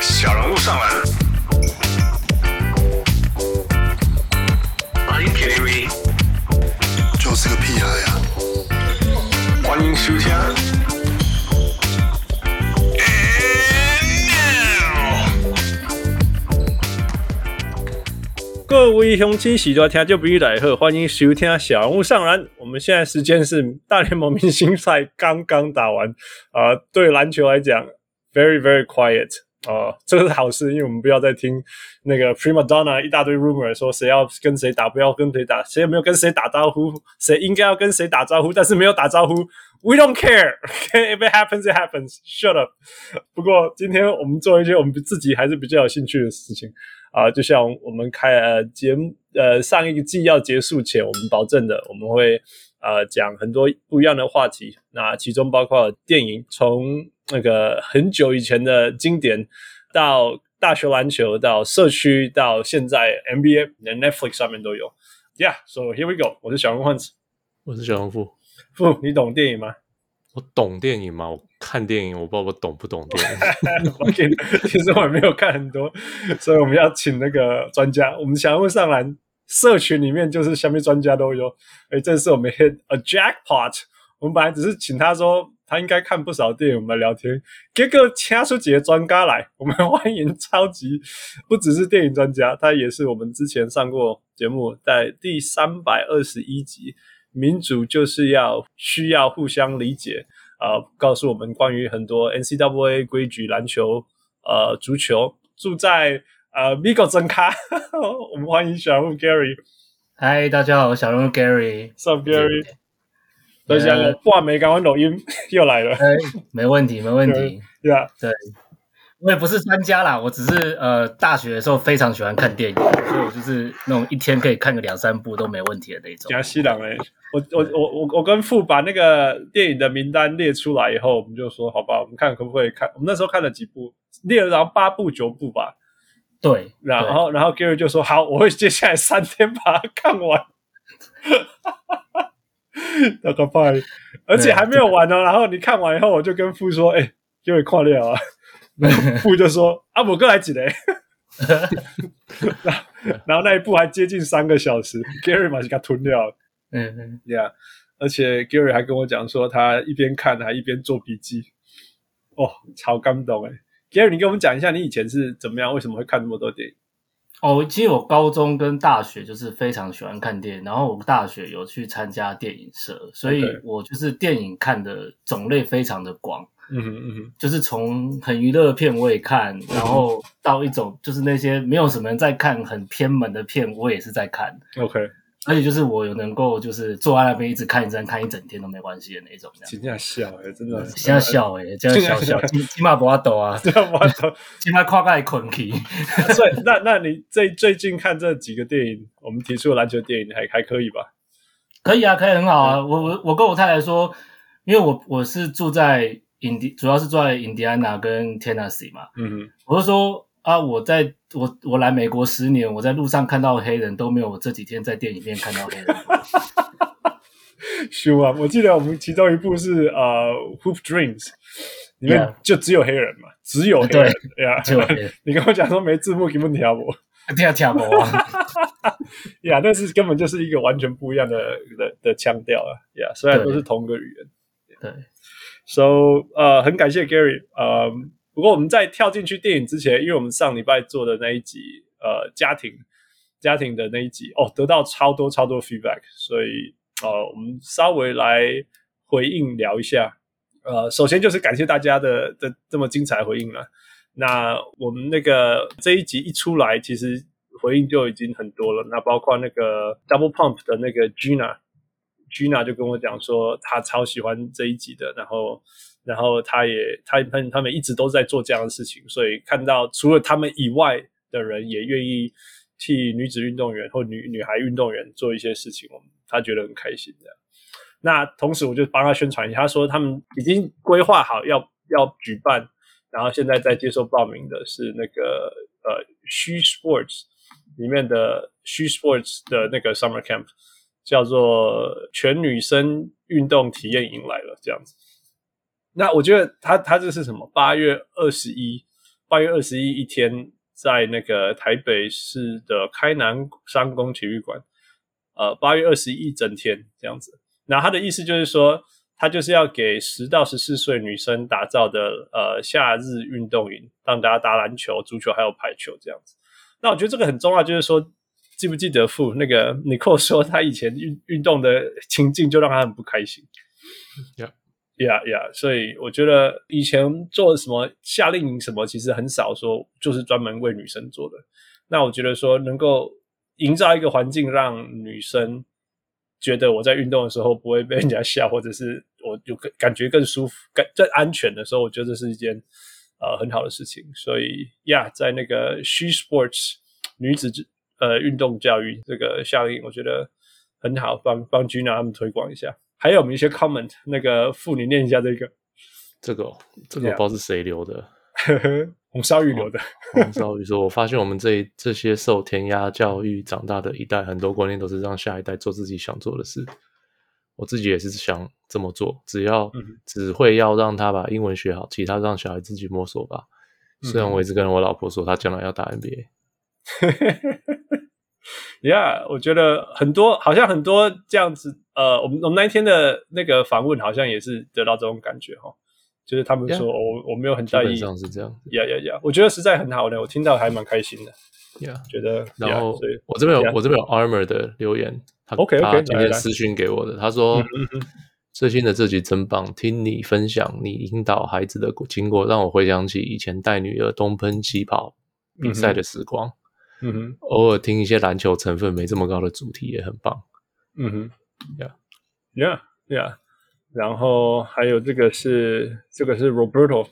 小人物上篮。Are you kidding me？就是个屁孩呀、欢迎收听。And now，各位雄亲喜多听就不易来贺，欢迎收听小人物上篮。我们现在时间是大联盟明星赛刚刚打完，啊、对篮球来讲，very very quiet，啊、这个是好事，因为我们不要再听那个 prima donna 一大堆 rumor 说谁要跟谁打，不要跟谁打，谁也没有跟谁打招呼，谁应该要跟谁打招呼，但是没有打招呼。We don't care. Okay, if it happens, it happens. Shut up. 不过今天我们做一些我们自己还是比较有兴趣的事情。啊、就像我们开呃节目呃上一个季要结束前，我们保证的，我们会呃讲很多不一样的话题，那其中包括电影，从那个很久以前的经典到大学篮球，到社区，到现在 NBA、Netflix 上面都有。Yeah, so here we go. 我是小人幻子，我是小红富，不，你懂电影吗？我懂电影吗？我看电影，我不知道我懂不懂电影。 我给，其实我也没有看很多，所以我们要请那个专家。我们想问上篮社群里面就是下面专家都有，哎，这次我们 hit a jackpot。我们本来只是请他说他应该看不少电影，我们来聊天，结果掐出几个专家来。我们欢迎超级，不只是电影专家，他也是我们之前上过节目，在第三百二十一集，民主就是要需要互相理解。啊，告诉我们关于很多 NCAA 规矩、篮球、呃足球。住在呃 Migo 真咖， 我们欢迎小人物 Gary。嗨，大家好，我小人物 Gary。 Sup Gary？等对一下，话没刚完抖音 又来了，哎，没问题，没问题。对吧？对，我也不是专家啦，我只是呃，大学的时候非常喜欢看电影，所以我就是那种一天可以看个两三部都没问题的那种。讲西朗嘞。我我我我我跟富把那个电影的名单列出来以后，我们就说好吧，我们看可不可以看。我们那时候看了几部，列了然后八部九部吧。对，然后然后 Gary 就说好，我会接下来三天把它看完。 那个派，而且还没有完呢、哦然后你看完以后，我就跟富说：“哎、g a r y 快 点啊！”富就说：“啊，我过来几嘞。然后” 然后那一部还接近三个小时，Gary 马上给他吞掉了。对嗯，嗯 Yeah，而且 Gary 还跟我讲说，他一边看还一边做笔记。哦，超感动哎！Gary，你给我们讲一下你以前是怎么样，为什么会看那么多电影？哦，其实我高中跟大学就是非常喜欢看电影，然后我大学有去参加电影社，所以 OK 我就是电影看的种类非常的广。嗯哼嗯哼，就是从很娱乐的片我也看，然后到一种就是那些没有什么人在看很偏门的片，我也是在看。 OK，而且就是我有能够就是坐在那边一直看一直看一整天都没关系的那种，这样。真的笑哎，真的现在，笑诶、欸，这样笑笑，起起码不要抖啊，真的我懂。起码跨盖捆起。所以那那你最最近看这几个电影，我们提出的篮球电影还还可以吧？可以啊，可以很好啊。我我我跟我太太说，因为我我是住在印第，主要是住在印第安纳跟 Tennessee 嘛，嗯我就说啊，我在我我来美国十年，我在路上看到黑人都没有我这几天在电影院看到黑人多。哼，修啊！我记得我们其中一部是呃《Hoop Dreams》，里面 Yeah 就只有黑人嘛，只有黑人，对呀只有黑人。 你跟我讲说没字幕，根本挑我。不要跳我啊！ 呀，但是根本就是一个完全不一样的的的腔调啊！呀，虽然都是同个语言。对 So，呃，很感谢 Gary。呃，不过我们在跳进去电影之前，因为我们上礼拜做的那一集，呃，家庭家庭的那一集，哦，得到超多超多 feedback，所以呃，我们稍微来回应聊一下。呃，首先就是感谢大家的的这么精彩回应了。那我们那个这一集一出来，其实回应就已经很多了。那包括那个 Double Pump 的那个 Gina。Gina 就跟我讲说，她超喜欢这一集的，然后，然后她也，她他他们一直都在做这样的事情，所以看到除了他们以外的人也愿意替女子运动员或女女孩运动员做一些事情，我们她觉得很开心这样。那同时我就帮她宣传一下，她说他们已经规划好要要举办，然后现在在接受报名的是那个呃虚 Sports 里面的 She Sports 的那个 Summer Camp，叫做全女生运动体验营来了这样子。那我觉得他他这是什么？八月二十一，八月二十一一天，在那个台北市的开南商工体育馆，呃，八月二十一整天这样子。那他的意思就是说，他就是要给十到十四岁女生打造的呃夏日运动营，让大家打篮球、足球还有排球这样子。那我觉得这个很重要，就是说，记不记得傅那个尼寇说他以前运运动的情境就让他很不开心。 Yeah. Yeah, yeah，所以我觉得以前做什么夏令营什么，其实很少说就是专门为女生做的。那我觉得说能够营造一个环境，让女生觉得我在运动的时候不会被人家笑，或者是我就更感觉更舒服、更更安全的时候，我觉得这是一件呃很好的事情。所以呀在那个 She Sports 女子之呃运动教育这个效应，我觉得很好，帮帮 Gina 他们推广一下。还有我们一些 comment，那个妇女念一下这个 这个哦这个我 Yeah 不知道是谁留的。红烧鱼留的，黄少宇说：“我发现我们这一这些受填鸭教育长大的一代，很多观念都是让下一代做自己想做的事。我自己也是想这么做，只要、嗯哼只会要让他把英文学好，其他让小孩自己摸索吧。虽然我一直跟我老婆说，她将来要打 NBA， Yeah，我觉得很多好像很多这样子，呃，我们我们那一天的那个访问好像也是得到这种感觉哈，就是他们说 Yeah 我、我没有很基在本意上是这样。呀呀呀，我觉得实在很好呢，我听到还蛮开心的， Yeah，觉得然 yeah，后所以我这边有 Yeah 我这边有 Armor 的留言，他 OK，OK，他今来天来私讯给我的，他说嗯嗯嗯最新的这集真棒，听你分享你引导孩子的经过，让我回想起以前带女儿东奔西跑比赛的时光，嗯哼偶尔听一些篮球成分没这么高的主题也很棒。嗯哼 Yeah ，Yeah Yeah，然后还有这个是这个是 Roberto，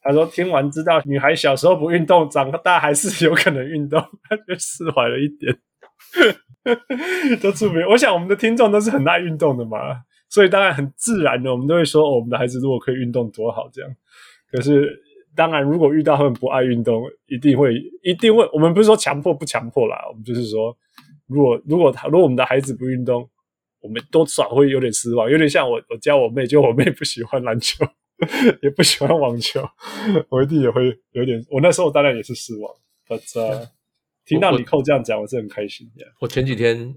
他说听完知道女孩小时候不运动，长大还是有可能运动，他就释怀了一点。 都出名，我想我们的听众都是很爱运动的嘛，所以当然很自然的，我们都会说、哦我们的孩子如果可以运动多好这样。可是当然，如果遇到他们不爱运动，一定会一定会，我们不是说强迫不强迫啦，我们就是说，如果如果他如果我们的孩子不运动，我们多少会有点失望，有点像我我教我妹，就我妹不喜欢篮球， 也不喜欢网球，我一定也会有点，我那时候当然也是失望，but、uh, 听到我你扣这样讲，我是很开心的。我前几天，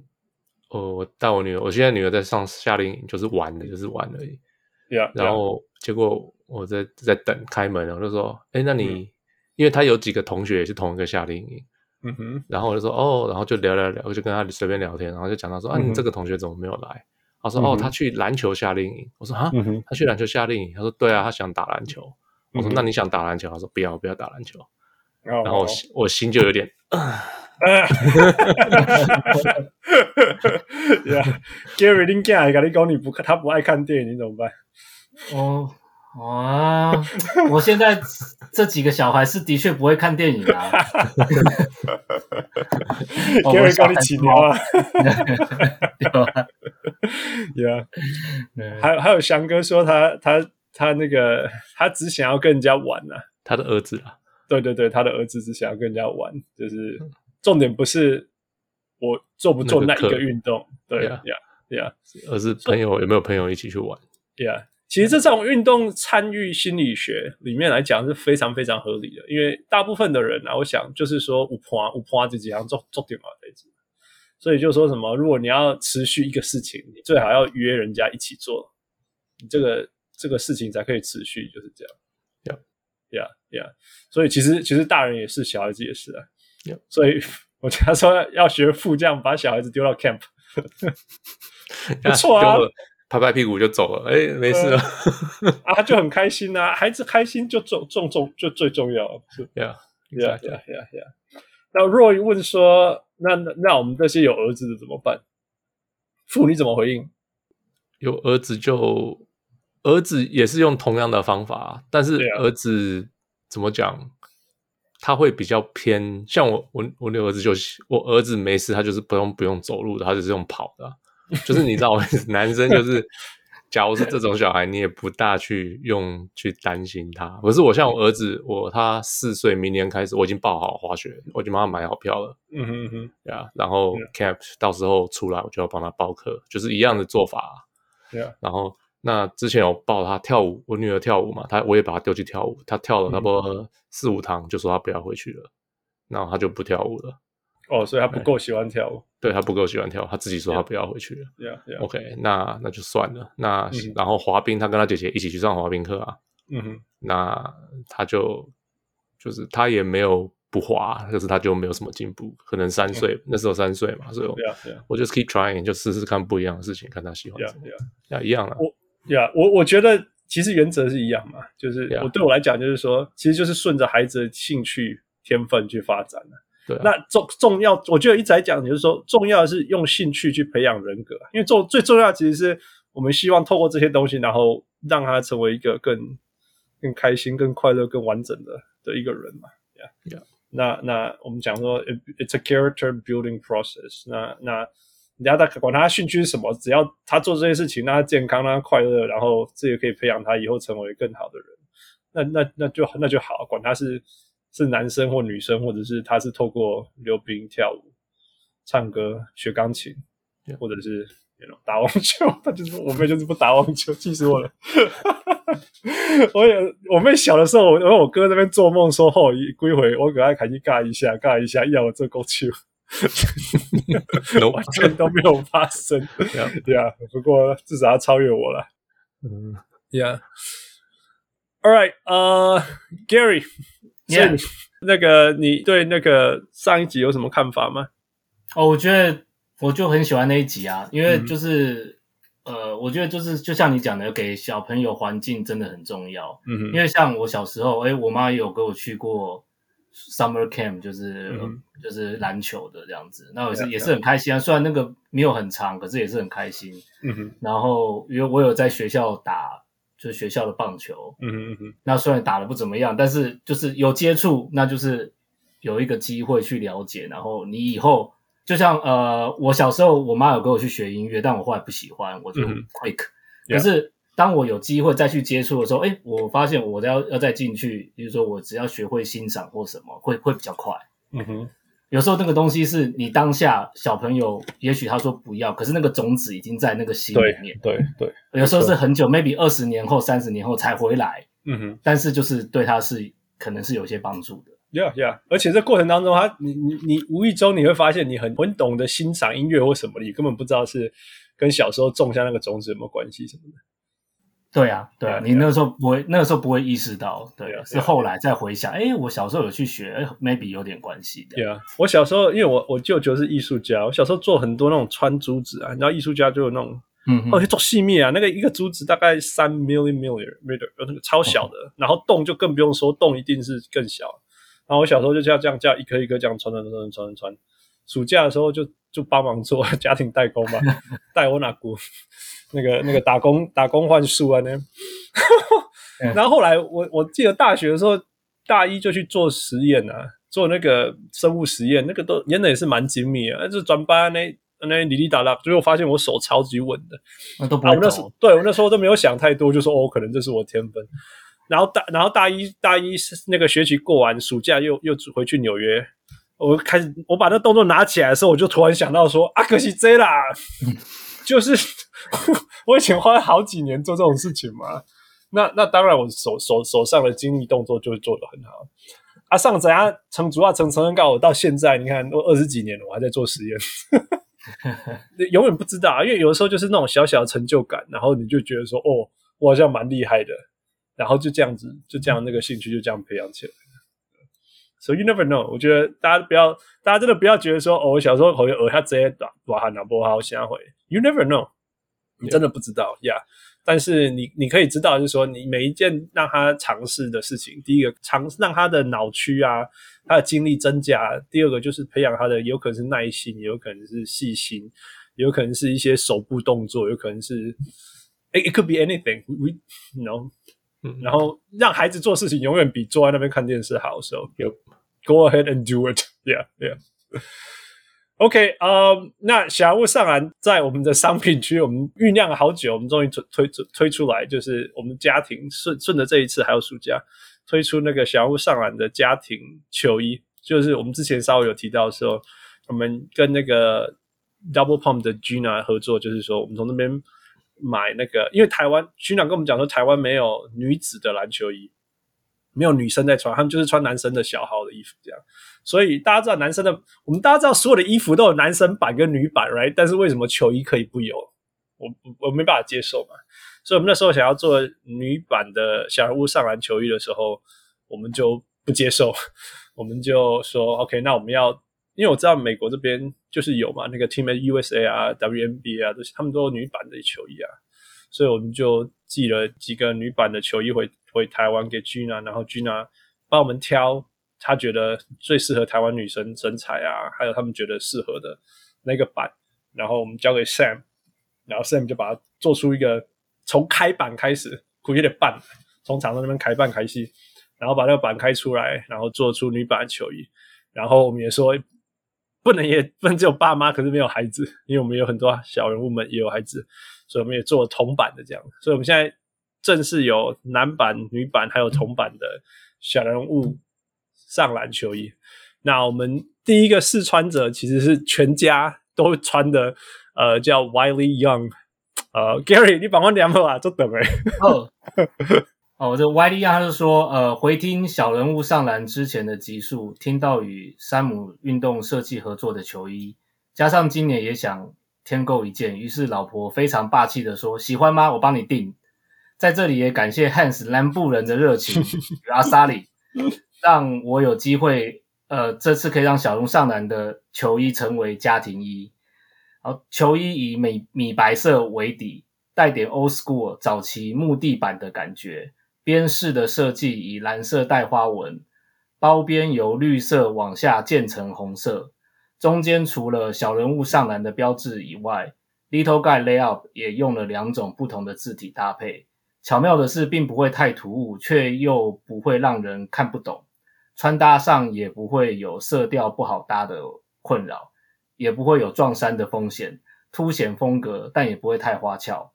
哦，我带我女儿，我现在女儿在上夏令营，就是玩的，就是玩而已。 Yeah，然后结果我在在等开门，然后就说：“哎，那你、因为她有几个同学也是同一个夏令营，嗯哼，然后我就说哦，然后就聊聊聊，我就跟他随便聊天，然后就讲到说啊，嗯哼你这个同学怎么没有来？他说嗯哼哦，他去篮球夏令营。我说啊，嗯哼，他去篮球夏令营？他说对啊，他想打篮球。我嗯哼说哦那你想打篮球？他说不要，不要打篮球。然然 后我心我心就有点啊，Yeah，Gary 林健还跟你讲你不看，他不爱看电影，你怎么办？哦，哇！哦 我现在这几个小孩是的确不会看电影 啊。哦 Gary 告你起牛啊！ 对吧？ ，Yeah，嗯还有还有翔哥说他他他那个他只想要跟人家玩啊，他的儿子啊，对对对，他的儿子只想要跟人家玩，就是重点不是我做不做嗯那那个一课个运动，对 Yeah ，Yeah，Yeah。而是朋友有没有朋友一起去玩？ Yeah，其实这种运动参与心理学里面来讲是非常非常合理的，因为大部分的人啊，我想就是说五趴五趴这几行重重点嘛，这几，所以就说什么，如果你要持续一个事情，你最好要约人家一起做，你这个这个事情才可以持续，就是这样。Yeah, yeah. 所以其实其实大人也是，小孩子也是啊。 Yeah. 所以 我他说要学副将，把小孩子丢到 camp。不错啊 就拍拍屁股就走了。哎，没事了。 啊，他就很开心呐、孩子开心就重重重就最重要。是 Yeah，呀 exactly 呀呀呀。那 Roy 问说：“那那那我们这些有儿子的怎么办？”父你怎么回应？有儿子就儿子也是用同样的方法，但是对啊儿子怎么讲，他会比较偏像我我我那个儿子就是我儿 子没事，他就是不用不用走路的，他就是用跑的啊、就是你知道，男生就是假如是这种小孩，你也不大去用去担心他。可是我像我儿子，我他四岁，明年开始我已经报好滑雪，我已经帮他买好票了，嗯哼嗯哼对啊。然后 camp 到时候出来，我就要帮他报课，就是一样的做法啊、对啊，然后那之前有抱他跳舞，我女儿跳舞嘛，她我也把她丢去跳舞，她跳了差不多四五堂，就说她不要回去了，然后她就不跳舞了。哦，所以他不够喜欢跳舞，对她不够喜欢跳，她自己说她不要回去了。对啊对啊， OK，那那就算了。那、嗯然后滑冰，她跟她姐姐一起去上滑冰课啊，嗯哼，那她就就是她也没有不滑，可是她就没有什么进步，可能三岁、那时候三岁嘛，所以我。对啊对啊我就 keep trying，就试试看不一样的事情，看她喜欢对啊什么对。啊。那一样了，对啊，我我觉得其实原则是一样嘛，就是对啊我对我来讲，就是说，其实就是顺着孩子的兴趣天分去发展、啊、对啊，那重重要，我觉得一直在讲，就是说，重要的是用兴趣去培养人格，啊因为重最重要的其实是我们希望透过这些东西，然后让他成为一个更更开心、更快乐、更完整的的一个人嘛。Yeah. Yeah. 那那我们讲说，it-，it's a character building process 那。那人家他管他兴趣是什么，只要他做这些事情，让他健康，让他快乐，然后这也可以培养他以后成为更好的人。那那那就那就好，管他是是男生或女生，或者是他是透过溜冰、跳舞、唱歌、学钢琴 Yeah. 或者是 you know, 打网球。 他就是我妹，就是不打网球，气死我了。 我也我妹小的时候，我我我哥在那边做梦说，吼、一归回我给他开始尬一下，尬一下，要我这够球。 No 完全都没有发生， Yeah. 对啊。不过至少他超越我了嗯，Yeah。All right，呃、g a r y 所以 Yeah 你那个你对那个上一集有什么看法吗？哦，我觉得我就很喜欢那一集啊，因为嗯就是、呃，我觉得就是就像你讲的，给小朋友环境真的很重要。嗯因为像我小时候，哎，我妈也有跟我去过 summer camp，就是、嗯哼就是篮球的这样子，那我对是啊也是很开心啊。虽然那个没有很长，可是也是很开心。嗯哼，然后因为我有在学校打，就是学校的棒球，嗯哼，嗯哼，那虽然打的不怎么样，但是就是有接触，那就是有一个机会去了解。然后你以后就像呃，我小时候我妈有跟我去学音乐，但我后来不喜欢，我就嗯 quick、 Yeah 可是当我有机会再去接触的时候，哎，我发现我要要再进去，比如说我只要学会欣赏或什么，会会比较快。嗯哼，有时候那个东西是你当下小朋友，也许他说不要，可是那个种子已经在那个心对里面。对对，有时候是很久，maybe 二十年后、三十年后才回来，嗯哼但是就是对他是可能是有些帮助的。 ，Yeah Yeah。而且这过程当中，他你你你无意中你会发现，你很很懂得欣赏音乐或什么，你根本不知道是跟小时候种下那个种子有没有关系什么的。对啊，对对啊，啊你那个时候不会，那个时候不会意识到，对对啊啊，是后来再回想，哎，我小时候有去学哎，maybe 有点关系的。对啊，我小时候因为我我舅舅是艺术家，我小时候做很多那种穿珠子啊，你知道艺术家就有那种，嗯哼哦，去做细密啊，那个一个珠子大概三 millimeter meter，那个超小的，哦然后洞就更不用说，洞一定是更小。然后我小时候就这样这样这样一颗一颗这样穿穿穿穿穿穿，暑假的时候就就帮忙做家庭代工 吧，带我哪姑那个那个打工打工换宿啊呢。嗯然后后来我我记得大学的时候，大一就去做实验啊，做那个生物实验，那个都演的也是蛮精密啊，就转班那那里里打打，最后发现我手超级稳的。那都不啊，我会那时走候。对我那时候都没有想太多，就说哦，可能这是我天分。然后大然后大一大一是那个学期过完，暑假又又回去纽约，我开始我把那动作拿起来的时候，我就突然想到说啊，可惜 J 啦，就是 我以前花了好几年做这种事情嘛。那那当然，我手手手上的精力动作就做得很好。啊，上怎样成竹啊，成成恩告我到现在，你看都二十几年了，我还在做实验。永远不知道啊，因为有的时候就是那种小小的成就感，然后你就觉得说，哦，我好像蛮厉害的，然后就这样子，就这样那个兴趣就这样培养起来。So you never know，我觉得大家不要，大家真的不要觉得说，哦，我小时候好像耳下直接打打喊打波好，我现在会，you never know，你真的不知道呀。Yeah. 但是你你可以知道，就是说你每一件让他尝试的事情，第一个尝让他的脑区啊，他的精力增加；第二个就是培养他的，有可能是耐心，也有可能是细心，有可能是一些手部动作，有可能是，it it could be anything. We, we no. 嗯然后让孩子做事情，永远比坐在那边看电视好。So Yep. go ahead and do it. Yeah, yeah. OK，呃，那小人物上篮在我们的商品区，我们酝酿了好久，我们终于推推推出来，就是我们家庭顺顺着这一次还有暑假推出那个小人物上篮的家庭球衣，就是我们之前稍微有提到说，我们跟那个 Double Pump 的 Gina 合作，就是说我们从那边买那个，因为台湾 Gina 跟我们讲说台湾没有女子的篮球衣，没有女生在穿，他们就是穿男生的小号的衣服这样。所以大家知道男生的，我们大家知道所有的衣服都有男生版跟女版，right？但是为什么球衣可以不有？我我我没办法接受嘛。所以我们那时候想要做女版的小人物上篮球衣的时候，我们就不接受，我们就说 OK，那我们要，因为我知道美国这边就是有嘛，那个 Team USA 啊、WNBA 啊，都是他们都有女版的球衣啊，所以我们就寄了几个女版的球衣回回台湾给 Gina，然后 Gina 帮我们挑他觉得最适合台湾女生身材啊，还有他们觉得适合的那个版，然后我们交给 Sam，然后 Sam 就把它做出一个从开版开始，苦有点半，从厂商那边开办开戏，然后把那个版开出来，然后做出女版的球衣，然后我们也说不能也不能只有爸妈，可是没有孩子，因为我们有很多小人物们也有孩子，所以我们也做了铜版的这样，所以我们现在正式有男版、女版还有铜版的小人物上篮球衣。那我们第一个试穿者其实是全家都穿的，呃，叫 Wiley Young，呃，Gary，你把我两啊，就等哎，哦，哦，这 YD 他就说，呃，回听小人物上篮之前的集数，听到与山姆运动设计合作的球衣，加上今年也想添购一件，于是老婆非常霸气的说：“喜欢吗？我帮你订。”在这里也感谢 Hans 南部人的热情与阿萨里，让我有机会，呃，这次可以让小龙上篮的球衣成为家庭衣。好，球衣以米米白色为底，带点 old school 早期木地板的感觉，边饰的设计以蓝色带花纹，包边由绿色往下渐成红色，中间除了小人物上篮的标志以外，Little Guy Layup 也用了两种不同的字体搭配。巧妙的是，并不会太突兀，却又不会让人看不懂。穿搭上也不会有色调不好搭的困扰，也不会有撞衫的风险，凸显风格，但也不会太花俏。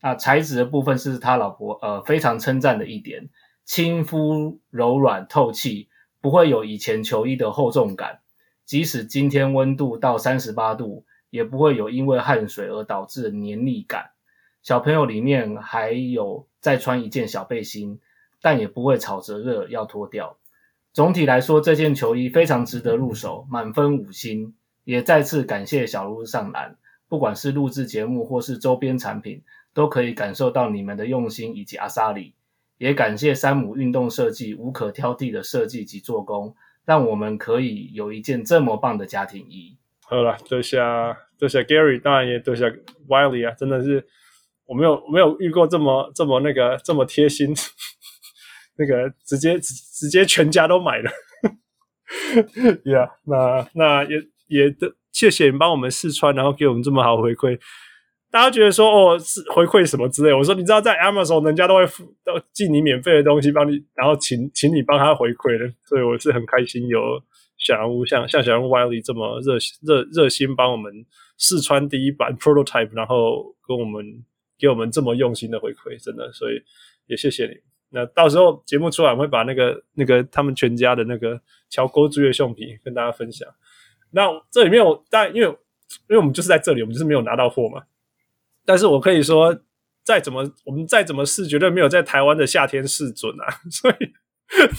啊，材质的部分是他老婆呃非常称赞的一点，亲肤、柔软、透气，不会有以前球衣的厚重感。即使今天温度到三十八度，也不会有因为汗水而导致的黏腻感。小朋友里面还有再穿一件小背心，但也不会吵着热要脱掉。总体来说，这件球衣非常值得入手，满分五星。也再次感谢小鹿上篮，不管是录制节目或是周边产品，都可以感受到你们的用心以及阿萨里。也感谢山姆运动设计无可挑剔的设计及做工，让我们可以有一件这么棒的家庭衣。 好了，对下对下啊 Gary，当然也对下 Wiley 啊，真的是我没有我没有遇过这么这么那个这么贴心， 那个直接直直接全家都买了。yeah，那 那也也的，谢谢你帮我们试穿，然后给我们这么好的回馈。大家觉得说哦，是回馈什么之类？我说你知道，在 Amazon 人家都会付都寄你免费的东西，帮你，然后请请你帮他回馈的，所以我是很开心有小人物像像小人物 Wiley 这么热热热心帮我们试穿第一版 prototype，然后跟我们给我们这么用心的回馈，真的，所以也谢谢你。那到时候节目出来，我会把那个那个他们全家的那个乔沟之月胸皮跟大家分享。那这里面我但因为因为我们就是在这里，我们就是没有拿到货嘛。但是我可以说，再怎么我们再怎么试，绝对没有在台湾的夏天试准啊。 所以，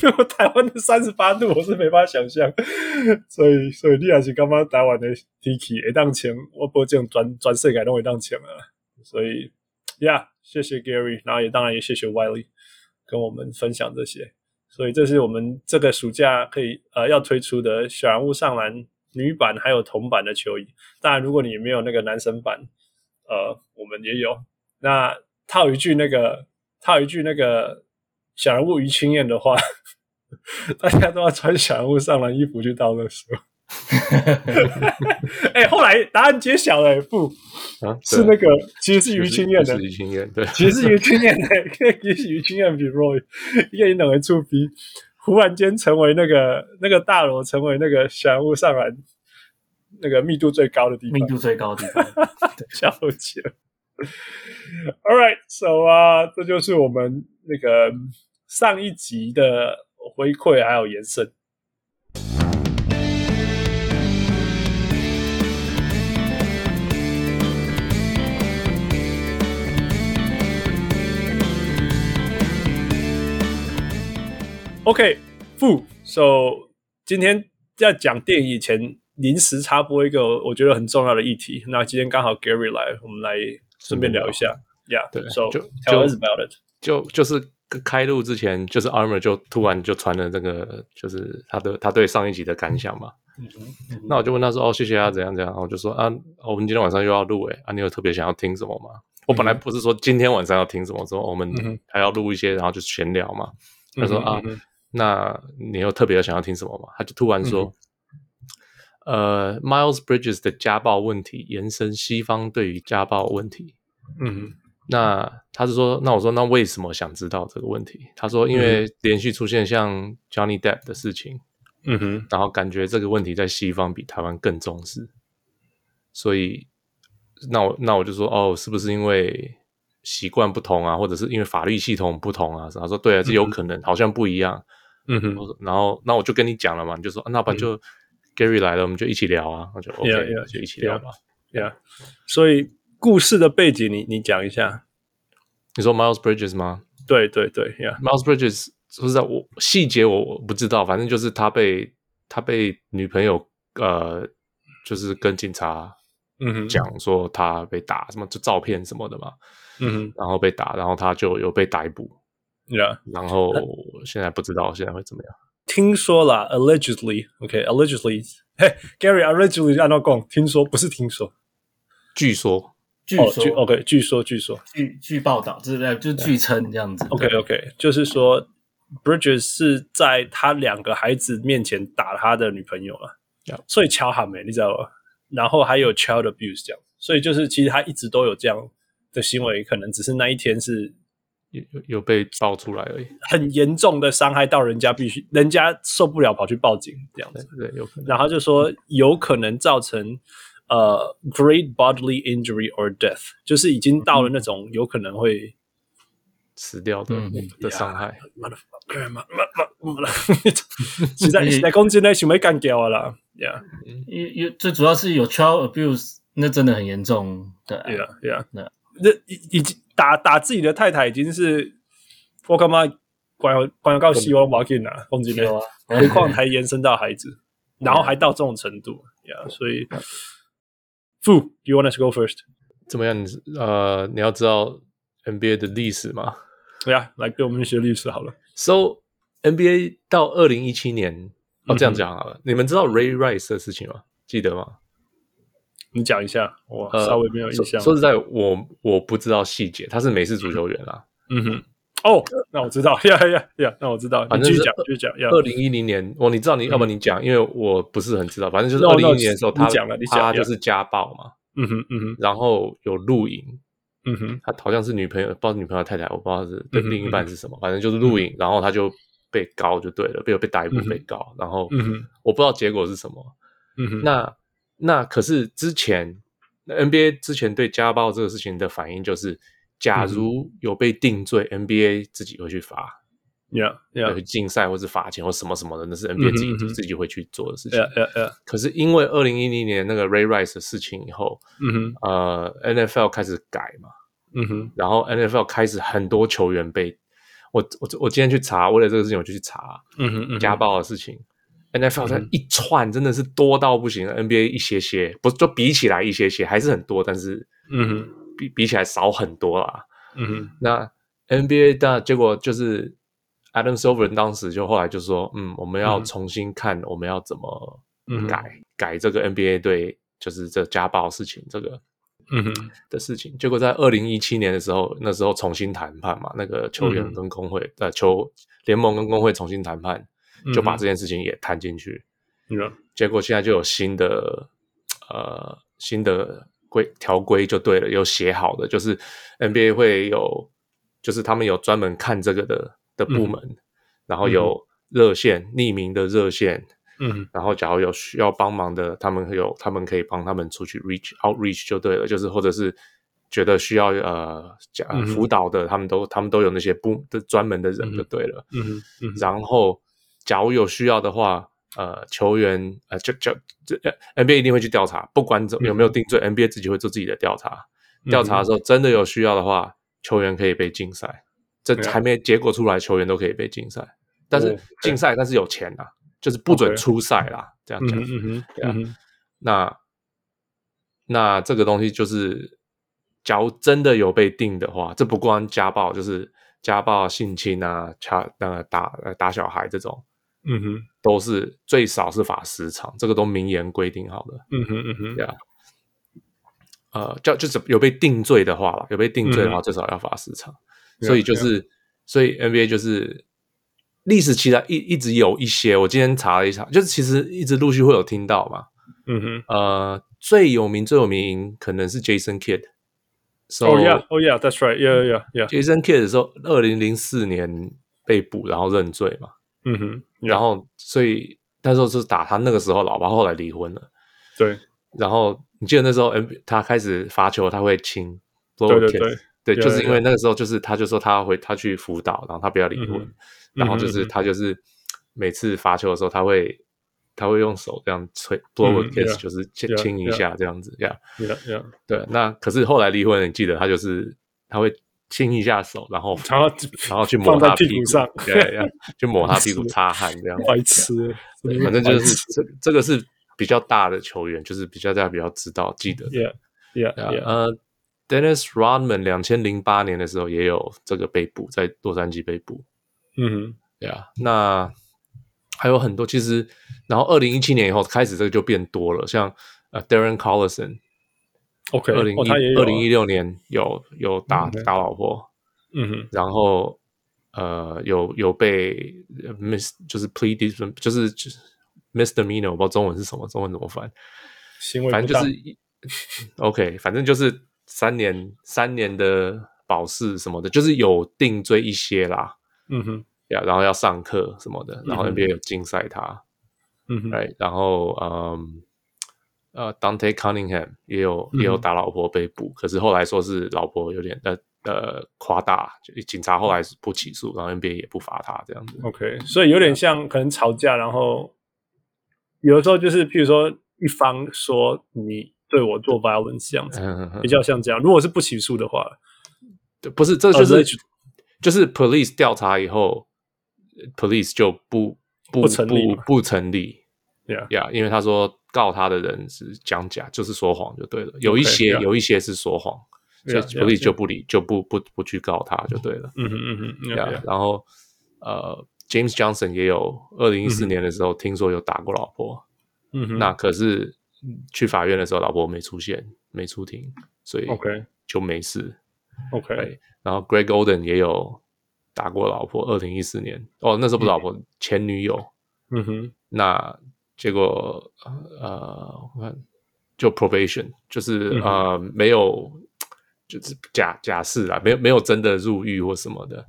如果台湾的三十八度，我是没法想象。 所以，所以你也是刚刚打完的 Tiki 会当前，我不这样转转世界都会当前啊。所以，Yeah，谢谢 Gary，然后也当然也谢谢 Wiley 跟我们分享这些。所以，这是我们这个暑假可以呃要推出的小人物上篮女版还有铜版的球衣。当然，如果你没有那个男生版，呃，我们也有。那套一句那个，套一句那个小人物于青燕的话， 大家都要穿小人物上篮衣服去倒垃圾。 哎、后来答案揭晓了、哎不啊，是那个，其实是于于青燕的是，于青燕，对，其实是于青燕的，其实是于青燕比 Roy，因为你等为触逼，忽然间成为那个那个大楼成为那个小人物上篮那个密度最高的地方 密。度最高的地方。交钱。All right, so 啊、这就是我们那个上一集的回馈还有延伸。OK，负 so 今天在讲电影以前，临时插播一个我觉得很重要的议题。那今天刚好 Gary 来，我们来顺便聊一下。Yeah，对，so 就 tell 就 us about it。就就是开录之前，就是 Armor 就突然就传了这个，就是他的他对上一集的感想嘛。嗯那我就问他说：“哦，谢谢啊，怎样怎样？”然后我就说：“啊，哦我们今天晚上又要录诶，啊，你有特别想要听什么吗？”我本来不是说今天晚上要听什么，说我们嗯哼还要录一些，然后就闲聊嘛。他说嗯啊，那你有特别想要听什么吗？他就突然说，呃，Miles Bridges 的家暴问题延伸西方对于家暴问题。嗯那他是说，那我说那为什么想知道这个问题？他说，因为连续出现像 Johnny Depp 的事情，嗯哼，然后感觉这个问题在西方比台湾更重视，所以那我那我就说哦，是不是因为习惯不同啊，或者是因为法律系统不同啊？他说对啊，这有可能，好像不一样。嗯哼我说然后那我就跟你讲了嘛，你就说、啊那不然就 Gary 来了，我们就一起聊啊，我就嗯 OK，Yeah, yeah, 就一起聊吧。 ，Yeah。所以故事的背景你，你讲一下。你说 Miles Bridges 吗对对对，Yeah， ？Miles Bridges 说实在，我细节我我不知道，反正就是他被他被女朋友呃，就是跟警察嗯哼，，讲说他被打什么，就照片什么的嘛，嗯然后被打，然后他就有被逮捕，哼，Yeah。然后现在不知道现在会怎么样。听说啦 a l l e g e d l y o k a l l e g e d l y 嘿，Gary，allegedly 按照讲，听说不是听说，据说据哦，据说， OK，据说，据说据据报道，这呃就据称这样子。 ，OK，OK，、就是说，Bridges 是在他两个孩子面前打他的女朋友了 Yeah 所以敲喊没，你知道吗？然后还有 child abuse 这样，所以就是其实他一直都有这样的行为，可能只是那一天是有有有被爆出来而已，很严重的伤害到人家，必须人家受不了跑去报警这样子对。对，有可能。然后就说有可能造成呃 great bodily injury or death，就是已经到了那种有可能会死掉的、嗯的伤害，实在实在讲真的想要干掉的啦，yeah 因为因为最主要是有 child abuse，那真的很严重的。哎对啊 yeah yeah， Yeah 那已已经打打自己的太太已经是我干嘛管管告希望马进 啊，攻击对的啊，何况还延伸到孩子，然后还到这种程度，yeah，所嗯以。Fu, you want us to go first? 怎么样？你是呃，你要知道 NBA 的历史嘛。对呀，来给我们一些历史好了。 So NBA 到二零一七年，哦，嗯这样讲好了。你们知道 Ray Rice 的事情吗？记得吗？你讲一下，我呃稍微没有印说象。说实在，我我不知道细节。他是美式足球员啦。嗯哼，哦，那我知道，呀呀呀，那我知道。反你继正续是讲，继续讲。呀， 二零一零年，哦，你知道嗯你，要不然你讲，因为我不是很知道。反正就是 No, 二 no, 零一零年的时候，你他讲了你讲他呀就是家暴嘛，嗯哼，嗯哼，然后有露营，嗯哼，他好像是女朋友，不知道是女朋友还是太太，我不知道是嗯对哼另一半是什么，反正就是露营，然后他就被告就对了，被被逮捕嗯哼被告，然后嗯哼，我不知道结果是什么。嗯哼，那那可是之前那 NBA 之前对家暴这个事情的反应就是，假嗯如有被定罪，NBA 自己会去罚。呀呀要去竞赛或是罚钱或什么什么的，那是嗯 NBA 哼自己、嗯哼自己会去做的事情。呀呀呀，可是因为二零一零年那个 Ray Rice 的事情以后，嗯哼，呃，NFL 开始改嘛，嗯哼，然后 NFL 开始很多球员被我我我今天去查，为了这个事情我就去查嗯哼，嗯嗯哼家，暴的事情。NFL 它一串真的是多到不行、n b a 一些些，不就比起来一些些还是很多，但是嗯哼，比比起来少很多啦。嗯哼，那 NBA 的结果就是 Adam Silver 当时就后来就说，嗯，我们要嗯重新看我们要怎么嗯哼改、改这个 NBA 对就是这家暴事情这个嗯哼，的事情。结果在二零一七年的时候，那时候重新谈判嘛，那个球员嗯跟工会、呃球联盟跟工会重新谈判，就把嗯哼嗯这件事情也谈进去。呀结果现在就有新的呃新的规条规就对了，有写好的，就是 NBA 会有，就是他们有专嗯门看这个的的部门，然后有热线、匿名的热线，嗯然后假如有需要帮忙的，他们会有他们可以帮他们出去 reach outreach 就对了，就是或者是觉得需要呃假嗯哼辅导的，他们都他们都有那些部的专门的人就对了。嗯哼嗯哼然后假如有需要的话，呃，球员呃就就这呃 NBA 一定会去调查，不管怎有没有嗯定罪、n b a 自己会做自己的调查。调查的时候真的有需要的话，球员可以被禁赛。这对啊还没结果出来，球员都可以被禁赛，但是哦禁赛但是有钱啊，就是不准 OK 出赛啦，这样嗯讲。哼嗯哼对啊嗯哼那那这个东西就是，假如真的有被定的话，这不光家暴，就是家暴、性侵啊、掐那个打呃打小孩这种，嗯哼都是最少是罚十场，这个都明言规定好的。嗯哼嗯哼对啊，呃，叫就是有被定罪的话啦，有被定罪的话，嗯最少要罚十场。对啊所以就对啊是，所以 NBA 就是历史期来一一直有一些，我今天查了一查，就是其实一直陆续会有听到嘛。嗯哼呃，最有名最有名可能是 Jason Kidd。So, 啊 Oh yeah, oh yeah, that's right. Yeah, yeah, yeah. Jason Kidd 的时候，二零零四年被捕，然后认罪嘛，嗯哼，然后所以那时候是打他那个时候老爸，后来离婚了。对，然后你记得那时候 N 他开始罚球，他会亲 blow 对 a 对 kiss，对对对就是因对为那个时候就是他就说他回他去辅导，然后他不要离嗯婚，哼然后就嗯是哼嗯哼他就是每次罚球的时候，他会他会用手这样吹 blow a 嗯 kiss，、 yeah，就是亲 yeah，亲一下这样子，这样 yeah, yeah. 对。那可是后来离婚了，你记得他就是他会亲一下手，然后然后然后去放抹到他屁股上，对，然后去抹他屁股擦汗这样子， 白痴，真的反正就白痴是这这个是比较大的球员，就是比较大家比较知道记得的。 ，yeah, yeah, 对啊 yeah. 呃，Dennis Rodman 两千零八年的时候也有这个被捕，在洛杉矶被捕。嗯对啊，那还有很多其实，然后二零一七年以后开始这个就变多了，像呃 Darren Collison，哼，OK，二零哦，他也一有啊二零一，六年有有打、嗯对打老婆，嗯哼，然后呃有有被呃 mis 就是 plead dis- 就是就是 misdemeanor，我不知道中文是什么，中文怎么翻？行为反不正就当是一 OK，反正就是三年三年的保释什么的，就是有定罪一些啦，嗯哼，呀，然后要上课什么的，然后嗯哼 NBA 有竞赛他，嗯哼，哎、然后嗯呃，Dante Cunningham 也有也有嗯打老婆被捕，可是后来说是老婆有点呃呃夸大，就警察后来是不起诉，然后 NBA 也不罚他这样子， OK，所以有点像可能吵架，然后有的时候就是，譬如说一方说你对我做 violence 这样子，嗯，比较像这样。如果是不起诉的话，对不是，这就是、这就是 police 调查以后呃，police 就不不不成立不嘛不成立 Yeah 呀因为他说告他的人是讲假，就是说谎就对了。有一些 yeah 有一些是说谎，所以 Yeah，yeah， police yeah 就不理就不不不去告他就对了。嗯哼嗯哼呀、 ，yeah，yeah，然后呃，James Johnson 也有二零一四嗯哼年的时候、听说有打过老婆，嗯哼，那可是去法院的时候老婆没出现，没出庭，所以 OK 就没事。嗯 OK，对，然后 Greg Oden 也有打过老婆，二零一四年哦，那时候不是老婆，前女友。嗯哼，那结果呃，我看就 probation，就是、嗯哼呃没有，就是假假释啦，没有没有真的入狱或什么的，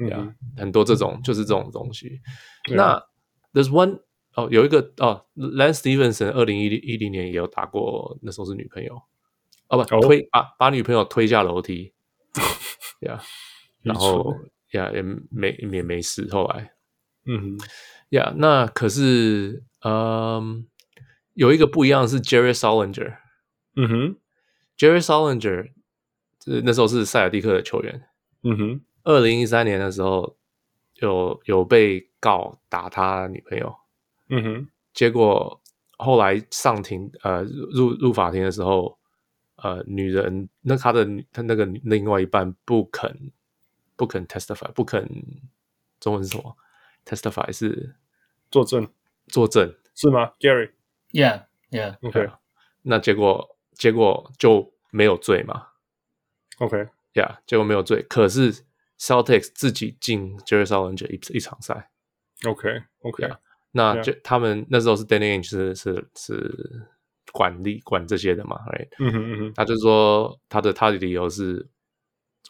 嗯呀、哼很多这种就是这种东西。对啊那 there's one 哦，有一个哦，Lance Stevenson 二零一零一零年也有打过，那时候是女朋友，哦不哦推把把女朋友推下楼梯，呀、 没然后呀也没也没事，后来嗯哼呀那可是嗯有一个不一样的是 Jerry Solinger。嗯哼 Jerry Solinger，呃那时候是塞尔蒂克的球员。嗯哼二零一三年的时候有有被告打他女朋友，嗯哼结果后来上庭呃入入法庭的时候，呃女人那他的女他那个女另外一半不肯不肯 testify 不肯中文是什么 testify 是作证作证，是吗？Gary ，Yeah Yeah， OK 那结果结果就没有罪嘛， OK，呀结果没有罪。可是 Celtics 自己进 Jerry Solinger 一一场赛， OK OK， Yeah 那 Yeah 就他们那时候是 Danny Ainge 是是是管理管这些的嘛，right？嗯哼嗯哼他就说他的他的理由是，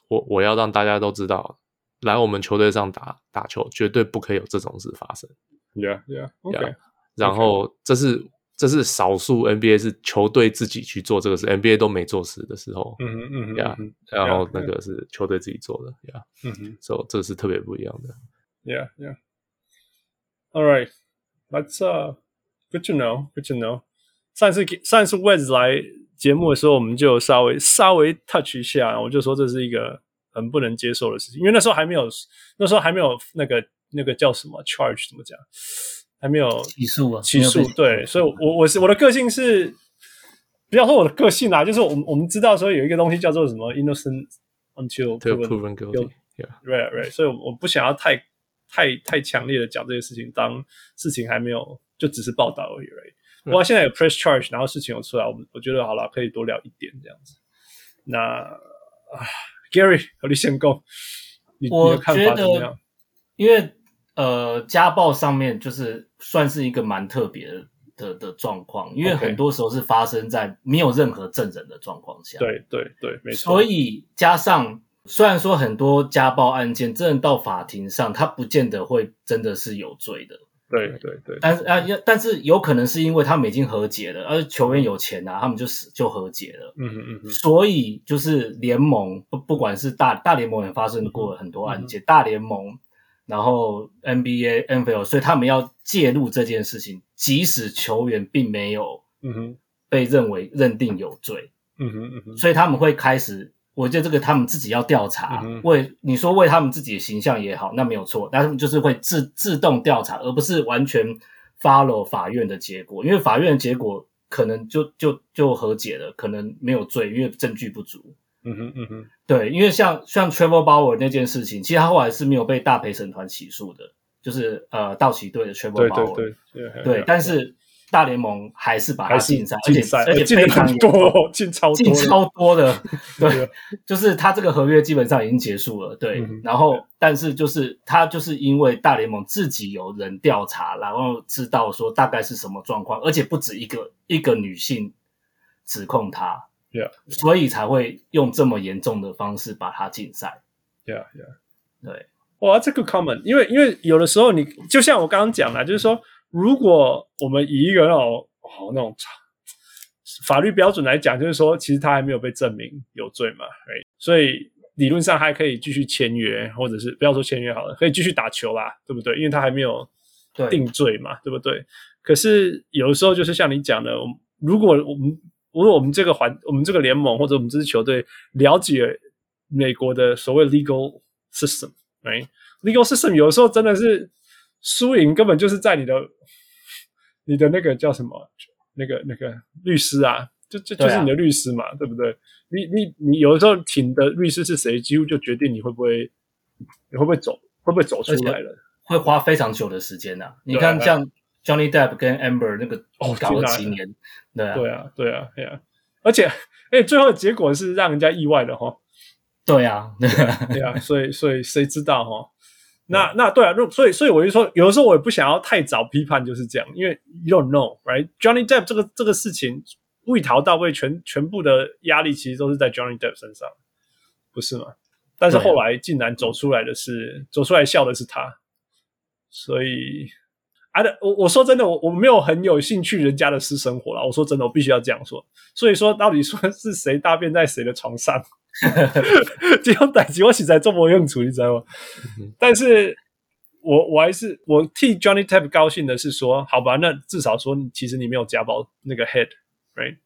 我我要让大家都知道，来我们球队上打打球绝对不可以有这种事发生。 ，Yeah Yeah OK， Yeah 然后这是这是少数 NBA 是球队自己去做这个事，NBA 都没做事的时候，嗯哼嗯哼呀嗯然后 Yeah，那个是球队自己做的呀，哼嗯哼所以这个是特别不一样的。 Yeah, yeah. All right, that's uh good to know, good to know. 上次上次 Wes 来节目的时候，我们就稍微稍微 touch 一下，我就说这是一个很不能接受的事情，因为那时候还没有那时候还没有那个那个叫什么 charge 怎么讲，还没有起诉啊，起诉没有被对，所以我我是我的个性是，不要说我的个性啦，就是我们我们知道说有一个东西叫做什么 innocent until 对 proven ，proven guilty，yeah， right right，所以我我不想要太太太强烈的讲这些事情，当事情还没有就只是报道而已 right。不过现在有 press charge，然后事情有出来，我们我觉得好了，可以多聊一点这样子。那啊，Gary 和你先攻，你你我的看觉法怎么得样？，因为呃，家暴上面就是算是一个蛮特别的的的状况，因为 OK 很多时候是发生在没有任何证人的状况下。，对对对，没错。所以加上虽然说很多家暴案件真的到法庭上，他不见得会真的是有罪的，对对对，但是啊，要但是有可能是因为他们已经和解了，而球员有钱啊，他们就死就和解了。嗯哼嗯哼，所以就是联盟不不管是大大联盟也发生过很多案件，大联盟，然后 NBA、NFL，所以他们要介入这件事情，即使球员并没有嗯哼被认为认定有罪，嗯哼嗯哼，所以他们会开始，我觉得这个他们自己要调查，嗯哼为你说为他们自己的形象也好，那没有错，但他们就是会自自动调查，而不是完全 follow 法院的结果，因为法院的结果可能就就就和解了，可能没有罪，因为证据不足。嗯哼嗯哼，对，因为像像 Trevor Bauer 那件事情，其实他后来是没有被大陪审团起诉的，就是呃道奇队的 Trevor 对 Bauer，对对对但是大联盟还是把他还是禁赛，而且竞赛，而且进了非常很严重多，进超多进了，超多的， 对对啊，就是他这个合约基本上已经结束了，对。嗯哼然后，但是就是他就是因为大联盟自己有人调查，然后知道说大概是什么状况，而且不止一个一个女性指控他 Yeah. 所以才会用这么严重的方式把他禁赛。 ，yeah yeah。对，哇，这个 common，因为因为有的时候你就像我刚刚讲的，就是说，如果我们以一个那种哦那种法律标准来讲，就是说，其实他还没有被证明有罪嘛，right？所以理论上还可以继续签约，或者是不要说签约好了，可以继续打球啦，对不对？因为他还没有对定罪嘛，对不对？可是有的时候就是像你讲的，我们如果我们无论我们这个环、我们这个联盟或者我们这支球队了解美国的所谓 legal system，right？legal system 有的时候真的是输赢根本就是在你的你的那个叫什么那个那个律师啊，就就就对是啊你的律师嘛，对不对？你你你有的时候请的律师是谁，几乎就决定你会不会你会不会走会不会走出来了。会花非常久的时间呐、你对啊看，像 Johnny Depp 跟 Amber 那个哦搞天了哪几年，对啊，对啊，对啊，对啊，而且哎，最后的结果是让人家意外的哈、对啊，对啊，对啊，所以所以谁知道哈？那那对啊，如所以所以我就说，有的时候我也不想要太早批判，就是这样，因为 you don't know right？Johnny Depp 这个这个事情，未逃到位，全全部的压力其实都是在 Johnny Depp 身上，不是吗？但是对啊后来竟然走出来的是，走出来笑的是他，所以啊，我我说真的，我我没有很有兴趣人家的私生活啦。我说真的，我必须要这样说。所以说，到底说是谁大便在谁的床上， 这种代志我实在做不用处，你知道吗？嗯但是我我还是我替 Johnny Tap 高兴的是说，好吧，那至少说你其实你没有家暴那个 head，right？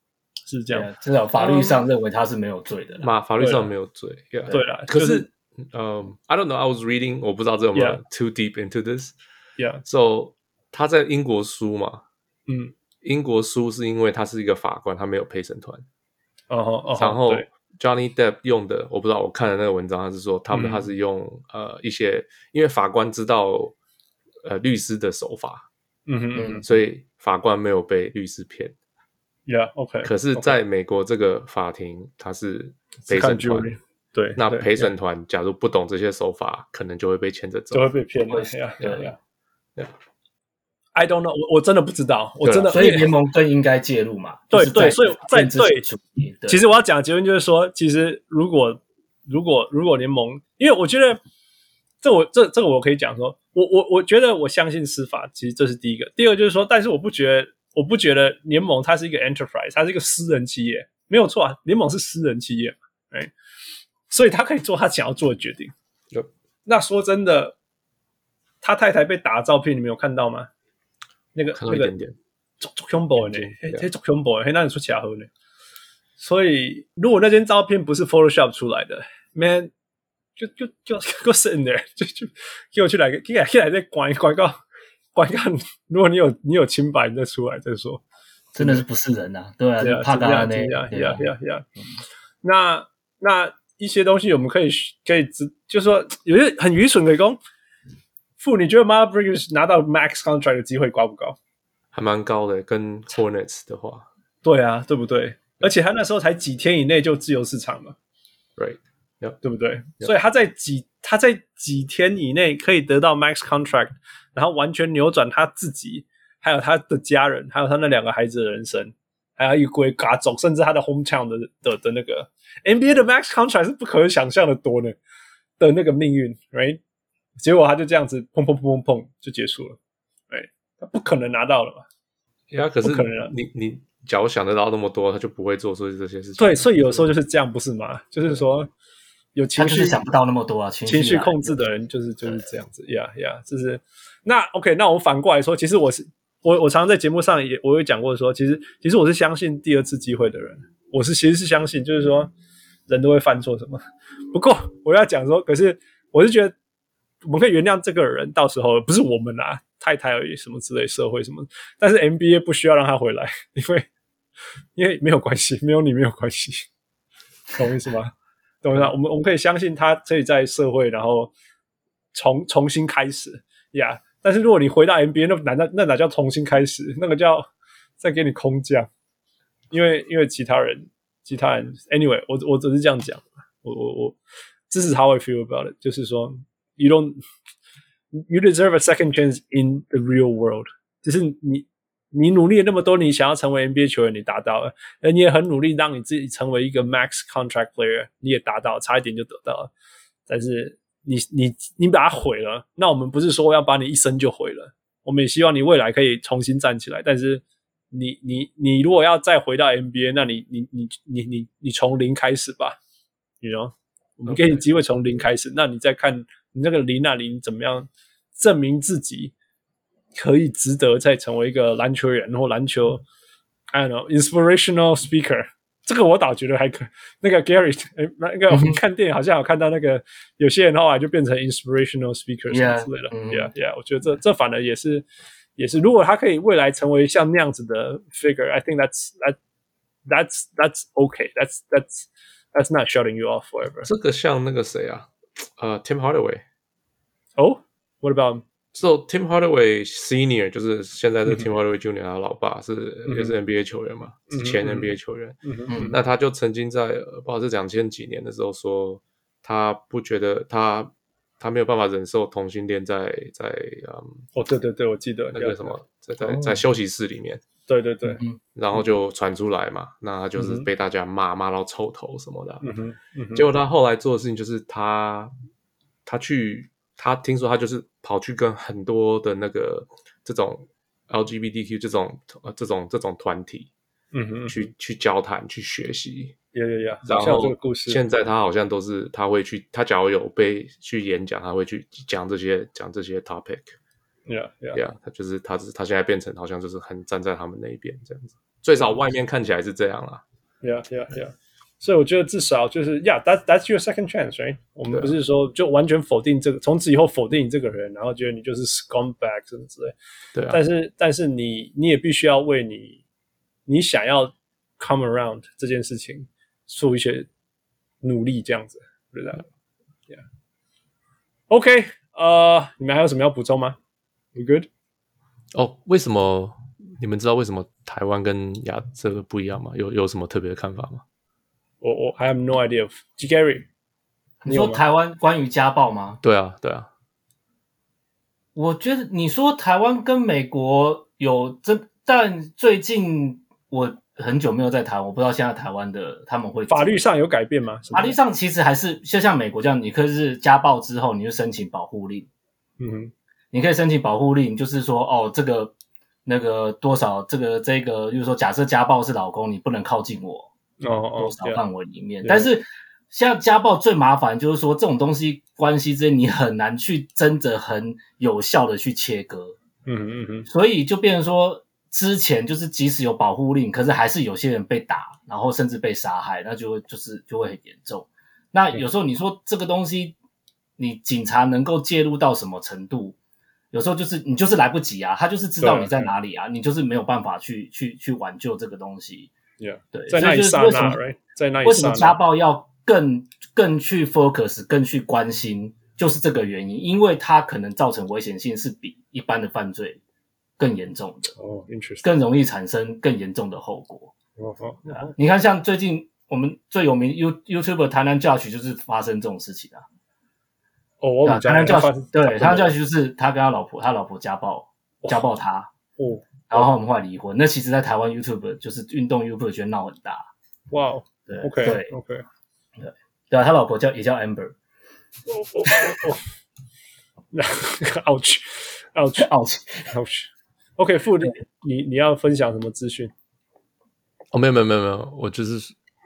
是这 对样，啊，至少法律上认为他是没有罪的啦。嘛，法律对啊上没有罪，yeah，对啦可，就是嗯，I don't know, I was reading，我不知道这有没有 Yeah too deep into this。 yeah， So 他在英国输嘛，嗯，英国输是因为他是一个法官，他没有陪审团。哦吼哦吼，然后对 Johnny Depp 用的，我不知道，我看的那个文章，他是说他们嗯他是用、呃一些，因为法官知道呃律师的手法，嗯哼嗯哼所以法官没有被律师骗。 ，yeah，OK，可是，在美国这个法庭，他是陪是看审 jury，团，对，那对陪审团假如不懂这些手法，可能就会被牵着走就。会被骗了会呀对呀呀 Yeah. ！I don't know，我我真的不知道，我对啊真的所以因为联盟更应该介入嘛。对就是在对所以在政治上对处理对其实我要讲的结论就是说，其实如果如果如果联盟，因为我觉得这我这这个我可以讲说，我我我觉得我相信司法，其实这是第一个。第二个就是说，但是我不觉得，我不觉得联盟它是一个 enterprise，它是一个私人企业，没有错啊，联盟是私人企业嘛，哎，所以他可以做他想要做的决定。 Yep 那说真的，他太太被打的照片，你们有看到吗？那个看到那一个点点，足足恐怖呢眼睛，嘿对啊嘿足恐怖的，嘿那你出假喝呢？所以如果那张照片不是 Photoshop 出来的，man，就就就给我 send 的，就就给我去来个，给来给来再管一管告管告，如果你有你有清白，你再出来再说。真的是不是人呐、对啊，对啊就怕是这嘎样那是这样对啊是这样是这样嗯那那一些东西我们可以可以知，就是说有些很愚蠢的工。父，你觉得 m a r b r i g s 拿到 max contract 的机会高不高？还蛮高的。跟 Hornets 的话对啊，对不对？而且他那时候才几天以内就自由市场嘛， ，Right，对不对？ Yeah. 所以他在几他在几天以内可以得到 max contract，然后完全扭转他自己，还有他的家人，还有他那两个孩子的人生，还有一归嘎走，甚至他的 hometown 的的的那个 NBA 的 max contract 是不可想象的多呢的那个命运，right？结果他就这样子砰砰砰砰砰就结束了，right？他不可能拿到了嘛。呀，可是不可能啊你你假如想得到那么多，他就不会做出这些事情。对，所以有时候就是这样，不是吗？就是说有他情就绪是想不到那么多啊，情绪情情绪控制的人就是就是这样子，呀呀，就是那 OK，那我反过来说，其实我是我我常常在节目上也我有讲过说，其实其实我是相信第二次机会的人，我是其实是相信，就是说人都会犯错什么。不过我要讲说，可是我是觉得我们可以原谅这个人，到时候不是我们啊，太太而已，什么之类，社会什么，但是 NBA 不需要让他回来，因为因为没有关系，没有你没有关系，懂我意思吗？懂吗？我们我们可以相信他可以在社会，然后重重新开始呀。但是如果你回到 NBA，那哪那那哪叫重新开始？那个叫再给你空降，因为因为其他人其他人，anyway，我我只是这样讲，我我我，this is how I feel about it，就是说，you don't you deserve a second chance in the real world，就是你你努力了那么多，你想要成为 NBA 球员，你达到了，而你也很努力让你自己成为一个 max contract player，你也达到，差一点就得到了。但是你你你把它毁了，那我们不是说要把你一生就毁了，我们也希望你未来可以重新站起来。但是你你你如果要再回到 NBA，那你你你你你你从零开始吧，你 you know? 我们给你机会从零开始，那你再看你那个零那零怎么样证明自己可以值得再成为一个篮球员或篮球，I don't know inspirational speaker。这个我倒觉得还可，那个 Gary，哎那个我嗯们看电影好像有看到那个有些人后来就变成 inspirational speaker 什么 Yeah，之类的嗯，Yeah Yeah，我觉得这这反而也是也是，如果他可以未来成为像那样子的 figure，I think that's that that's that's okay that's that's that's not shutting you off forever。这个像那个谁啊，呃，Tim Hardaway。哦，What Oh, about？ So Tim Hardaway Senior 就是现在的嗯哼 Tim Hardaway Junior，他老爸是嗯哼也是 NBA 球员嘛嗯哼，前嗯哼 NBA 球员。嗯哼嗯那他就曾经在呃不知道是两千几年的时候说，他不觉得他他没有办法忍受同性恋在在嗯哦，对对对，我记得那个什，么在在哦在休息室里面，对对对，嗯然后就传出来嘛，那他就是嗯哼被大家骂骂到臭头什么的啊。嗯哼，嗯哼结果他后来做的事情就是他，他去，他听说他就是跑去跟很多的那个这种 LGBTQ 这种呃这种这种团体嗯哼，去、去交谈去学习，有有有，然好像有后这个故事，现在他好像都是他会去，他假如有被去演讲，他会去讲这些讲这些 topic， ，Yeah Yeah，对啊，他就是他是他现在变成好像就是很站在他们那一边这样子，最少外面看起来是这样啦。 Yeah, yeah, yeah. 所以我觉得至少就是，Yeah, that that's your second chance, right？我们对啊不是说就完全否定这个，从此以后否定你这个人，然后觉得你就是 scumbag 什么之类。对啊，但是但是你你也必须要为你你想要 come around 这件事情做一些努力，这样子，对不对？Yeah. OK，呃，你们还有什么要补充吗？You good？哦，为什么你们知道为什么台湾跟亚这个不一样吗？有有什么特别的看法吗？我我 I have no idea of Gary。你你有说吗台湾关于家暴吗？对啊，对啊，我觉得你说台湾跟美国有这，但最近我很久没有在台湾，我不知道现在台湾的他们会法律上有改变吗？什么法律，上其实还是就像美国这样，你可以是家暴之后你就申请保护令，嗯哼，你可以申请保护令，就是说哦这个那个多少这个这个，就是说假设家暴是老公，你不能靠近我，哦多哦，少对啊范围里面。对但是像家暴最麻烦就是说，这种东西关系之间你很难去真的很有效的去切割，嗯哼嗯哼，所以就变成说，之前就是即使有保护令，可是还是有些人被打，然后甚至被杀害，那就会就是就会很严重。那有时候你说这个东西，你警察能够介入到什么程度？有时候就是你就是来不及啊，他就是知道对你在哪里啊，你就是没有办法去去去挽救这个东西。 Yeah，对，在所那一以就是刹为什那么，right，在那一为什刹么家那，暴要更更去 focus、更去关心，就是这个原因，因为它可能造成危险性是比一般的犯罪更严重的，哦，interesting，更容易产生更严重的后果。哦哦，你看，像最近我们最有名 You YouTube 台南 Judge 就是发生这种事情啊，哦，我们台家南发生 Judge 对台南发生 Judge 就是他跟他老婆，他老婆家暴家暴他，哦，然后他们后来离婚。那其实，在台湾 YouTube 就是运动 YouTube 圈闹很大，哇对，OK 对 OK，对啊，他老婆叫也叫 Amber，哦哦哦哦 ，ouch ouch 傲气。 ouch。OK，傅，你你你要分享什么资讯？哦，没有没有没有没有，我就是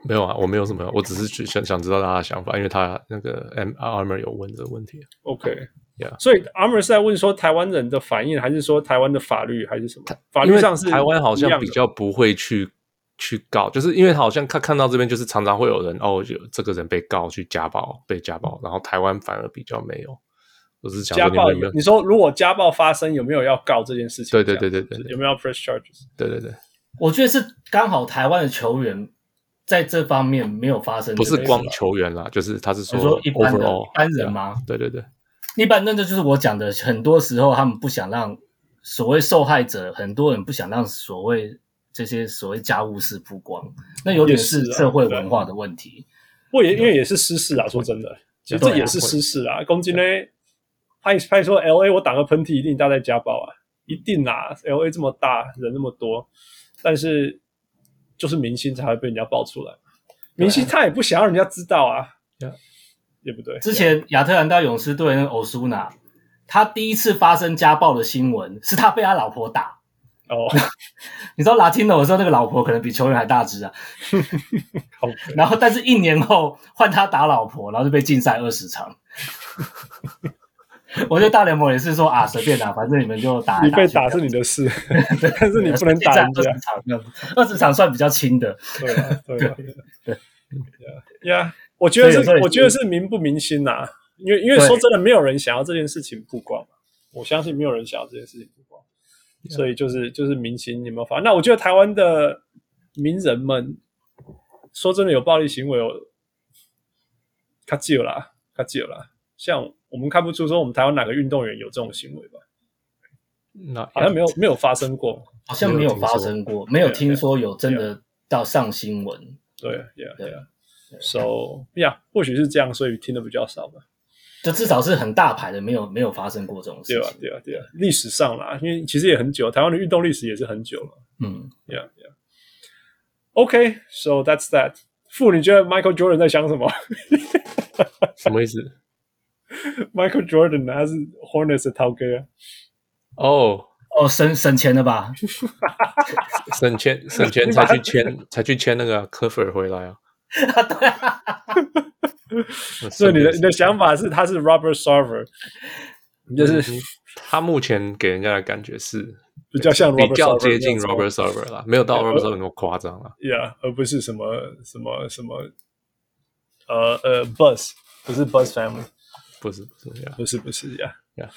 没有啊，我没有什么，我只是去想想知道大家的想法，因为他那个 M Armor 有问这个问题。 OK， Yeah 所以 Armor 是在问说台湾人的反应，还是说台湾的法律，还是什么？法因律为上是台湾好一样像的比较不会去去告，就是因为好像看看到这边就是常常会有人哦，有这个人被告去家暴，被家暴，然后台湾反而比较没有。我是想家说你暴们有没有，？你说如果家暴发生，有没有要告这件事情？对对这样对对对对有没有要 press charges？对对对，我觉得是刚好台湾的球员在这方面没有发生这不个事，是光球员啦，就是他是你说一般的 overall 一般人吗？对对对，一般，那这就是我讲的，很多时候他们不想让所谓受害者，很多人不想让所谓这些所谓家务事曝光，那有点是也是啊社会文化的问题。不过也因为也是私事啊，说真的，其实对啊这也是私事啊。公斤呢，拍拍说 L A，我打个喷嚏一定大在家暴啊，一定啊，L A 这么大，人那么多，但是就是明星才会被人家爆出来，明星他也不想让人家知道啊对啊，对不对？之前亚特兰大勇士队那个欧苏纳，他第一次发生家暴的新闻是他被他老婆打。哦，你知道拉丁的时候，那个老婆可能比球员还大只啊。好然后，但是一年后换他打老婆，然后就被禁赛二十场。我觉得大联盟也是说啊，随便打，反正你们就打来你被去打是你的事，但是你 不能打人家二。十场这样子，二十场算比较轻的。对 啊，对啊，对呀，我觉得所以有时候是，也我觉得是明不明星呐、因为因为对说真的，没有人想要这件事情曝光嘛，我相信没有人想要这件事情曝光，所以就是就是明星有没有发？那我觉得台湾的名人们，说真的，有暴力行为有，他久啦，他久啦，像我们看不出说我们台湾哪个运动员有这种行为吧？那好像没有没有发生过，好像没有发生过，没有听说有啊真的到上新闻。对，yeah 对 yeah。So yeah，或许是这样，所以听的比较少吧。就至少是很大牌的，没有没有发生过这种对事啊，情。对啊，对啊，历史上啦，因为其实也很久，台湾的运动历史也是很久了。嗯， Yeah, yeah. OK, so that's that. 傅，你觉得 Michael Jordan 在想什么 什么意思？ ？Michael Jordan 啊他是 Hornets 的涛哥啊，哦，哦，省省钱了吧？ 省钱省钱才去签才去签那个科菲尔回来啊。对啊，所以你的你的想法是他是 Robert Sarver，就是嗯他目前给人家的感觉是比较像 Robert 比较 Sarver 接近那种 Robert Server 啦，没有到对 Robert Server 那么夸张啦。 Yeah，而不是什么什么什么呃呃 Buzz，不是 Buzz Family。不是不是呀，不是不是呀 Yeah.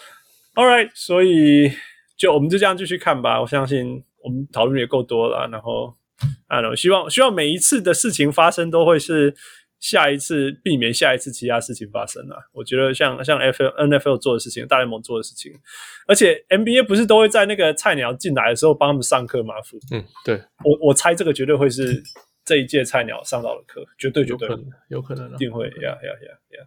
All right，所以就我们就这样继续看吧。我相信我们讨论也够多了，然后啊，希望希望每一次的事情发生都会是下一次避免下一次其他事情发生啊。我觉得像像 F L N F L 做的事情，大联盟做的事情，而且 N B A 不是都会在那个菜鸟进来的时候帮他们上课吗？傅嗯，对，我我猜这个绝对会是这一届菜鸟上到的课，绝对绝有对可能有可能啊一。定会呀呀呀呀。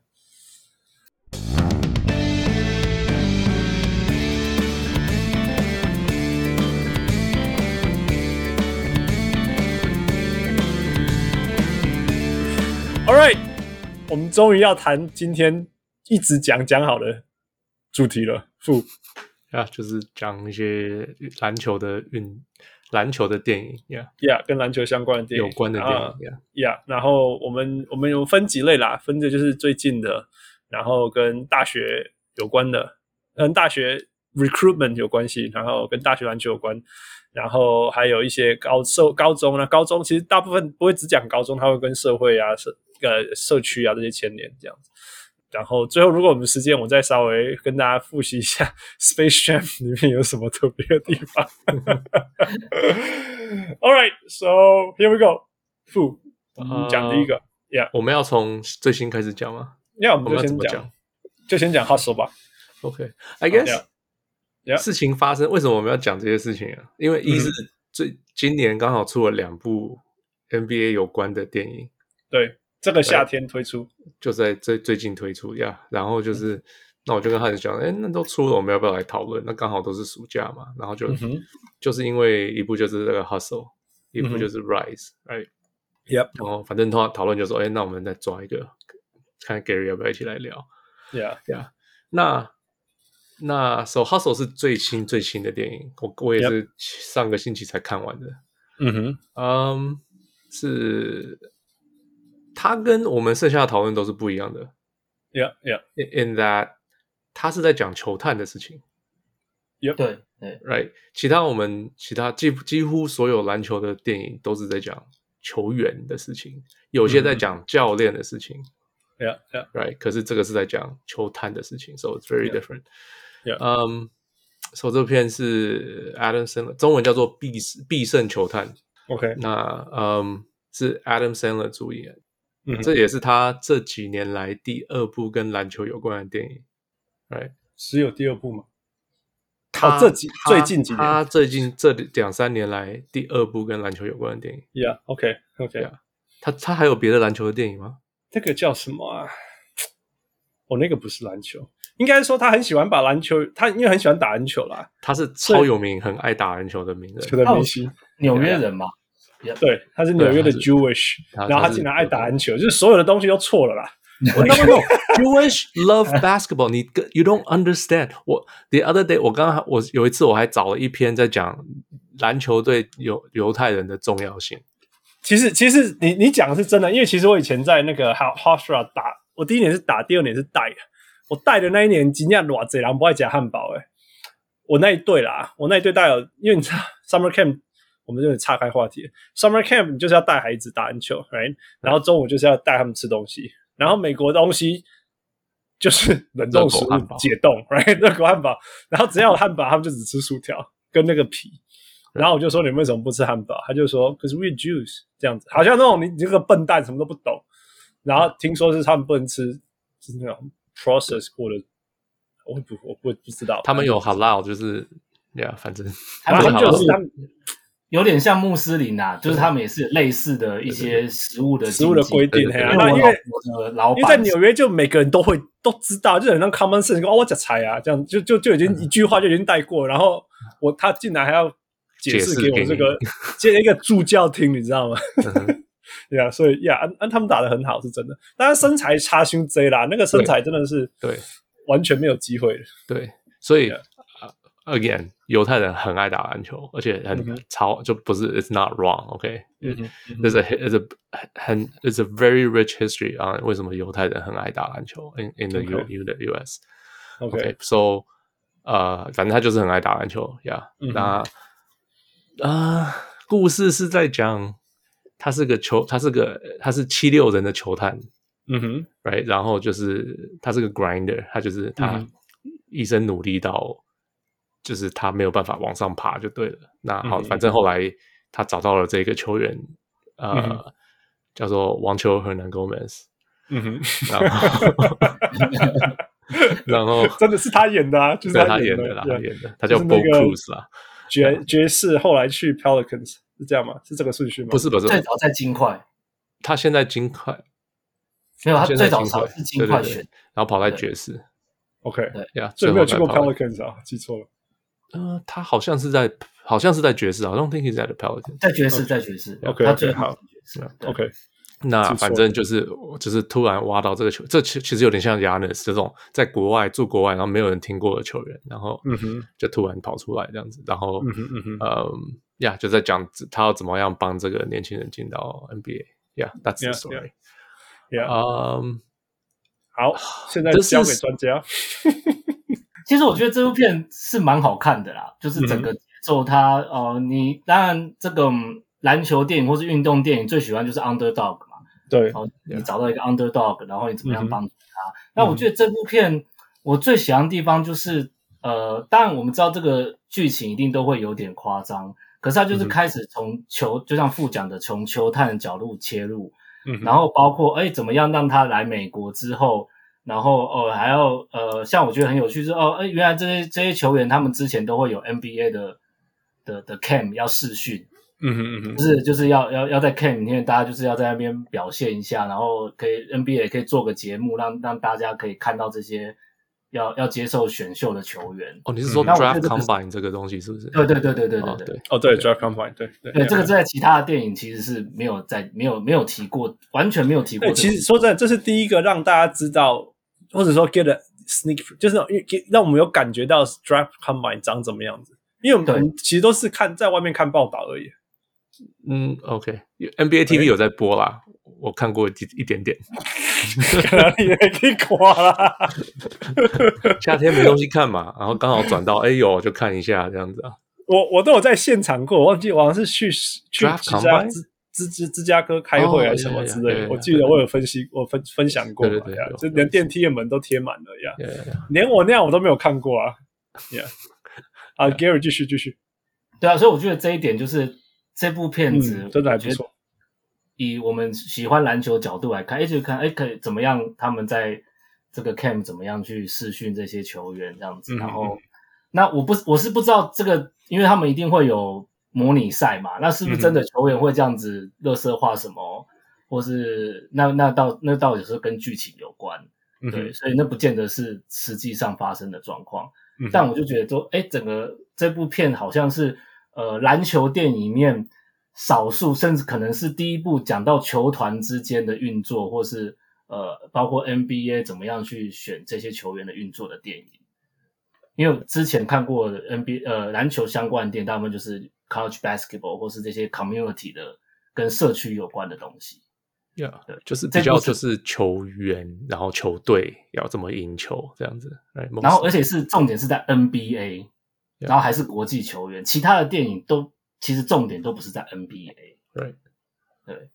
All right，我们终于要谈今天一直讲讲好的主题了。负啊，就是讲一些篮球的运，篮球的电影呀 Yeah，跟篮球相关的电影有关的电啊影呀。 Yeah，然后我们我们有分几类啦，分的就是最近的，然后跟大学有关的，跟大学 recruitment 有关系，然后跟大学篮球有关，然后还有一些高社高中呢，高中其实大部分不会只讲高中，它会跟社会啊、社呃社区啊这些牵连这样子。然后最后，如果我们时间，我再稍微跟大家复习一下 Space Jam 里面有什么特别的地方。All right, so here we go. 负你讲第一个，Yeah，我们要从最新开始讲吗？那我呃我们们就要怎先么讲，就先讲 hustle 吧。啊？OK，I guess Yeah. Yeah. 事情发生，为什么我们要讲这些事情啊？因为一是嗯最今年刚好出了两部 NBA 有关的电影，对，这个夏天推出，就在最最近推出呀。然后嗯就是，那我就跟汉斯讲，哎，那都出了，我们要不要来讨论？那刚好都是暑假嘛，然后就、嗯哼就是因为一部就是这个 Hustle，一嗯部哼就是 Rise，哎、 ，Yep，然后反正讨讨论就说，哎，那我们再抓一个，看 Gary 要不要一起来聊。 Yeah，呀、那那 So Hustle 是最新最新的电影，我我也 Yep 是上个星期才看完的。嗯哼，嗯、是它跟我们剩下的讨论都是不一样的。 Yeah，Yeah，Yep， In in that，它是在讲球探的事情对对，right？其他我们其他几几乎所有篮球的电影都是在讲球员的事情，有些在讲教练的事情、 Yeah， right？可是这个是在讲球探的事情，so it's very Yeah. different。 Yeah. 嗯，所以这片是 Adam Sandler，中文叫做必《必胜球探》。 OK，那嗯，是 Adam Sandler 主演，嗯哼这也是他这几年来第二部跟篮球有关的电影。Right，只有第二部嘛？哦他、这几他最近几年他最近这两三年来第二部跟篮球有关的电影。 Yeah，OK，OK，、 Yeah 他他还有别的篮球的电影吗？那个叫什么啊？哦，那个不是篮球，应该说他很喜欢把篮球，他因为很喜欢打篮球啦，他是超有名、很爱打篮球的名球人。的明星。纽约人嘛，对，他是纽约的对他是 Jewish，他然后他他是竟然爱打篮球，就是所有的东西都错了啦。我 no no no Jewish love basketball，你跟 you don't understand 我。the other day，我刚刚还我有一次我还找了一篇在讲篮球对犹犹太人的重要性。其实其实你你讲的是真的，因为其实我以前在那个 h o s t r a 打，我第一年是打，第二年是带。我带的那一年，惊讶偌贼人不爱夹汉堡诶、欸我那一队啦，我那一队带有，因为你知道 summer camp，我们有点岔开话题了。summer camp 你就是要带孩子打篮球，right？然后中午就是要带他们吃东西，然后美国东西就是冷冻食热狗物汉堡解冻，right？热狗汉堡，然后只要有汉堡，他们就只吃薯条跟那个皮。然后我就说你们为什么不吃汉堡？他就说可是 we Jews 这样子，好像那种你你这个笨蛋什么都不懂。然后听说是他们不能吃，是那种 process 过的，我不我不不知道。他们有 halal，就是呀，反正然后他们有就是他们有点像穆斯林啊，就是他们也是有类似的一些食物的食物的禁忌规定，对对嘿因啊那为我因老为婆的老因为在板纽约就每个人都会都知道，就很像 common sense，说哦我讲菜啊，这样就就就已经一句话就已经带过，然后我他竟然还要解释给我这个 接一个助教听，你知道吗？嗯 对啊，所以呀，安安他们打的很好是真的，但是身材差胸 Z 啦，那个身材真的是对完全没有机会的。对，所以 Yeah. 啊 again，犹太人很爱打篮球，而且很嗯超，就不是 it's not wrong，OK，嗯哼 there's a there's a 很 there's a very rich history on 为什么犹太人很爱打篮球 in in the U OK in the US。 OK， so 呃，反正他就是很爱打篮球呀。嗯 Yeah, 哼那啊、呃故事是在讲他是个球，他是个他是七六人的球探嗯哼， ，right？然后就是他是个 grinder，他就是他嗯一生努力到就是他没有办法往上爬就对了。那好，嗯哼反正后来他找到了这个球员，呃，嗯哼叫做王球和南 Gomez，嗯哼，然后 然后。真的是他演的啊，就是对他演演的啦，他对演的，他就叫是 Bo 那个 Cruz 啦，爵爵士后来去 Pelicans 是这样吗？是这个顺序吗？不，是不是，最早在金块，他现在金块，没有他现最在早金早块是金对块对选对，，然后跑来对爵士， OK，呀，所最以没后有去再过跑来， Pelicans 啊，记错了。呃，他好像是在，好像是在爵士，好像 think he's at the Pelicans，在爵士，在爵士， OK，OK，他最好后是爵士，对 OK，那记错反正就是就是突然挖到这个球，这其其实有点像 Yanis 这种在国外住国外，然后没有人听过的球员，然后嗯哼就突然跑出来这样子，然后嗯哼嗯哼呃呀，就在讲他要怎么样帮这个年轻人进到 NBA。Yeah，that's the Yeah, story. 呃，Yeah， Um, 好，现在 this 交给 is- 专家。其实我觉得这部片是蛮好看的啦，就是整个节奏它哦、呃你当然这个嗯篮球电影或是运动电影最喜欢就是 underdog 嘛，对然，后你 Yeah. 找到一个 underdog，然后你怎嗯么样哼嗯帮助他？那我觉得这部片我最喜欢的地方就是，呃，当然我们知道这个剧情一定都会有点夸张，可是它嗯就是开始从球，就像副讲的，从球探的角度切入，嗯哼然后包括哎怎么样让他来美国之后，然后哦还要呃，像我觉得很有趣是哦，哎原来这些这些球员他们之前都会有 NBA 的的的 camp 要试训，嗯哼嗯哼就，是就是要要要在 camp 里面大家就是要在那边表现一下，然后可以 NBA 也可以做个节目，让让大家可以看到这些要要接受选秀的球员。哦，你是说那我觉 draft 得这个是 combine 这个东西是不是？对对对对对对哦对。对，哦，对，Drive Combine，对对对，这个在其他的电影其实是没有在没有没有提过，完全没有提过对，这个。哎其实说真的，这是第一个让大家知道，或者说 get a sneak，peek，就是那种 get- 让我们有感觉到 strap combine 长怎么样子。因为我们对我们其实都是看在外面看报道而已。 嗯，OK，NBA TV 有在播啦，我看过一一点点。可能你也可以垮啦。 夏天没东西看嘛，然后刚好转到，哎呦，就看一下这样子啊。我我都有在现场过，我忘记我好像是去去 Draft 芝加 combine？芝芝芝芝加哥开会还是什么哦之呀呀类呀的。呀我记得我有分析，我分分享过嘛对对对呀有就连电梯的门都贴满了呀， Yeah, yeah, yeah. 连我那样我都没有看过啊。Yeah，啊，Gary 继续继续，对啊，所以我觉得这一点就是这部片子、嗯真的还不错。以我们喜欢篮球角度来看，一直看，哎，可以怎么样？他们在这个 camp 怎么样去试训这些球员这样子？嗯然后，那我不我是不知道这个，因为他们一定会有模拟赛嘛，那是不是嗯真的球员会这样子乐色化什么，或是那那到那到底是跟剧情有关？嗯对，哼，所以那不见得是实际上发生的状况。嗯哼但我就觉得说，哎，整个这部片好像是呃篮球电影里面少数，甚至可能是第一部讲到球团之间的运作，或是呃包括 NBA 怎么样去选这些球员的运作的电影。因为我之前看过的 NBA 呃篮球相关的电影，大部分就是 college basketball 或是这些 community 的跟社区有关的东西。 Yeah，对就是比这较部是就是球员，然后球队要怎么赢球这样子。哎，然后而且是重点是在 NBA， Yeah. 然后还是国际球员，其他的电影都其实重点都不是在 NBA， Right 对，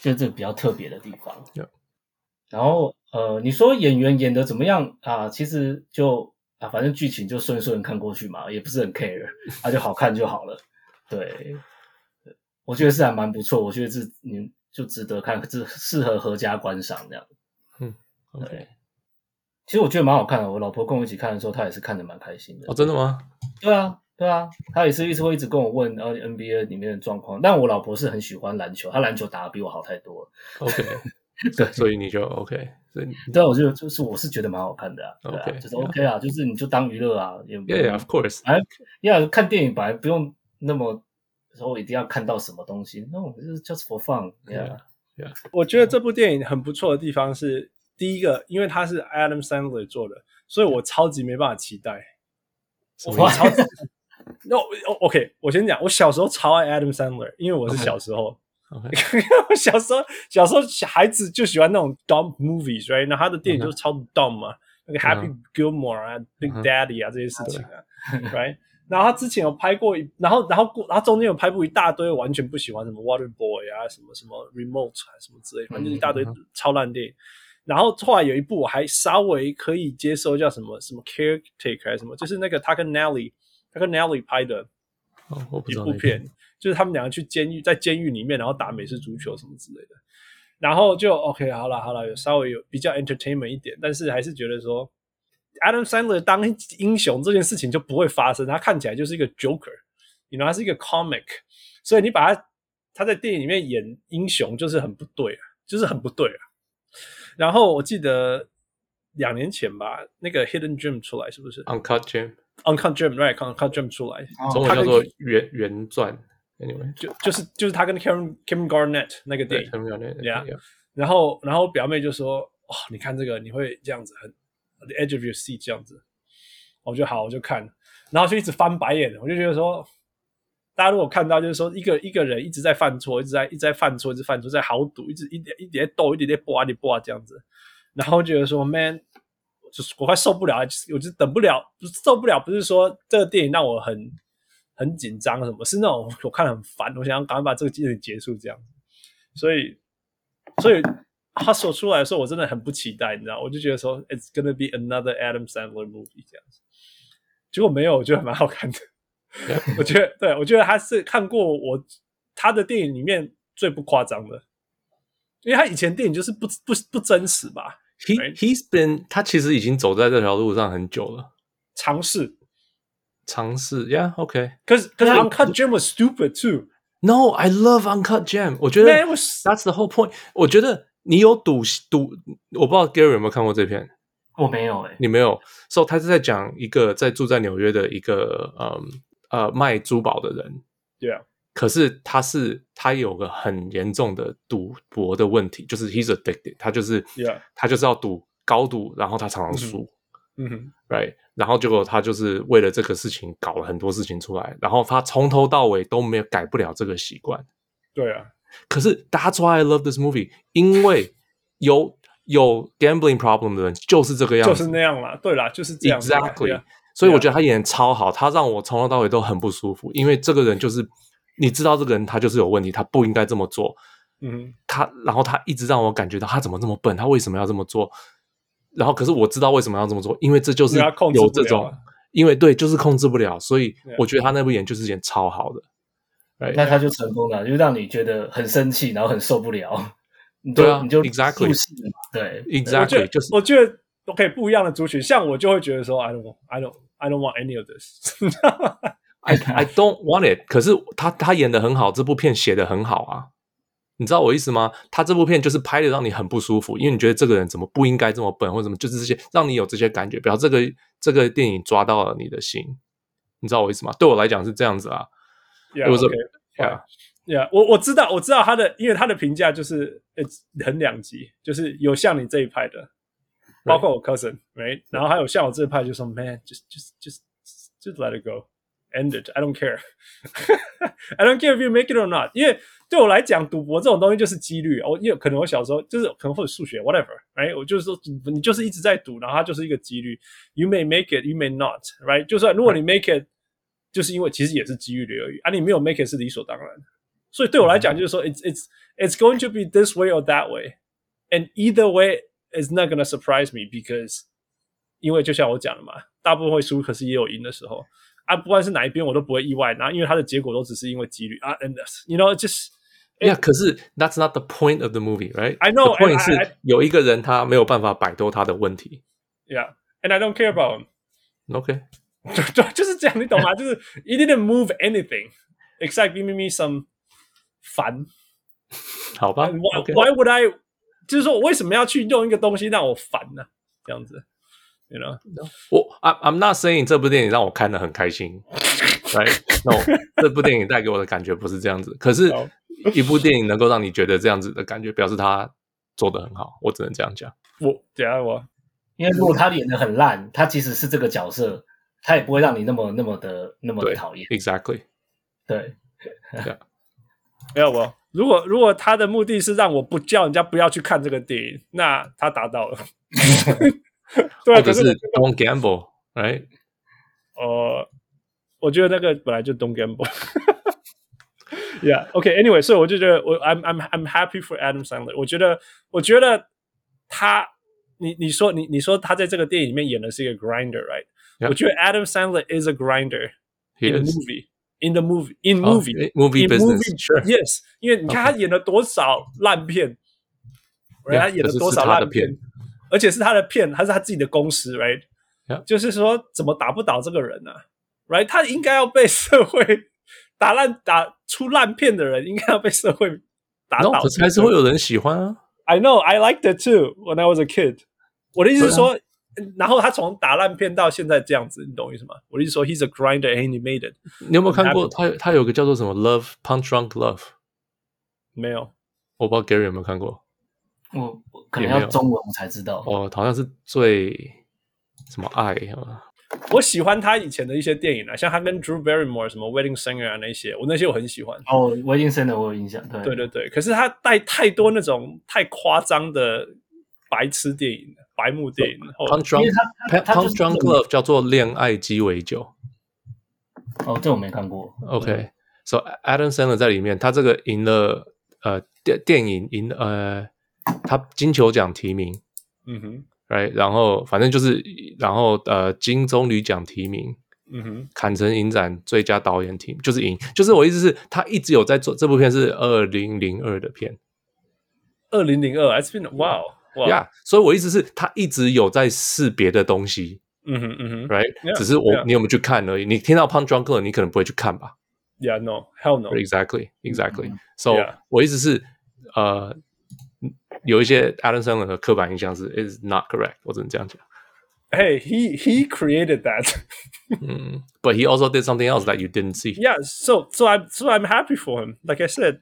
就这个比较特别的地方。 Yeah. 然后呃，你说演员演的怎么样啊？其实就啊，反正剧情就顺顺看过去嘛，也不是很 care，啊， 就好看就好了。对，我觉得是还蛮不错，我觉得是你就值得看，这适合合家观赏这样。 OK，其实我觉得蛮好看的，我老婆跟我一起看的时候，她也是看的蛮开心的。哦，真的吗？对啊，对啊，她也是一直会一直跟我问，呃 NBA 里面的状况。但我老婆是很喜欢篮球，她篮球打的比我好太多了。 OK，对所以你就 OK，所以你对啊，我觉得就是我是觉得蛮好看的啊，对啊 OK，就是 OK 啊，就是你就当娱乐啊，也 Yeah，of course，呀看电影本来不用那么说一定要看到什么东西，那我就是 just for fun，yeah，我觉得这部电影很不错的地方是，第一个，因为它是 Adam Sandler 做的，所以我超级没办法期待。什我么我意思超级 no o k 我先讲，我小时候超爱 Adam Sandler，因为我是 OK 小时候 OK，我 小时候小时候小孩子就喜欢那种 dumb movies，right？那他的电影嗯哼就是超 dumb 嘛、那个 Happy Gilmore 啊、Big 嗯哼 Daddy 啊这些事情啊，right？然后他之前有拍过一，然后然后过，然后中间有拍过一大堆我完全不喜欢什么 Water Boy 啊，什么什么 Remote 啊，什么之类，反嗯正就一大堆超烂电影。然后后来有一部我还稍微可以接受，叫什么什么 Caretaker 还是什么，就是那个他跟 Nelly 他跟 Nelly 拍的哦，我不一知道部那个片，就是他们两个去监狱，在监狱里面然后打美式足球什么之类的。然后就 OK，好了好了，有稍微有比较 entertainment 一点，但是还是觉得说 Adam Sandler 当英雄这件事情就不会发生，他看起来就是一个 Joker，你 you know, 他是一个 comic，所以你把他他在电影里面演英雄就是很不对啊，就是很不对啊。然后我记得两年前吧，那个 Hidden Gem 出来是不是 Uncut Gem，哦？Uncut Gem right，Uncut Gem 出来，哦中文叫做原原传。 Anyway，就就是就是他跟 Kevin Kevin Garnett 那个电对影，Yeah ，Yeah，然后然后表妹就说：“哦，你看这个，你会这样子很 the edge of your seat 这样子。”我就好，我就看，然后就一直翻白眼，我就觉得说，大家如果看到就是说一个一个人一直在犯错，一直在一直在犯错，一直犯错，在豪赌，一直一点一点在斗，一点点搏啊，一点搏啊这样子，然后觉得说，man，就是我快受不了了，就是我就等不了，不是受不了，不是说这个电影让我很很紧张什么，是那种我看了很烦，我想要赶快把这个电影结束这样子，所以所以他所出来的时候，我真的很不期待，你知道，我就觉得说，it's gonna be another Adam Sandler movie 这样子，结果没有，我觉得蛮好看的。 我觉得，对我觉得他是看过我他的电影里面最不夸张的，因为他以前电影就是不不不真实吧， He he's been 他其实已经走在这条路上很久了，尝试。尝试，Yeah，OK。可是可是对啊 Uncut Gem was stupid too。 No, I love uncut gem。我觉得 Man, it was- that's the whole point。我觉得你有赌赌，我不知道 Gary 有没有看过这篇，我没有哎、你没有。So 他是在讲一个在住在纽约的一个嗯呃卖珠宝的人，对啊，可是他是他有个很严重的赌博的问题，就是 he's addicted，他就是 Yeah 他就是要赌高赌，然后他常常输。嗯哼， right？然后结果他就是为了这个事情搞了很多事情出来，然后他从头到尾都没有改不了这个习惯。对啊，可是 That's why I love this movie，因为有有 gambling problem 的人就是这个样就子，是那样啦，对啦，就是这样子啦。 exactly。对啊所以我觉得他演得超好，他让我从头到尾都很不舒服，因为这个人就是你知道这个人他就是有问题，他不应该这么做。嗯哼，他，然后他一直让我感觉到他怎么这么笨，他为什么要这么做？然后可是我知道为什么要这么做，因为这就是因为他控制有不这了种啊，因为对，就是控制不了，所以 Yeah 我觉得他那部演就是演超好的。那他就成功了，就让你觉得很生气，然后很受不了。 你就对啊你就，exactly 入戏嘛对，我觉 Exactly，得就是我觉得 OK 不一样的族群，像我就会觉得说，I don't want, I don't, I don't want any of this 你知道吗。 I I don't want it。可是他他演的很好，这部片写的很好啊，你知道我意思吗？他这部片就是拍的让你很不舒服，因为你觉得这个人怎么不应该这么笨，或者怎么就是这些让你有这些感觉，表示这个这个电影抓到了你的心，你知道我意思吗？对我来讲是这样子啊 Yeah, It was a- okay. ，Yeah。 Yeah，我我知道，我知道他的，因为他的评价就是呃很两极，就是有像你这一派的，包括我 cousin，right，然后还有像我这一派就说，man，just just just just let it go，end it，I don't care，I don't care if you make it or not，因为对我来讲，赌博这种东西就是几率，啊我因为可能我小时候就是可能或者数学 whatever，right，我就是说你就是一直在赌，然后它就是一个几率，you may make it，you may not，right，就算如果你 make it，就是因为其实也是机遇的而已啊，你没有 make it 是理所当然。所以对我来讲，就是说，it's it's it's going to be this way or that way，and either way is not gonna surprise me because，因为就像我讲的嘛，大部分会输，可是也有赢的时候啊，不管是哪一边，我都不会意外。然后因为它的结果都只是因为几率啊，and you know just Yeah，可是 that's not the point of the movie, right? I know, The point I- 是 I- 有一个人他没有办法摆脱他的问题。 yeah，and I don't care about him， OK， 就就就是这样，你懂吗？就是 it didn't move anything except giving me some 烦。好吧 And why ，OK， why would I？就是说我为什么要去用一个东西让我烦呢、这样子，you know。我 I'm I'm not saying 这部电影让我看得很开心，right? No，这部电影带给我的感觉不是这样子。可是好，一部电影能够让你觉得这样子的感觉，表示他做得很好。我只能这样讲。我等一下我因为如果他演的很烂，他即使是这个角色，他也不会让你那么那么的那么的对讨厌。 Exactly，对，没有我，如果如果他的目的是让我不叫人家不要去看这个电影，那他达到 了。 对啊，可或者是是 Don't gamble，right？我呃，我觉得那个本来就 Don't gamble。yeah, OK. Anyway，所以我就觉得我 I'm I'm I'm happy for Adam Sandler。我觉得我觉得他，你你说你你说他在这个电影里面演的是一个 grinder，right？、 Yeah. 我觉得 Adam Sandler is a grinder。 He in the is movie in the movie in Oh, movie eh, movie in business, movie, sure. yes，因为你看他演了多少烂片，right？ Yeah，他演了多可是是少他的烂片片，而且是他的片，还是他自己的公司，right？ Yeah 就是说怎么打不倒这个人呢、r i g h t 他应该要被社会打烂、打出烂片的人，应该要被社会打倒 No，可是还是会有人喜欢啊。 I know, I liked it too when I was a kid. 我的意思是说，然后他从打烂片到现在这样子，你懂我意思吗？我的意思说，he's a grinder and he made it。你有没有看过他？他有个叫做什么 Love Punch Drunk Love，没有，我不知道 Gary 有没有看过。我我可也能没要有中文我才知道。哦，好像是最什么爱啊？我喜欢他以前的一些电影啊，像他跟 Drew Barrymore 什么 Wedding Singer 啊那些，我那些我很喜欢。哦，维金森的我有印嗯象，对对对对，可是他带太多那种太夸张的白痴电影了、白目电影了。哦后来 Punch 哦因为 Drunk 他 Punch 他他就是 Drunk Love 叫做恋爱鸡尾酒。哦，这我没看过。 OK，so Adam Sandler 在里面，他这个赢了呃电电影赢了呃他金球奖提名嗯哼， ，right？然后反正就是然后呃金棕榈奖提名，嗯哼，坎城影展最佳导演提名就是赢，就是我意思是，他一直有在做这部片是二零零二的片二零零二，It's been wow wow，呀所以我意思是，他一直有在试别的东西嗯哼嗯哼，right？、 Yeah，只是我 yeah 你有没有去看而已。你听到 Punch Drunk Love，你可能不会去看吧，Yeah no，Hell no， ？Exactly, exactly. 嗯 So、 Yeah 我意思是，呃，有一些 Adam Sandler 的刻板印象是 is not correct，我只能这样讲。 Hey, he he created that. 嗯，But he also did something else that you didn't see. yeah, so so I'm so I'm happy for him. Like I said,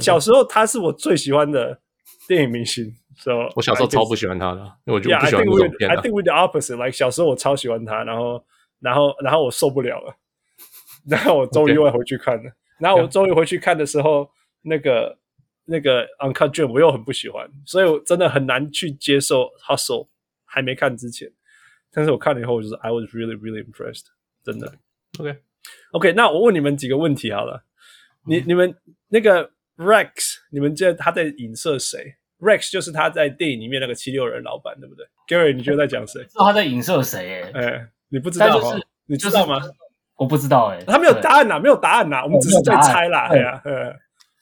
小时候他是我最喜欢的电影明星。So 我小时候 I 超 guess- 不喜欢他的，因为我就 Yeah, 不 I 喜欢 think 那 we 种片 I 啊。 think we the opposite. Like 小时候我超喜欢他，然后然后然后我受不了了， 然后我终于 Okay. 又回去看了。然后我终于回去看的时候，那个那个 Uncut Gem 我又很不喜欢，所以我真的很难去接受 Hustle 还没看之前。但是我看了以后，我就是 I was really really impressed，真的。 OK， OK，那我问你们几个问题好了。嗯你你们那个 Rex，你们记得他在影射谁？Rex 就是他在电影里面那个七六人老板，对不对？Gary，你觉得在讲谁 不？知道他在影射谁、欸？哎、你不知道、但哦就是你就知是道吗？我不知道哎、欸，他没有对哦答案呐、没有答案呐、我们只是在猜啦。哎没有呀、 呃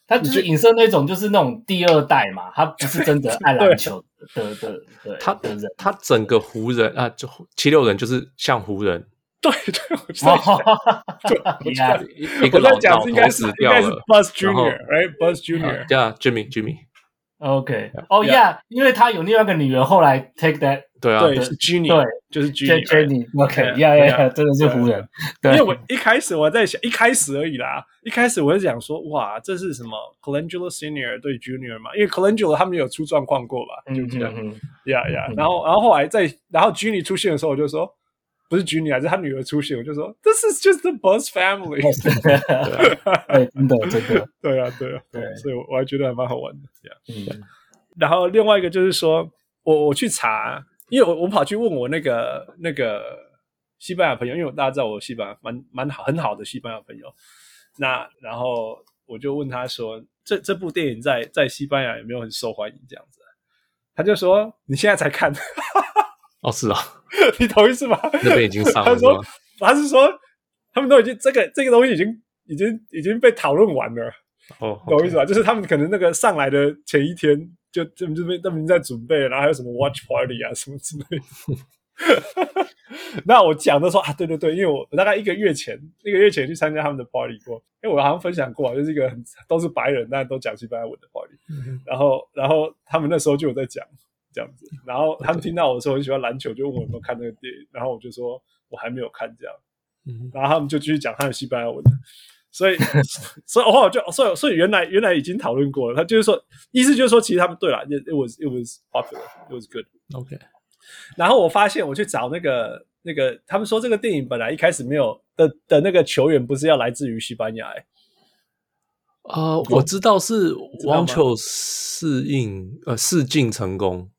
他就是影射那种就是那种第二代嘛，他不 是真的爱篮球的的的的他的人。哦他整个湖人啊，就七六人就是像湖人，对对，我知哇道。哈对 厉害！ 一一我哦个在老讲老是应该头是死应掉该是了。啊 Buzz 然后 Junior，right？Buzz Junior，呀，Jimmy Jimmy， OK，哦、yeah，因为他有另外一个女儿，后来 take that 对啊，对，是啊 Junior，就是 Jen- Junior。 Jenny，OK，yeah Yeah， yeah，真的是湖人，因对为我一开始我在想，一开始而已啦，一开始我就想说，哇，这是什么 Colangelo Senior 对 Junior 嘛？因为 Colangelo 他们有出状况过吧？就这样， 嗯嗯呀呀。嗯然后，然后后来在，然后 Junior 出现的时候，我就说，不是 Junior，还是他女儿出现，我就说，This is just the Buzz family 嗯。对，真的真 的，对啊，对啊，对所以我还觉得还蛮好玩的。这样。嗯然后另外一个就是说，我我去查，因为我我跑去问我那个那个西班牙朋友，因为我大家知道我西班牙蛮蛮好很好的西班牙朋友，那然后我就问他说，这这部电影在在西班牙有没有很受欢迎这样子？他就说你现在才看， 哦是啊，你同意是吧？那边已经上他了是吧说？他是说他们都已经这个这个东西已经已经已经被讨论完了。哦，懂我意思吧？就是他们可能那个上来的前一天就他们这边他们已经在准备了，然后还有什么 watch party 啊什么之类的。 那我讲的说啊，对对对，因为我我大概一个月前一个月前去参加他们的 party 过，因为我好像分享过啊，就是一个很都是白人，但都讲西班牙文的 party。然后然后他们那时候就有在讲这样子，然后他们听到我说很喜欢篮球，就问我有没有看那个电影，然后我就说我还没有看这样。嗯然后他们就继续讲他的西班牙文的，所以 所以后来我就所以所以原来原来已经讨论过了，他就是说意思就是说其实他们对了，it it was it was popular it was good。 ，OK，然后我发现我去找那个那个他们说这个电影本来一开始没有的的那个球员不是要来自于西班牙、欸，啊，我知道是知道吗网球适应呃试镜成功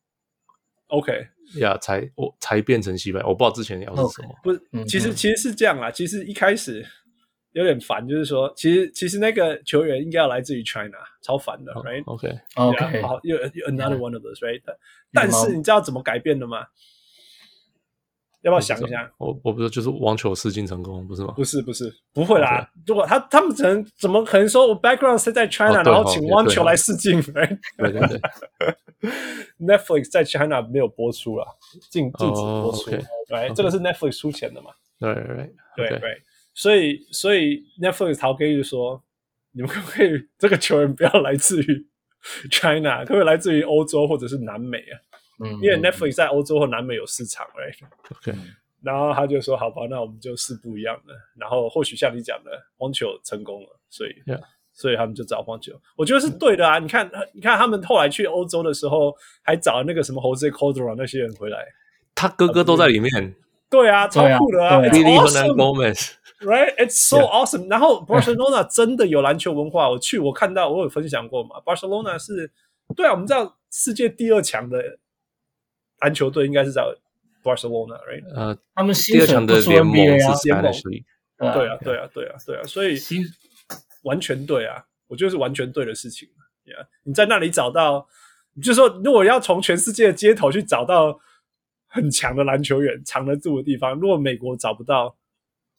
OK，呀，才我才变成西班牙，我不知道之前聊是什么。不是嗯，其实嗯其实是这样啦。其实一开始有点烦，就是说，其实其实那个球员应该要来自于 China，超烦的哦，right？ OK， ，OK， Yeah，好，啊又又 another one of those, right？但嗯是你知道怎么改变的吗？要不要想一下？我我不是就是网球试镜成功不是吗？哦不是不是，不会啦。如果他他们只能怎么可能说我 background 是在 China，哦对然哦后请汪球来试镜哎对对对， ？Netflix 在 China 没有播出啦，禁禁止哦播出。 ，OK，对， OK 这个是 Netflix 出钱的嘛？对对对对 OK 对，所以所以 Netflix 陶哥就说，你们可不可以这个球员不要来自于 China，可不可以来自于欧洲或者是南美啊？嗯，因为 Netflix 在欧洲和南美有市场，right？ OK，然后他就说：“好吧，那我们就试不一样的。”然后或许像你讲的，荒球成功了，所以 Yeah. 所以他们就找荒球，我觉得是对的啊。你看，你看他们后来去欧洲的时候，还找那个什么 Jose Cordova 那些人回来，他哥哥都在里面对啊，超对啊酷的啊对啊 It's ，Lily 和 Nan awesome Gomez。 Right, it's so Yeah. awesome. 然后 Barcelona 真的有篮球文化，我去我看到我有分享过嘛。Barcelona 是，对啊，我们知道世界第二强的篮球队应该是在 Barcelona，right？呃，他们第薪二水强不的输联盟 NBA 是啊，联盟 Spanish League。对啊，对啊，对啊，对啊，所以薪完全对啊，我觉得是完全对的事情。Yeah，你啊在那里找到，你就说如果要从全世界的街头去找到很强的篮球员、藏得住的地方，如果美国找不到，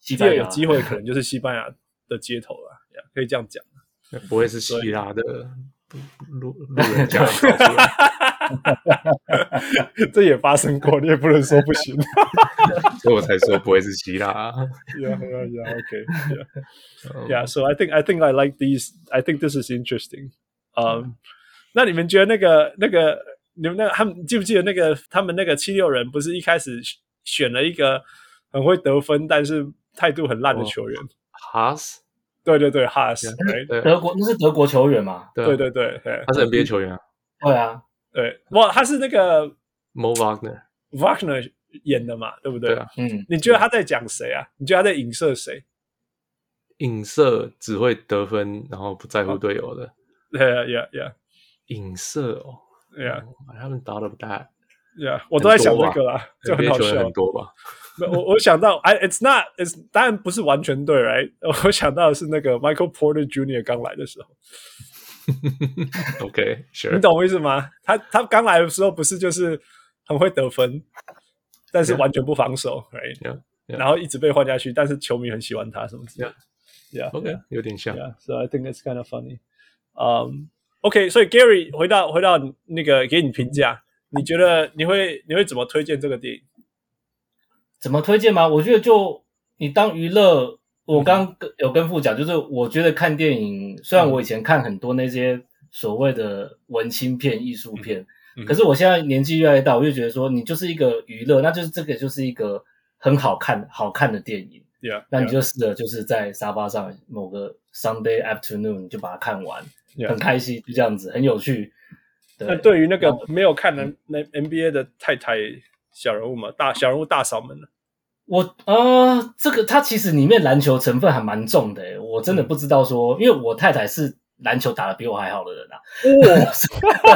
西第二班牙有机会可能就是西班牙的街头了。Yeah，可以这样讲。不会是希腊的路路人甲搞出来 这也发生过，你也不能说不行。 所以我才说不会是希腊。啊 yeah, yeah, yeah. Okay. Yeah. 嗯 Yeah. So I think I think I like these. I think this is interesting. Um, 那你们觉得那个那个你们那个他们记不记得那个他们那个七六人不是一开始选选了一个很会得分但是态度很烂的球员？哦哈斯，对对对哈斯，right？对德国那是德国球员嘛？对呃对啊，对对对他是 NBA 球员啊对啊，对，哇，他是那个，Mo Wagner。 Wagner 演的嘛，对不对？对啊，嗯，你觉得他在讲谁啊？你觉得他在影射谁？影射只会得分，然后不在哦乎队友的对呀呀呀影射哦。呀！哦，I haven't thought of that。 Yeah，我都在想这个啦，就很 NBA 好球员笑很。多啊吧？没有我我想到，哎，It's not, It's 当然不是完全对，right？我 想到的是那个 Michael Porter Jr. 刚来的时候， OK，Sure，、你懂我意思吗？他他刚来的时候不是就是很会得分，但是 Yeah. 完全不防守，right？ Yeah, yeah. 然后一直被换下去，但是球迷很喜欢他什么之类的。Yeah, OK，有点像。 Yeah, so I think it's kind of funny. Um, OK，所以 Gary 回到回到那个给你评价，你觉得你会你会怎么推荐这个电影？怎么推荐吗？我觉得就你当娱嗯乐，我刚跟有跟副讲，就是我觉得看电影，虽然我以前看很多那些所谓的文青片、艺术片，嗯可是我现在年纪越来越大，我就觉得说，你就是一个娱乐，那就是这个就是一个很好看、好看的电影。 Yeah，那你就试着就是在沙发上某个 Sunday afternoon 就把它看完 Yeah. 很开心，就这样子，很有趣。那对于那个没有看嗯的那 NBA 的太太小人物嘛，大小人物大嫂们呢？我呃，这个它其实里面篮球成分还蛮重的诶，欸我真的不知道说，因为我太太是篮球打得比我还好的人啊，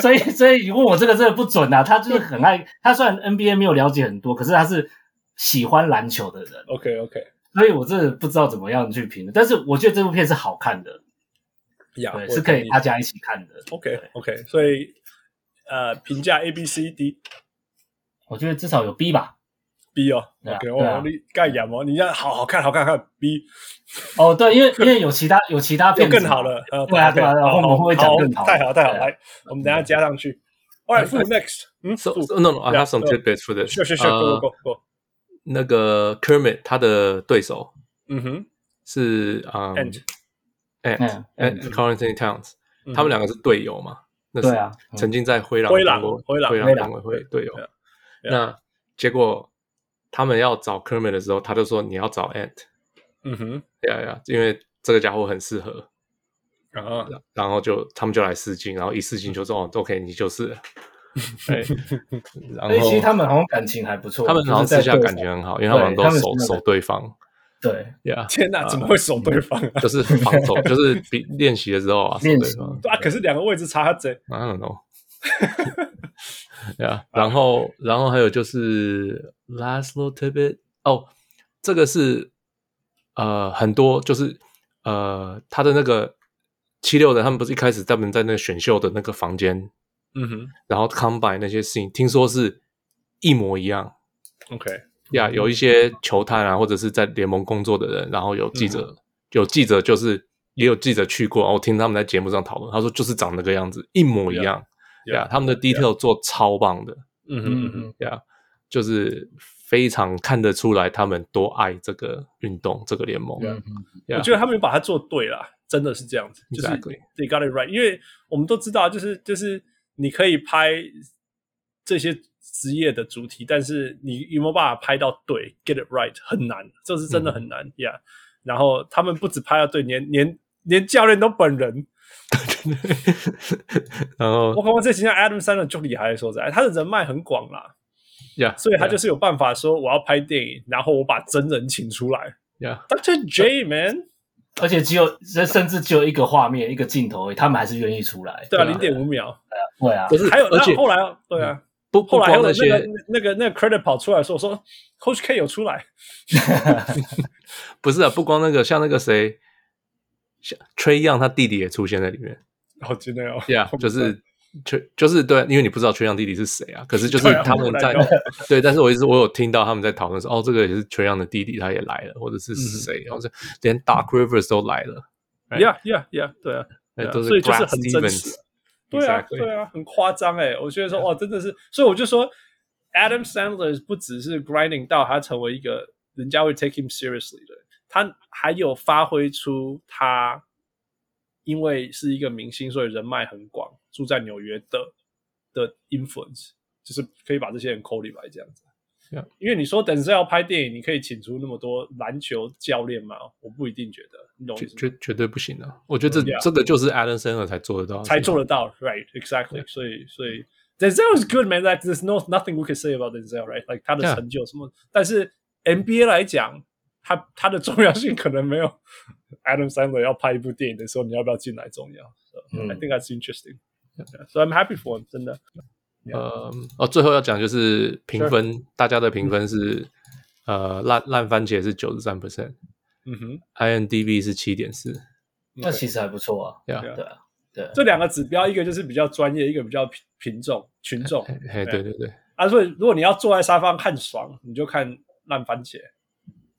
所以所以你问我这个真的不准啊。她就是很爱，她虽然 NBA 没有了解很多，可是她是喜欢篮球的人， ，OK OK，所以我真的不知道怎么样去评论。但是我觉得这部片是好看的，呀、对，啊我是可同以意大家一起看的。 OK 对 OK，所以呃，评价 A B C D 我觉得至少有 B 吧。 B 哦对啊，OK，对啊哦，你盖亚哦，你这样好好看，好看，好看 B 哦，对，因为因为有其他有其他又片子更嘛好了，呃对啊 OK，对啊对啊好后面会讲好更好太好太好，对啊来，我们等一下加上去。All right, food next，嗯 So, 啊，food， so no, no, I Yeah, have some so- tidbits for this. 呃 sure sure 呃 sure, go go go，那个 Kermit 他的对手嗯哼是嗯 Ant Ant 嗯 Ant Carlton Towns，嗯哼，他们两个是队友嘛？那对是啊，嗯曾经在灰狼灰狼当过灰狼灰灰狼狼当过会队友对啊。对那结果他们要找 Kermit 的时候，他就说你要找 Ant，嗯哼，对啊对啊，因为这个家伙很适合。然后然后就他们就来试镜，然后一试镜就说哦，OK，你就是 了。哎，然所以哎其后实他们好像感情还不错，他们好像就是在私下对感情很好，因为他们好像对都他们守私下守对 方对，Yeah，天呃哪，怎么会守嗯对方啊？就是防守，就是比练习的时 候啊，守练对习方。啊，可是两个位置差他贼， I don't know。yeah，然后然后还有就是 last little tidbit 哦，这个是呃很多就是呃他的那个七六人，他们不是一开始他们在那个选秀的那个房间，嗯哼然后 combine 那些事情，听说是一模一样。 ，OK，呀、有一些球探啊，或者是在联盟工作的人，然后有记者，有记者就是也有记者去过，然后我听他们在节目上讨论，他说就是长那个样子，一模一样。呀、他们的 detail 做超棒的，嗯哼嗯嗯哼嗯，呀、就是非常看得出来他们多爱这个运动，这个联盟。嗯 Yeah. 我觉得他们把它做对了，真的是这样子，就是 Exactly. they got it right。因为我们都知道，就是就是你可以拍这些职业的主题，但是你有没有办法拍到对，get it right 很难，这是真的很嗯难呀。Yeah 然后他们不止拍到对，连连连教练都本人，然后我刚刚这形象 Adam Sandler 就厉害，说实在，他的人脉很广啦，呀，所以他就是有办法说我要拍电影，然后我把真人请出来呀， ，Dr. J man，而且只有甚甚至只有一个画面一个镜头而已，他们还是愿意出来。对啊，对零啊点五秒，对啊可，是 还有而且那后来对啊，不不后来还有光那那些个那个那个 credit 跑出来说，我说 Coach K 有出来，不是啊，不光那个像那个谁，像 Trey Young 他弟弟也出现在里面。好真的哦， Yeah，就是就就是对，因为你不知道全阳弟弟是谁啊，可是就是对啊他们在我不知道 对，但是我一直我有听到他们在讨论说，哦，这个也是全阳的弟弟，他也来了，或者嗯是谁，然后是连 Dark Rivers 都来了，Right ，Yeah Yeah Yeah，对啊，哎对啊都是所以就是 Brad 很真实 Stevens，对啊 Exactly 对啊，很夸张哎，我觉得说哇，真的是，所以我就说 Adam Sandler 不只是 grinding 到他成为一个人家会 take him seriously 的人，他还有发挥出他因为是一个明星，所以人脉很广，住在纽约的的 influence，就是可以把这些人扣进来这样子。 Yeah 因为你说等是要拍电影，你可以请出那么多篮球教练吗？我不一定觉得，你懂我意绝思吗？绝绝对不行啊！我觉得这 Yeah 这个就是 Alan Sandler 才做得到的事情，才做得到，right? Exactly. 所以，所以 Denzel is good, man. Like there's no nothing we can say about Denzel, right? Like 他的 Yeah. 成就什么，但是 NBA 来讲，他他的重要性可能没有 Adam Sandler 要拍一部电影的时候，你要不要进来重要。So, 嗯 I think that's interesting. So I'm happy for him. 真的，呃，哦，最后要讲就是评分，大家的评分是呃烂烂番茄是九十三 percent，IMDB 嗯哼，是七点四，那其实还不错啊。对啊对啊，对啊，这两个指标，一个就是比较专业，一个比较品品种群众嘿哎嘿，对对对，啊。所以如果你要坐在沙发上看爽，你就看烂番茄。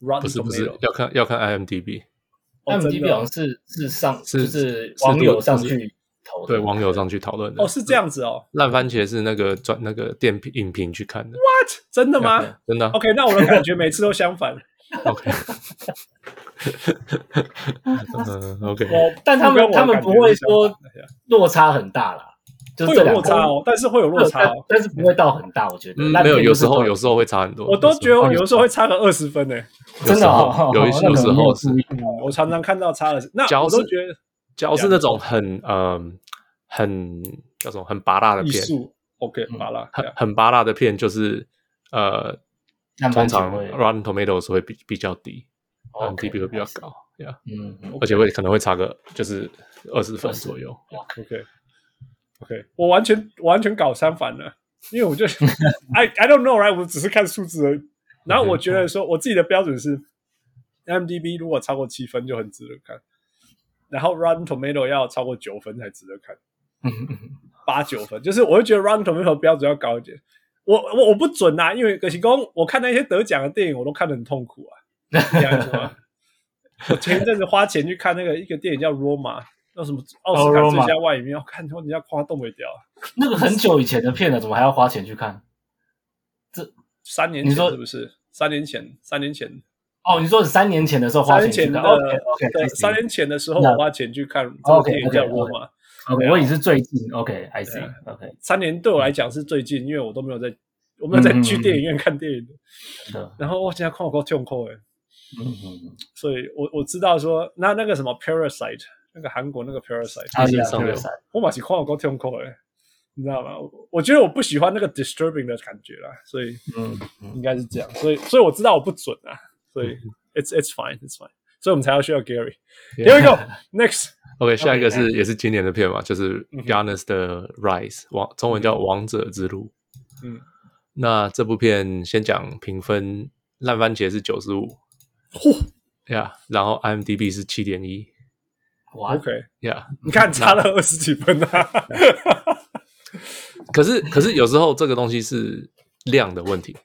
Rotten 不是不是 Tomato 要看要看 IMDB，哦真的 MDB 好像是是上啊是就是是网友上是去投的，对网友上去讨论的哦，是这样子哦。烂番茄是那个转那个电评影评去看的， What？真的吗？真的啊 OK，那我的感觉每次都相 反。 OK，嗯 OK，哦但他们跟我的他们感觉不会是相反哎说落差很大啦，就会是这有两落个差哦，但是会有落差 哦。但但是不会到很大，我觉得。嗯，烂没有，片有就是时候会有时候会差很多，我都觉得我有有时候会差个二十分呢。真的哦候，有一 那有可时能没候是注意我常常看到差了，那假如我是都觉得只要是那种很嗯很叫什么很拔辣的艺片，术 OK 嗯好 啦，很很拔辣的片就是呃，烂番通茄常会 Rotten Tomatoes 会比比较低哦 OK， ，IMDB 会比较 nice 高，Yeah，嗯，嗯而且会可能会差个就是二十分左右。 OK OK，我完全完全搞相反了，因为我就 I I don't know right，我只是看数字而已。然后我觉得说我自己的标准是 MDB 如果超过七分就很值得看，然后 Rotten Tomato 要超过九分才值得看。嗯嗯八九分，就是我会觉得 Rotten Tomato 标准要高一点。我我我不准啊，因为可惜公，我看那些得奖的电影，我都看得很痛苦啊。你了解 吗啊我前一阵子花钱去看那个一个电影叫《Roma》，叫什么哦奥斯卡最佳外语片，我看人家夸动没掉， 那个很久以前的片了，怎么还要花钱去看？三年你前说是不是？三年前，三年前，哦，你说是三年前的时候花三年钱去前看哦的？OK，对三年前的时候，我花钱去看这个电影叫《Roma》。 OK，我也是最近 OK，I see OK，三年对我来讲是最近，因为我都没有在，我没有嗯在去电影院看电影的。真的，然后我现在看我够痛苦哎。嗯嗯嗯，所以我我知道说，那那个什么 Parasite，那个韩国那个 Parasite，、啊，对啊，上对流啊是啊我马是看我够听口哎，你知道吗？我我觉得我不喜欢那个 disturbing 的感觉啦，所以嗯嗯，应该是这样，所以所以我知道我不准啊，所嗯以 it's it's fine it's fine，所以我们才要需要 Gary。Here we go next， OK，下一个是也是今年的片嘛，就是嗯哼 Giannis 的 Rise，王中文叫《王者之路》。嗯，那这部片先讲评分，烂番茄是九十五，嚯呀，然后 IMDB 是七点一哇， ，OK，呀。你看差了二十几分啊， 可是可是有时候这个东西是量的问题，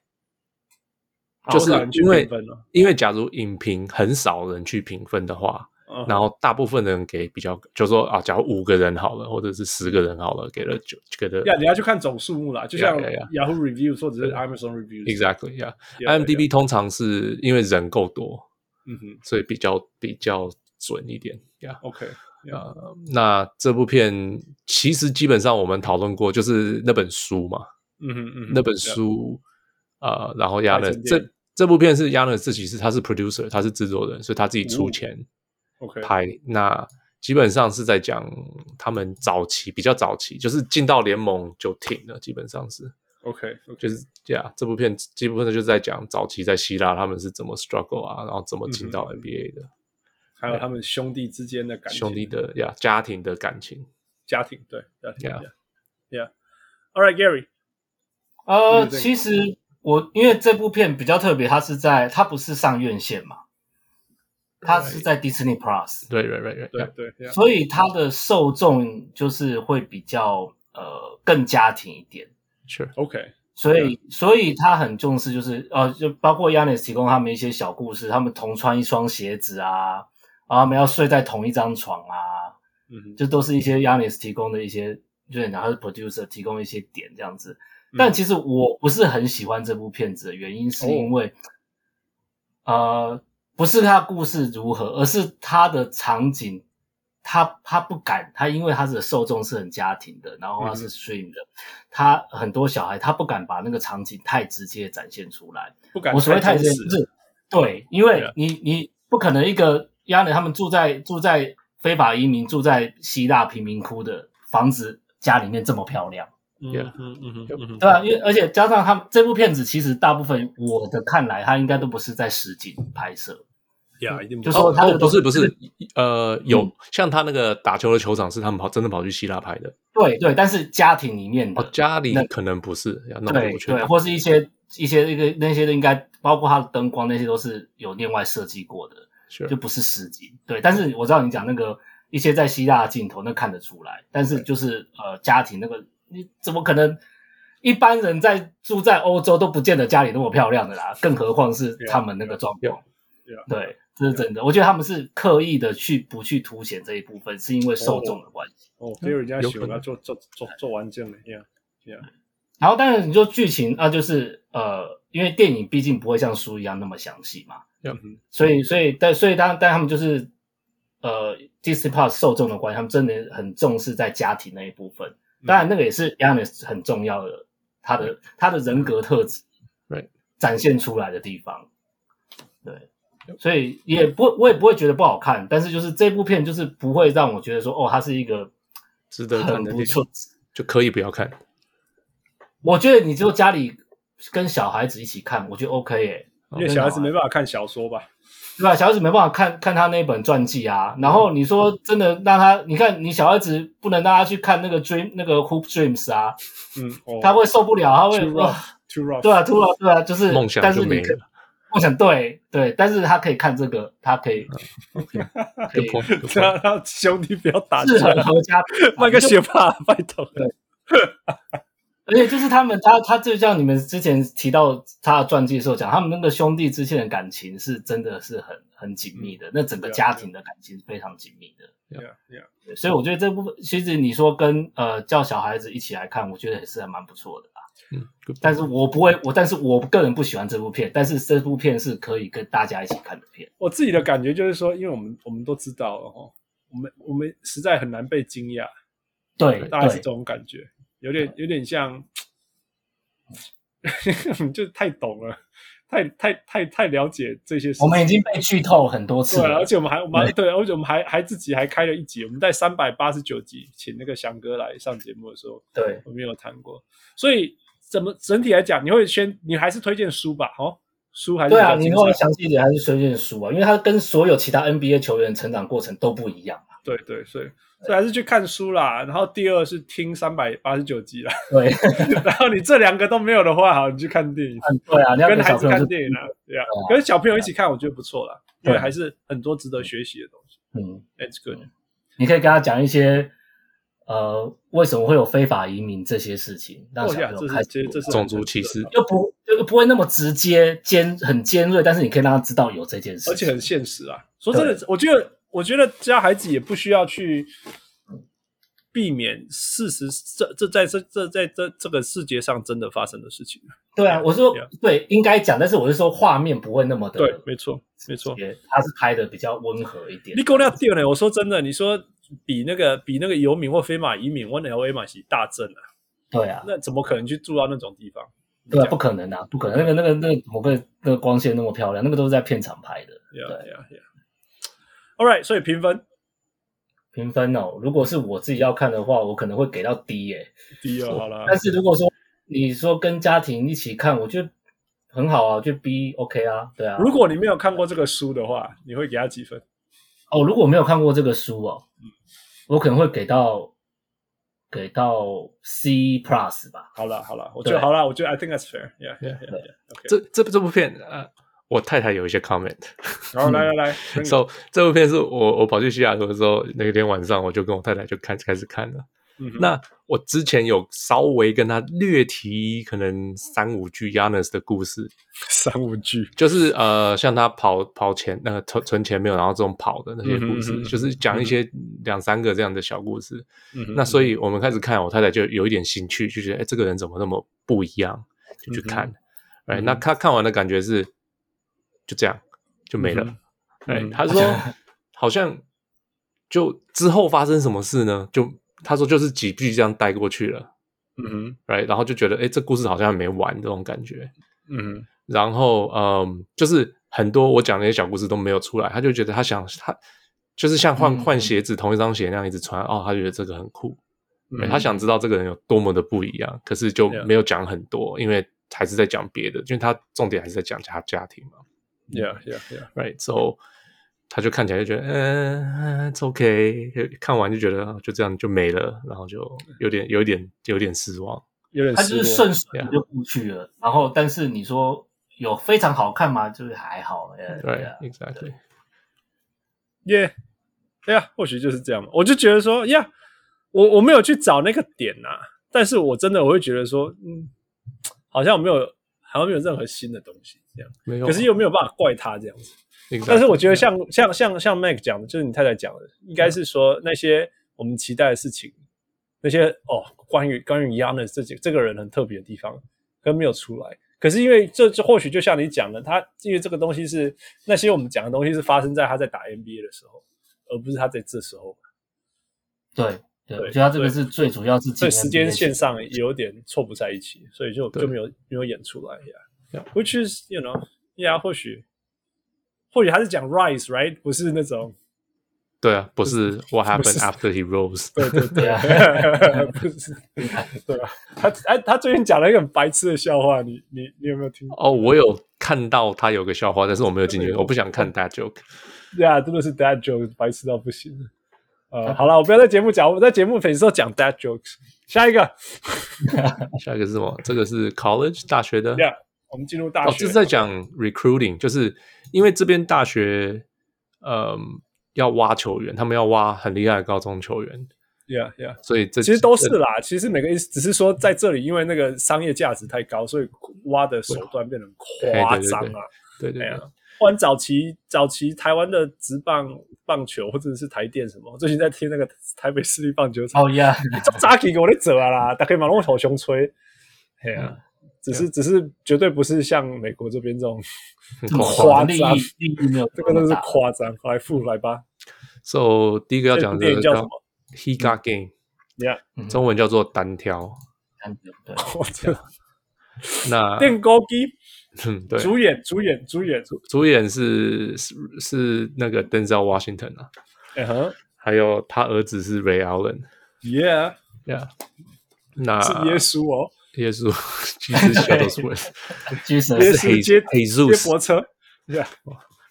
就好我是敢去因为评分了哦因为假如影评很少人去评分的话，嗯然后大部分人给比较，就说啊，假如五个人好了，或者是十个人好了，给了九，给了呀，你要去看总数目啦，就像 Yeah, yeah, Yahoo Review 或者是 Amazon Review， exactly yeah。 Yeah, IMDB 通常是因为人够多，嗯哼所以比较比较准一点呀。 ，OK，呃，那这部片其实基本上我们讨论过，就是那本书嘛，嗯哼嗯哼，那本对啊书，呃，然后白亚伦神殿这这部片是亚伦自己是他是 producer，他是制作人，所以他自己出哦钱 OK，拍。那基本上是在讲他们早期比较早期，就是进到联盟就停了，基本上是 OK，就是这样。这部片基本上就是在讲早期在希腊他们是怎么 struggle 啊，然后怎么进到嗯哼 NBA 的、还有他们兄弟之间的感情，兄弟的呀家庭的感情。家庭，对家庭 Yeah. ，Yeah，Yeah。All right, Gary，呃，对对其实我因为这部片比较特别，它是在它不是上院线嘛，它是在 Disney Plus，对对对对对呀对，Yeah，所以它的受众就是会比较呃更家庭一点。 ，sure， ，OK，所以，所以他很重视，就是呃，就包括 Yanis 提供他们一些小故事，他们同穿一双鞋子啊，然后他们要睡在同一张床啊，嗯哼，这都是一些 Yanis 提供的一些，就是然后 producer 提供一些点这样子。嗯但其实我不是很喜欢这部片子的原因，是因为、哦呃，不是他故事如何，而是他的场景，他他不敢，他因为他的受众是很家庭的，然后他嗯是 stream 的，他很多小孩他不敢把那个场景太直接展现出来。不敢我所谓太太直真接，实啊就是对，因为 Yeah 你你不可能一个亚人他们住在住在非法移民住在希腊贫民窟的房子家里面这么漂亮。嗯 Yeah 嗯嗯嗯嗯，对啊，因为而且加上他们这部片子，其实大部分我的看来，它应该都不是在实景拍摄，呀，一定就不是说哦它这哦，个不东是西不是，呃，有、嗯像他那个打球的球场是他们跑真的跑去希腊拍的，对对，但是家庭里面的，哦，家里那可能不是，要弄对不确对，定。或是一些一些一个那些应该包括它的灯光那些都是有另外设计过的， Sure 就不是实景。对，但是我知道你讲那个一些在希腊的镜头，那看得出来，但是就是呃家庭那个，你怎么可能？一般人在住在欧洲都不见得家里那么漂亮的啦，更何况是他们那个状况。 Yeah. 啊对，啊这是真的。我觉得他们是刻意的去不去凸显这一部分，是因为受众的关系。哦，Gary 人家有喜可欢能做做做做完这样的，Yeah，然后，当然你说剧情啊，就是呃，因为电影毕竟不会像书一样那么详细嘛， Yep. 所以，所以，但所以当但他们就是呃，Disney Plus 受众的关系，他们真的很重视在家庭那一部分。嗯当然，那个也是 Yanis 很重要的，他的他的人格特质 Right. 展现出来的地方。对，所以也不我也不会觉得不好看，但是就是这部片就是不会让我觉得说哦，它是一个值得看很的不电错影，就可以不要看。我觉得你就家里跟小孩子一起看，我觉得 OK 欸哦耶、因为小孩子没办法看小说吧？对吧？小孩子没办法看看他那本传记啊。然后你说真的让他，你看你小孩子不能让他去看那个 Dream 那个 Hoop Dreams 啊，嗯，哦他会受不了，他会 too 哇， rough，too rough， 对啊，突然对啊，就是梦想但就是没你可了。梦想对对，但是他可以看这个，他可以嗯 OK， 可 good 以 point，good 这 point。样让兄弟不要打是啊架 很，合家，卖个血吧，拜托。而且就是他们，他他就像你们之前提到他的传记的时候讲，他们那个兄弟之间的感情是真的是很很紧密的，那整个对啊家庭的感情是非常紧密的。 Yeah, yeah. 对所以我觉得这部分其实你说跟呃叫小孩子一起来看，我觉得也是还蛮不错的啦。嗯，good point，但是我不会，我但是我个人不喜欢这部片，但是这部片是可以跟大家一起看的片。我自己的感觉就是说，因为我们我们都知道了哈，我们我们实在很难被惊讶，对大概是对这种感觉，有点有点像， 就太懂了，太太太太了解这些事我情。们已经被剧透很多次对啊，了而。且我们还我们还对，而且我们还还自己还开了一集，我们在三百八十九集请那个翔哥来上节目的时候，对，我们有谈过。所以怎么整体来讲，你会先你还是推荐书吧？哦，书还是对比啊，较你精如果彩详细一点，还是推荐书啊，因为它跟所有其他 NBA 球员成长过程都不一样。对对，所以所以还是去看书啦。然后第二是听三百八十九集啦。 对，然后你这两个都没有的话，好，你去看电影，嗯对啊，你要跟给孩小子朋友看是电影啊，对啊，跟小朋友一起看，我觉得不错啦，因对啊为还是很多值得学习的东西。嗯， That's good。你可以跟他讲一些呃，为什么会有非法移民这些事情，让哦小呀，朋这友是开这始这是种族歧视，又不又不会那么直接尖很尖锐，但是你可以让他知道有这件事情，而且很现实啊。说真的，我觉得，我觉得教孩子也不需要去避免事实这这在这这在这这个世界上真的发生的事情。对啊，我说 Yeah. 对应该讲，但是我是说画面不会那么的对，没错，没错。欸也它是拍的比较温和一点你。跟我聊掉呢？我说真的，你说比那个比那个游民或非马移民 One L A 马西大镇啊，对啊，那怎么可能去住到那种地方？对啊，不可能啊，不可能，那个那个那个怎么会那个光线那么漂亮？那个都是在片场拍的。 Yeah, yeah, yeah. All right，所以评分评分哦，如果是我自己要看的话，我可能会给到低耶、低哦，好了，但是如果说你说跟家庭一起看，我觉得很好啊，就 B OK 啊，对啊。如果你没有看过这个书的话，你会给他几分？哦，如果没有看过这个书哦，我可能会给到给到 C plus 吧。好了，好了，我觉得对好了，我觉得 I think that's fair. Yeah, yeah, yeah. 对 yeah. OK，这这部这部片呃，我太太有一些 comment。然后来来来，跟你 so 这部片是我我跑去西雅图的时候，那天晚上我就跟我太太就看开始看了。嗯哼那我之前有稍微跟她略提可能三五句 Yanis 的故事，三五句，就是呃，像他跑跑钱，那个存存钱没有，然后这种跑的那些故事，嗯哼嗯哼就是讲一些两三个这样的小故事。嗯哼那所以我们开始看，我太太就有一点兴趣，就觉得哎，这个人怎么那么不一样，就去看。哎、嗯哼那他看完的感觉是就这样就没了嗯。哎、嗯他说好像就之后发生什么事呢？就他说就是几句这样带过去了，嗯哼，哎，然后就觉得哎，这故事好像还没完这种感觉。嗯然后嗯，就是很多我讲的那些小故事都没有出来，他就觉得他想他就是像换嗯换鞋子，同一张鞋那样一直穿，哦，他觉得这个很酷，哼，对他想知道这个人有多么的不一样，可是就嗯 Yeah 没有讲很多，因为还是在讲别的，因为他重点还是在讲他家庭嘛，Yeah, yeah, yeah. ，right？So 他就看起来就觉得，呃嗯、i t s OK，看完就觉得啊就这样就没了，然后就有点有点有点失望。有点它失就是落顺水就过去了。然后，但是你说有非常好看吗？就是还好，呃，对啊， Right，exactly。耶，对呀，或许就是这样嘛。我就觉得说，呀、我我没有去找那个点呐、但是我真的我会觉得说，嗯，好像我没有，好像没有任何新的东西这样，没有啊，可是又没有办法怪他这样子。 exactly，但是我觉得像像像像 Mac 讲的，就是你太太讲的，应该是说那些我们期待的事情，那些哦，关于关于 Yanis 这几这个人很特别的地方，可没有出来。可是因为这这或许就像你讲的，他因为这个东西是那些我们讲的东西是发生在他在打 NBA 的时候，而不是他在这时候。对对对，我觉得它这个是最主要是所纪以念时这间件事线上有点错不在一起，所以就对就没有没有演出来呀。 Yeah. Which is you know yeah 或许或许他是讲 rise right 不是那种。对啊，不是 What 不 happened 是 after he rose？对对对对啊， 不是，对吧？他哎，他最近讲了一个很白痴的笑话，你你你有没有听？哦，我有看到他有个笑话，但是我没有进去，我不想看 that joke。对啊，真的是 dad joke，白痴到不行。啊呃，好了，我不要在节目讲，我在节目每次都讲 dad jokes。下一啊个下一个是什么？这个是 college 大学的，Yeah，我们进入大哦，学，这是在讲 recruiting，就是因为这边大学，嗯、要挖球员，他们要挖很厉害的高中球员， Yeah Yeah，所以这其实都是这啦，其实每个意思只是说在这里，因为那个商业价值太高，所以挖的手段变得很夸张对对对啊。对对哎呀对，不然早期早期台湾的职棒棒球或者是台电什么，我最近在听那个台北市立棒球场哦，呀，这扎起给我的折啊啦，大概马龙头胸吹，嘿啊，只是只是绝对不是像美国这边这种，很这么恐夸华丽张利益没有这个真的么是大夸张。来复来吧， So 第一个要这讲部的电影叫什么 He Got Game， ？Yeah，嗯中文叫做单挑。对，我真的那电高机嗯，对，主演主演主演，主演是是是那个 Denzel Washington 啊，嗯哼还有他儿子是 Ray Allen。 ，Yeah， Yeah，那是耶稣哦，耶稣 Jesus Shadow Swift 巨神 耶 是稣黑接黑接 Zeus 驳车，Yeah，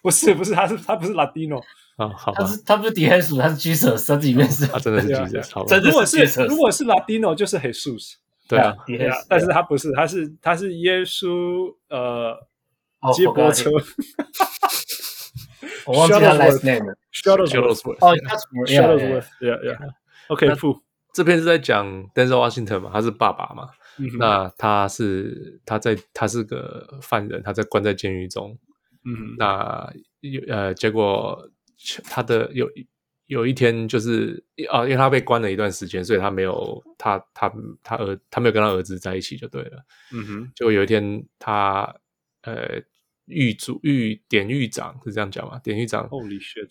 不是不是，他是他不是 Latino，啊，好吧他，是他不是迪黑鼠，他是巨神，他里面是他真的是对啊 Jesus，好吧真，的如果是 Jesus 如果是 Latino 就是 Jesus，对啊，迪对黑啊鼠，，但是他不是，他是他是耶稣呃哦接驳车，我忘记他 Shuttleworth last name 了。 Shadow Shuttlesworth。 Swift。哦，他 什么啊 Shuttlesworth，yeah yeah。OK，付，这篇是在讲 Denzel Washington 嘛，他是爸爸嘛，嗯哼那他是他在他是个犯人，他在关在监狱中，嗯哼那有呃，结果他的有有一天就是啊，因为他被关了一段时间，所以他没有他他他儿他没有跟他儿子在一起就对了。嗯哼结果有一天他呃狱主狱典狱长是这样讲嘛？典狱长哦，Holy shit，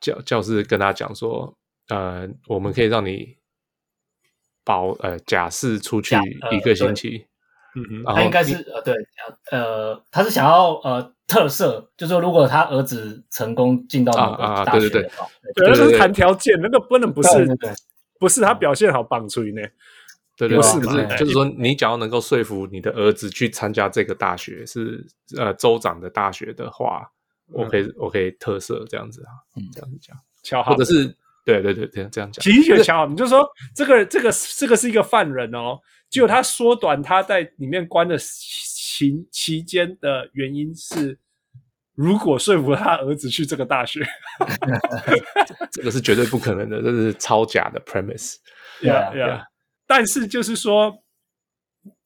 教教室跟他讲说，呃，我们可以让你保呃假释出去假呃一个对星期，嗯哼，然他后应该是呃对呃，他是想要呃特色，就是说如果他儿子成功进到某啊啊个啊大学对对的话， 对，对那对是对谈条件，那个不能不是对对对不是他表现好绑出呢。对对不对，是可嘛哎是就是说，你只要能够说服你的儿子去参加这个大学，是呃州长的大学的话，我可以我可以特色这样子啊，嗯这样子讲，乔嗯好或者是对对对，这样这样讲，极选乔好，你就说这个这个这个是一个犯人哦，结果他缩短他在里面关的期期间的原因是，如果说服他儿子去这个大 学，这个是绝对不可能的，这是超假的 premise。对啊 Yeah, yeah 但是就是说，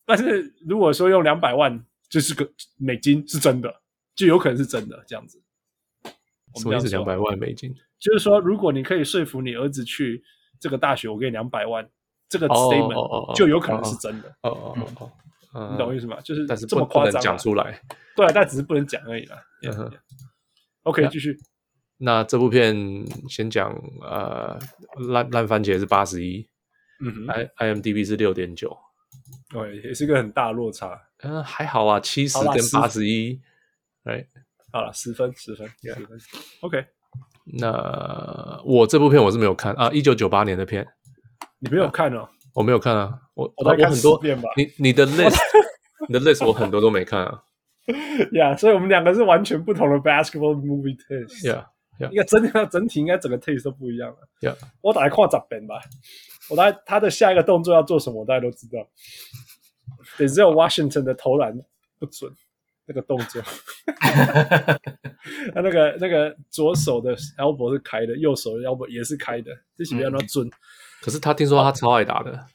但是如果说用两百万就是个美金是真的，就有可能是真的这样子。什么我意思？两们这百样说？万美金？就是说，如果你可以说服你儿子去这个大学，我给你两百万，这个哦哦 statement、哦哦就有可能是真的。哦哦哦哦，嗯你懂我意思吗？就是但是这不么不夸能张啊、讲出来。对啊，但只是不能讲而已啦。嗯哼 OK， Yeah 继续。那这部片先讲，呃，烂烂番茄是八十一嗯哼， ，I IMDB 是六点九，哦，也是一个很大的落差。嗯，还好啊，七十好啦跟10八十一，哎，好了，十分，十分，十 Yeah 分。OK，那我这部片我是没有看啊，一九九八年的片你没有看哦？我没有看啊，我我大概看很十多遍吧。你 你的 list 你的 list 我很多都没看啊呀，所以我们两个是完全不同的 basketball movie taste。 ，Yeah 应该整体整体应该整个 taste 都不一样了。 Yeah，我大概看十遍吧。我大概他的下一个动作要做什么，我大家都知道。对，只有 Washington 的投篮不准，那个动作， 他那个那个左手的 elbow 是开的，右手的 elbow 也是开的，这些比较准。可是他听说他超爱打的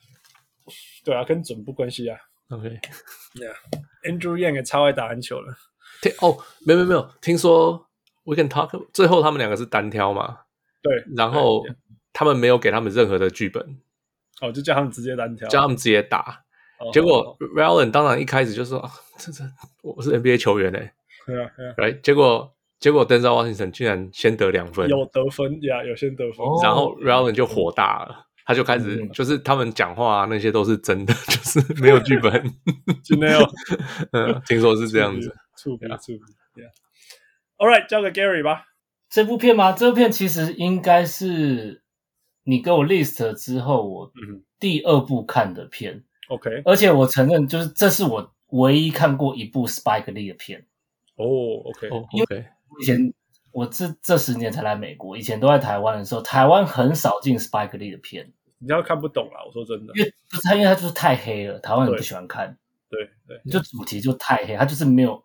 对啊，跟准不关系啊。 ，OK， Andrew Yang 也超爱打篮球了。听哦，没有没有没有，听说 We Can Talk 最后他们两个是单挑嘛，对，然后对他们没有给他们任何的剧本，哦，就叫他们直接单挑。叫他们直接打，哦结果 r a l l e n 当然一开始就说啊，这这我是 NBA 球员哎对啊，对啊， ，Right，结果结果 Denzel Washington 竟然先得两分，有得分呀，有先得分。哦然后 r a l l e n 就火大了，他就开始嗯就是他们讲话啊，那些都是真的， 就是没有剧本。 今天要嗯，听说是这样子。触笔 Yeah. 触笔。Yeah. All right，交给 Gary 吧。这部片吗？这部片其实应该是你给我 list 之后，我嗯第二部看的片， ，OK。而且我承认，就是这是我唯一看过一部 Spike Lee 的片。哦，OK。哦因为，OK，我以前我这这十年才来美国，以前都在台湾的时候，台湾很少进 Spike Lee 的片，你要看不懂啦，我说真的。因为就是他，因为他就是太黑了，台湾人对不喜欢看，对对就主题就太黑，他就是没有，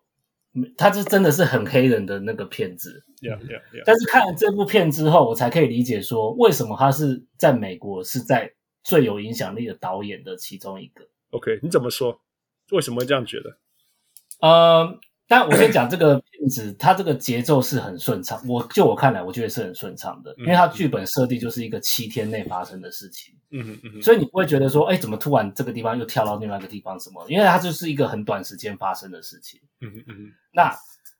他就真的是很黑人的那个片子。 ，Yeah Yeah Yeah。但是看了这部片之后，我才可以理解说，为什么他是在美国是在最有影响力的导演的其中一个。 OK，你怎么说？为什么会这样觉得？呃， 但我先讲这个片子，它这个节奏是很顺畅，我就我看来，我觉得是很顺畅的，因为它剧本设定就是一个七天内发生的事情，嗯哼嗯哼，所以你不会觉得说，哎，怎么突然这个地方又跳到另外一个地方什么？因为它就是一个很短时间发生的事情。嗯哼嗯哼，那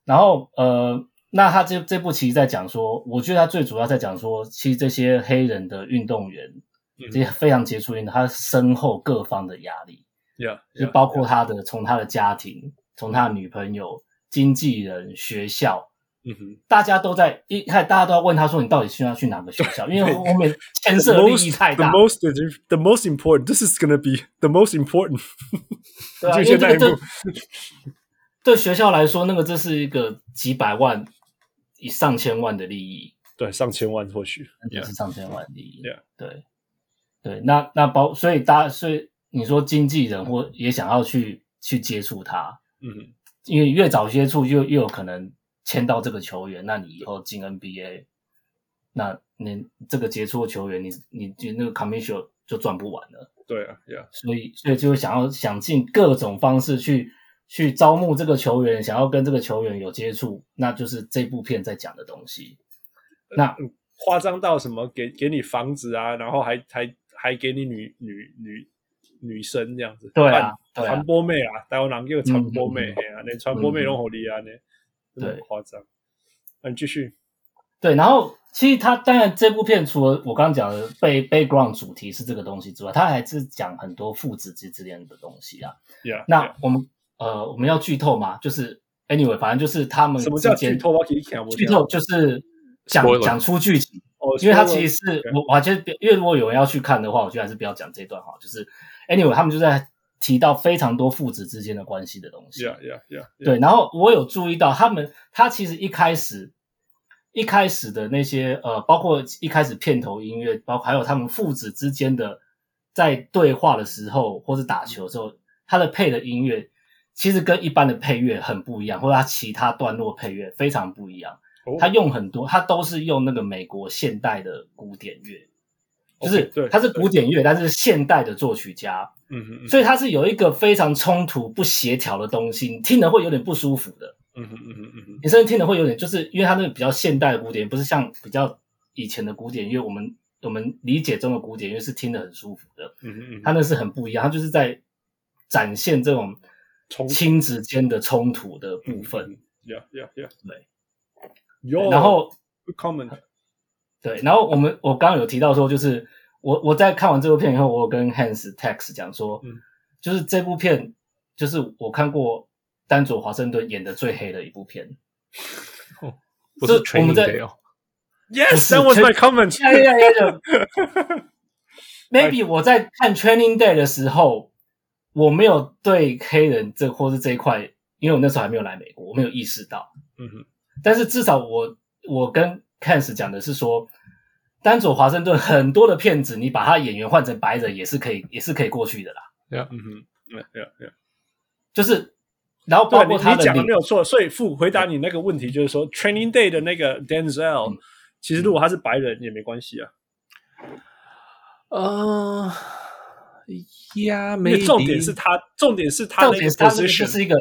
然后呃，那他这这部其实在讲说，我觉得他最主要在讲说，其实这些黑人的运动员，嗯这些非常杰出运动员，他身后各方的压力， Yeah，就包括他的从他的家庭，从他的女朋友、经纪人、学校。嗯哼大家都在一开始，大家都要问他说：“你到底需要去哪个学校？”因为后面牵涉利益太大 The。most the most important. This is gonna be the most important. 对啊，就因现为这在个一幕对对学校来说，那个这是一个几百万、以上千万的利益。对，上千万或许。也 Yeah 是上千万利益。 Yeah. 对对，那那包所以大家所以你说经纪人或也想要去去接触他，嗯哼因为越早接触就越有可能签到这个球员，那你以后进 NBA，那你这个接触的球员，你你你那个 commission 就赚不完了，对啊，Yeah 所以所以就会想要想尽各种方式去。去招募这个球员，想要跟这个球员有接触，那就是这部片在讲的东西。那嗯夸张到什么给给你房子啊，然后还还还给你女女女女生这样子，对啊，对啊传，播妹啊，台湾人叫传播妹嗯嗯嗯嘿啊，连传播妹拢好厉害呢，真的对很夸张。那你继续，对，然后其实他当然这部片除了我刚刚讲的背 background 主题是这个东西之外，他还是讲很多父子之之间的东西啊。 Yeah，那我们呃我们要剧透吗？就是 anyway，反正就是他们 yeah 什么叫之间剧透？我可以讲，剧透就是讲 Spoiler 讲出剧情，哦，因为他其实实是我，我还觉得，因为如果有人要去看的话，我觉得还是不要讲这段哈。就是 anyway，他们就在提到非常多父子之间的关系的东西。 ，Yeah Yeah Yeah，对，然后我有注意到他们，他其实一开始一开始的那些呃，包括一开始片头音乐，包括还有他们父子之间的在对话的时候，或是打球的时候，他的配的音乐其实跟一般的配乐很不一样，或者他其他段落配乐非常不一样。哦他用很多，他都是用那个美国现代的古典乐，OK，就是对他是古典乐，但是现代的作曲家，嗯哼嗯所以它是有一个非常冲突、不协调的东西，你听了会有点不舒服的。嗯哼嗯哼嗯哼你甚至听了会有点，就是因为它那个比较现代的古典，不是像比较以前的古典乐，我们我们理解中的古典乐是听得很舒服的，嗯哼嗯它哼，那是很不一样，它就是在展现这种冲突嗯亲子间的冲突的部分。 ，Yeah Yeah Yeah，对有，然后 good comment，对，然后我们我刚刚有提到说，就是我我在看完这部片以后，我有跟 Hans Tex 讲说，嗯就是这部片就是我看过丹佐华盛顿演的最黑的一部片。哦不是这我 Training 们在 Day 哦， Yes，that was my comment。呀呀呀呀 ！Maybe 我在看 Training Day 的时候，我没有对黑人这或是这一块，因为我那时候还没有来美国，我没有意识到。嗯哼，但是至少我我跟 Cans 讲的是说，丹佐华盛顿很多的片子，你把他演员换成白人也是可以，也是可以过去的啦。嗯哼，Yeah Yeah Yeah。就是，然后包对，你括他你的讲的领没有错，所以父回答你那个问题就是说，Training Day 的那个 Denzel，、嗯其实如果他是白人也没关系啊，呃，呀，因没为重点是他，重点是他那重个点是他这个就 position，是一个，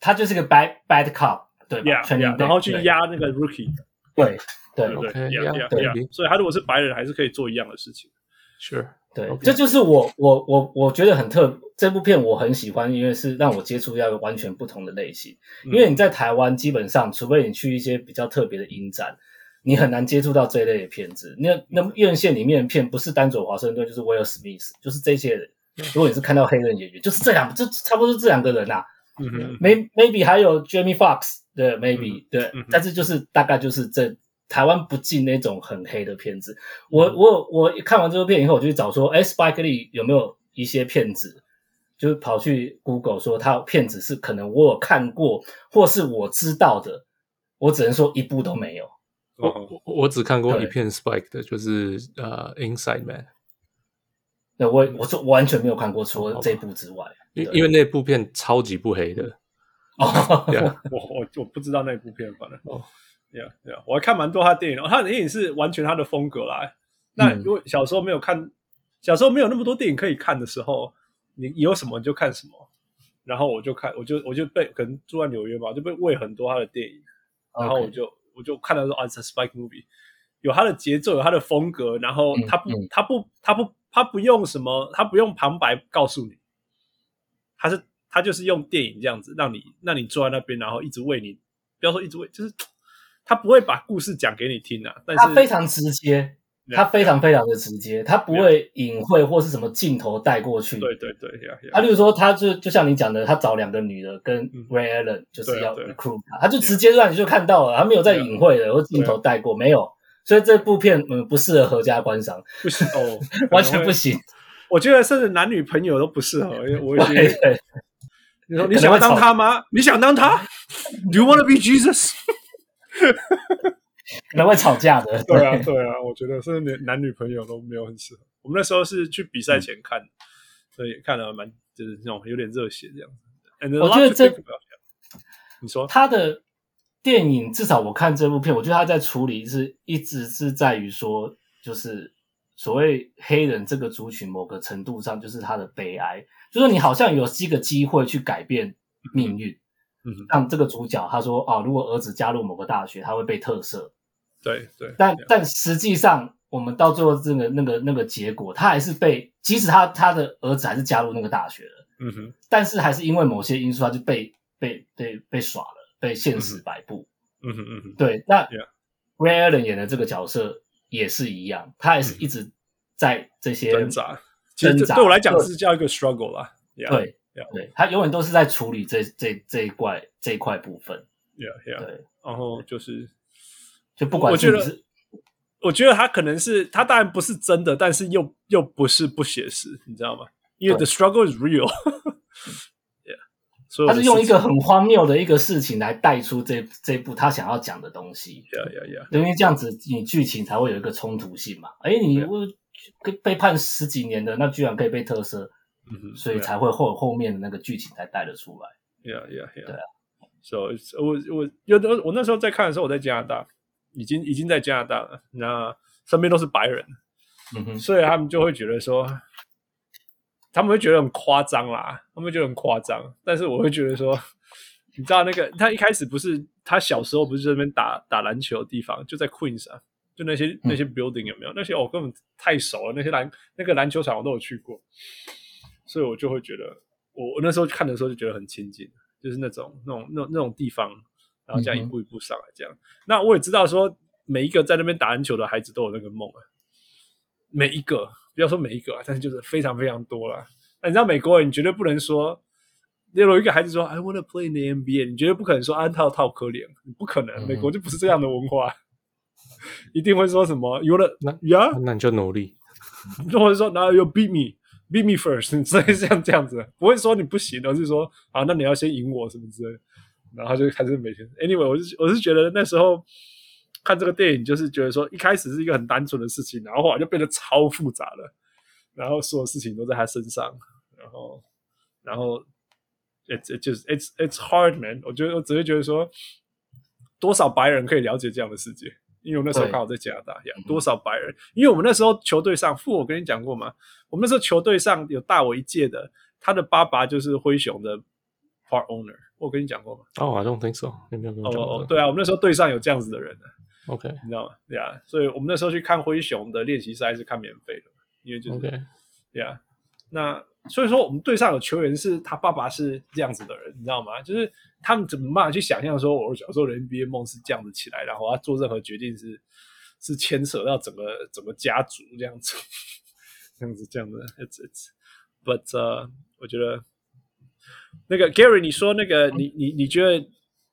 他就是一个 bad bad cop，对吧 yeah, 全年 yeah, 然后去压那个 rookie，对对对对不对 OK， ？Yeah, yeah, yeah， yeah. maybe 所以他如果是白人，还是可以做一样的事情。 Sure，对 OK 这就是我我我我觉得很特这部片我很喜欢，因为是让我接触到一个完全不同的类型。因为你在台湾基本上，除非你去一些比较特别的影展，你很难接触到这一类的片子。那那院线里面的片不是丹佐华盛顿，就是威尔史密斯，就是这些人。如果你是看到黑人演员，就是这两，就差不多是这两个人啊。嗯哼， May maybe 还有 Jamie Fox 对 maybe 对嗯哼，但是就是大概就是这台湾不进那种很黑的片子。嗯我我我看完这部片以后，我就去找说，哎，Spike Lee 有没有一些片子？就是跑去 Google 说他片子是可能我有看过，或是我知道的，我只能说一部都没有。我哦我我只看过对一片 Spike 的，就是呃 Inside Man，那我我说完全没有看过，除哦了这部之外。因对因为那部片超级不黑的，哦，对啊，我我我不知道那部片，反正哦，Yeah Yeah，我还看蛮多他的电影，哦他的电影是完全他的风格啦。那嗯如果小时候没有看，小时候没有那么多电影可以看的时候，你有什么你就看什么。然后我就看，我就我就被可能住在纽约嘛，就被喂很多他的电影， 然后我 OK 就我就看到说啊，it's a Spike movie，有他的节奏，有他的风格，然后嗯他不、嗯他不他不他不用什么，他不用旁白告诉你，他是他就是用电影这样子，让你让你坐在那边，然后一直喂你，不要说一直喂，就是他不会把故事讲给你听啊，但是他非常直接，他非常非常的直接，他不会隐晦或是什么镜头带过去。对对对呀啊，呀，例如说，他就就像你讲的，他找两个女的跟嗯 Ray Allen 就是要对啊对啊 recruit 他，他就直接让你就看到了，他没有在隐晦的或镜头带过，没啊有。所以这部片嗯不适合合家观赏，，不行哦 完全不行。我觉得甚至男女朋友都不适合，因为我觉 对得对，你说你可能想会当吵他吗？你想当 他？Do you want to be Jesus？可能会吵架的。 对啊，对啊，我觉得甚至连男女朋友都没有很适合。我们那时候是去比嗯赛前看，所以看了蛮就是那种有点热血这样子。And a 我 lot 觉得 to 这 think about, yeah. 你说他的电影至少我看这部片，我觉得他在处理是一直是在于说，就是所谓黑人这个族群某个程度上就是他的悲哀，就是你好像有一个机会去改变命运。嗯哼像这个主角他说啊，如果儿子加入某个大学，他会被特赦，对对，但 yeah，但实际上我们到最后这个那个那个结果，他还是被，即使他他的儿子还是加入那个大学了。嗯哼但是还是因为某些因素，他就被被被被耍了，被现实摆布。嗯哼嗯哼对，那 Yeah Ray Allen 演的这个角色也是一样，他也是一直在这些嗯挣扎。其实挣这扎对我来讲对是叫一个 struggle 啦。Yeah, 对 Yeah. 对，他永远都是在处理这这这一块这一块部分。 ，Yeah, Yeah。对，然后就是，就不管我是觉你得是我觉得他可能是他当然不是真的，但是又又不是不写实，你知道吗？因为 the 对 struggle is real 。Yeah，所以他我是用一个自己很荒谬的一个事情来带出这这部他想要讲的东西， Yeah, Yeah, Yeah。因为这样子你剧情才会有一个冲突性嘛。哎，啊你我被判十几年的，那居然可以被特赦，嗯哼所以对啊才会后后面的那个剧情才带得出来。 Yeah, yeah, yeah. 对啊 So it's- 我我有的我那时候在看的时候，我在加拿大，已经已经在加拿大了。那身边都是白人，嗯哼，所以他们就会觉得说，他们会觉得很夸张啦，他们会觉得很夸张。但是我会觉得说，你知道那个他一开始不是他小时候不是在那边打打篮球的地方，就在 Queens 啊，就那嗯些那些 building 有没有？那些我、哦根本太熟了，那些篮那个篮球场我都有去过，所以我就会觉得，我我那时候看的时候就觉得很亲近，就是那种那种那种那种地方，然后这样一嗯哼步一步上来这样。那我也知道说，每一个在那边打篮球的孩子都有那个梦啊，每一个不要说每一个啊，但是就是非常非常多啦。那你知道美国人，你绝对不能说，例如一个孩子说 “I want to play in the NBA”，你绝对不可能说“安套套可怜”，你不可能，嗯美国就不是这样的文化， 一定会说什么 “You wanna 那 yeah”，啊那你就努力。或者说 “Now you beat me”。Beat me first，你 类像这样子，不会说你不行，而是说啊，那你要先赢我什么之类的，然后就开始每天。Anyway，我是我是觉得那时候看这个电影，就是觉得说一开始是一个很单纯的事情，然后后来就变得超复杂了。然后所有事情都在他身上，然后，然后，it's it just it's it's hard man。我觉得我只会觉得说，多少白人可以了解这样的世界？因为我那时候对刚好在加拿大呀嗯，哼多少白人？因为我们那时候球队上，父我跟你讲过嘛，我们那时候球队上有大我一届的，他的爸爸就是灰熊的 part owner，我跟你讲过吗？哦、i don't think so，你没有跟哦我讲过。哦，对啊，我们那时候队上有这样子的人啊， ，OK 你知道吗？对啊，所以我们那时候去看灰熊的练习赛是看免费的，因为就是 OK， Yeah，那所以说我们队上有球员是他爸爸是这样子的人，你知道吗？就是他们怎么办法去想象说，我小时候的 NBA 梦是这样子起来，然后要做任何决定是是牵扯到整个整个家族这样子， 这样子这样子。It's it's but、uh, 我觉得那个 Gary，你说那个你你你觉得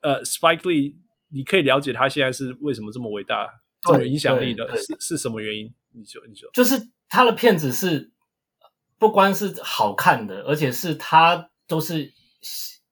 呃 Spike Lee，你可以了解他现在是为什么这么伟大，这对么有影响力对的，对是是什么原因？你说你说，就是他的片子是不光是好看的，而且是他都是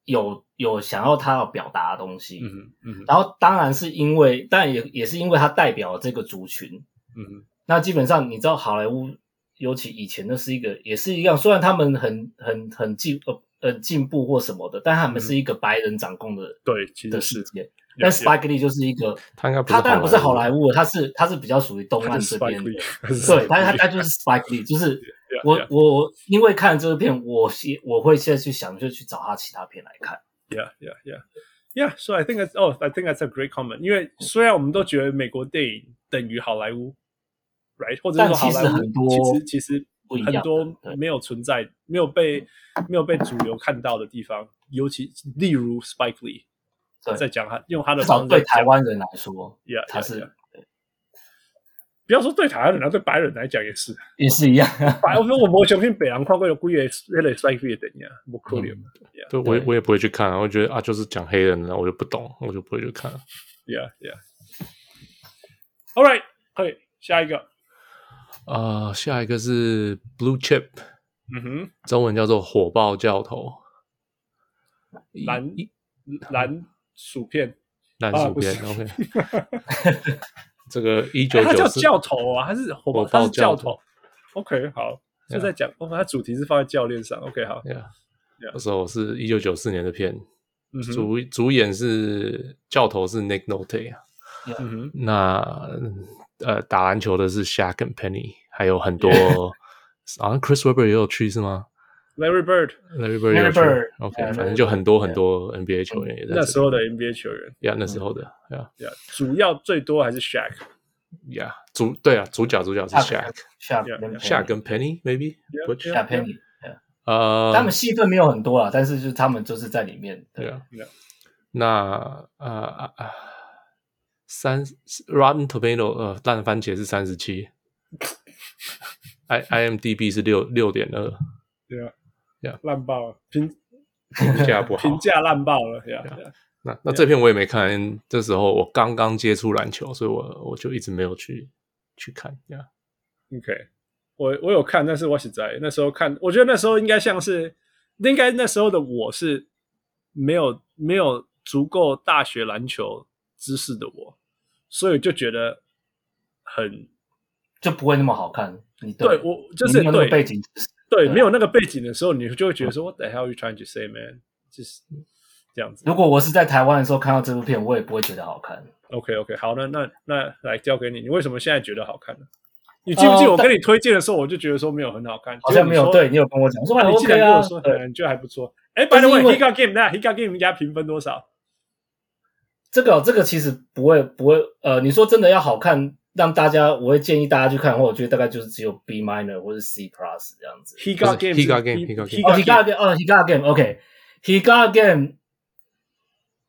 有有想要他要表达的东西。嗯哼嗯哼然后当然是因为，但也也是因为他代表了这个族群。嗯哼。那基本上你知道好莱坞，尤其以前那是一个也是一样，虽然他们很很很进呃呃进步或什么的，但他们是一个白人掌控的、对，其的实世是界。了但解 Spike Lee 就是一个，他应该不是他当然不是好莱坞。坞的，他是他是比较属于东他岸是这 Spike 边的。 Lee，对，但是他他就是 Spike Lee，就是我我我我因为看了这个片，我现我会现在去想，就去找他其他片来看。 yeah yeah yeah yeah。So I think that's oh I think that's a great comment。因哦为虽然我们都觉得美国电影等于好莱坞，right，或者是但说好其实莱很多坞其实其实不一样很的多对没有存在、没有被没有被主流看到的地方，尤其例如 Spike Lee 对在讲他用他的至少方式在对台讲湾人来说， ，yeah，他 yeah, 是 yeah 不要说对台湾人啊，对白人来讲也是。也是一样。白，我说我无相信北人看过有几个迄个 Spike Lee 的电影，无可嗯能。对，我也对我也不会去看啊，我觉得啊，就是讲黑人的，我就不懂，我就不会去看啊了。 Yeah, yeah. All right，可以下一个。啊、下一个是 Blue Chip，嗯哼，中文叫做火爆教头，一蓝一蓝薯片，蓝啊薯不是片、OK。这个一九哎他九叫四教头啊，他是火爆，火爆他是教教头。OK，好， Yeah 就在讲，我把它主题是放在教练上。OK，好， ，Yeah， Yeah 那时候是一九九四年的片，嗯哼，主主演是教头是 Nick Nolte 啊，嗯哼，那呃打篮球的是 Shaq 跟 Penny，还有很多 好像 Chris Webber 也有去是吗 Larry Bird ？Larry Bird 也有去 Larry Bird， ，OK， yeah，反正就很多 Larry Bird，很多 NBA 球员也在那时这里候的嗯 NBA 球员 Yeah，那时候的，Yeah ，Yeah，主要最多还是 Shaq。 Yeah，主对啊，主角主角是 Shaq，下 Yeah, 跟 Shaq 跟 Penny maybe Yeah, which yeah. 下 Penny，呃，他们戏份没有很多啦，啊但是就是啊他们就是在里面。对对，啊 Yeah.，那呃啊啊呃三 Rotten Tomato 呃烂番茄是三十七，I IMDB 是六六点二，对啊 Yeah 烂爆了，评评价不好评。价烂爆了，对啊，对啊那那这篇我也没看，因为这时候我刚刚接触篮球，所以我我就一直没有去去看呀。 OK，我我有看，但是我实在那时候看，我觉得那时候应该像是，应该那时候的我是没有没有足够大学篮球知识的我，所以就觉得很就不会那么好看。你对我就是你没有那对个背景知识，对对啊嗯没有那个背景的时候，你就会觉得说 What the hell are you trying to say, man？就是这样子。如果我是在台湾的时候看到这部片，我也不会觉得好看。 OK OK，好，那那那来交给你，你为什么现在觉得好看呢？你记不记得我跟你推荐的时候，我就觉得说没有很好看，呃好像没有，对你。你有跟我讲说，哇，哎你竟然，OK 跟啊我说，，对，嗯，就还不错。哎，By 但 the 是因为 way，He Got Game 那 He Got Game 人家评分多少？这个这个其实不会不会，呃，你说真的要好看，让大家，我会建议大家去看的话，我觉得大概就是只有 B minor 或是 C plus 这样子。 He got 不 game，是 He Got Game， Game，He Got 哦 He ，He got got game，哦，He got game，OK，He got game，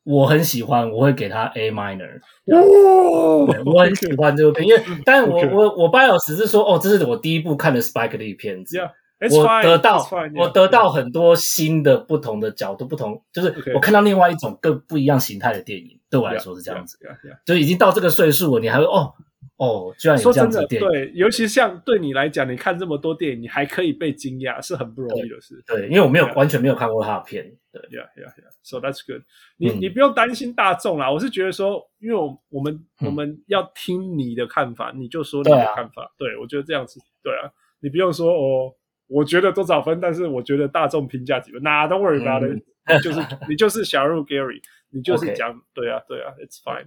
我很喜欢，我会给他 A minor。对哦 game，哦我很喜欢这部 片，因为但我 Okay. 我我 bias 是说，哦，这是我第一部看的 Spike Lee 片子 Yeah，我得到我得到 Yeah. 很多新的不同的角度，不同就是 Okay. 我看到另外一种更不一样形态的电影，对我来 Yeah, 说是这样子， Yeah, yeah, 就已经到这个岁数了，你还会哦哦，居然 yeah. 有说这样真子的，的电影，对，尤其像对你来讲，你看这么多电影，你还可以被惊讶，是很不容易的事。对，因为我没有 Yeah. 完全没有看过他的片，对 Yeah, yeah, yeah. So that's good. 你、嗯你不用担心大众啦，我是觉得说，因为我我们、嗯我们要听你的看法，你就说你对的啊看法。对,、我觉得这样子，对啊，你不用说哦，我觉得多少分，但是我觉得大众评价几分，哪都 worry about it，、你就是你就是小入 Gary，你就是嗯 OK 讲对啊对啊，it's fine。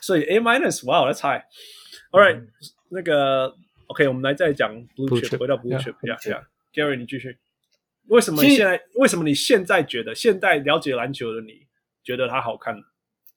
所以 A minus, wow, that's high. All right，、嗯那个 OK，我们来再讲 Blue Blue Chip， Chip，回到 Blue yeah， Chip， Blue yeah, Chip yeah. Gary，你继续。为什么你其实现在？为什么你现在觉得现在了解篮球的你觉得它好看？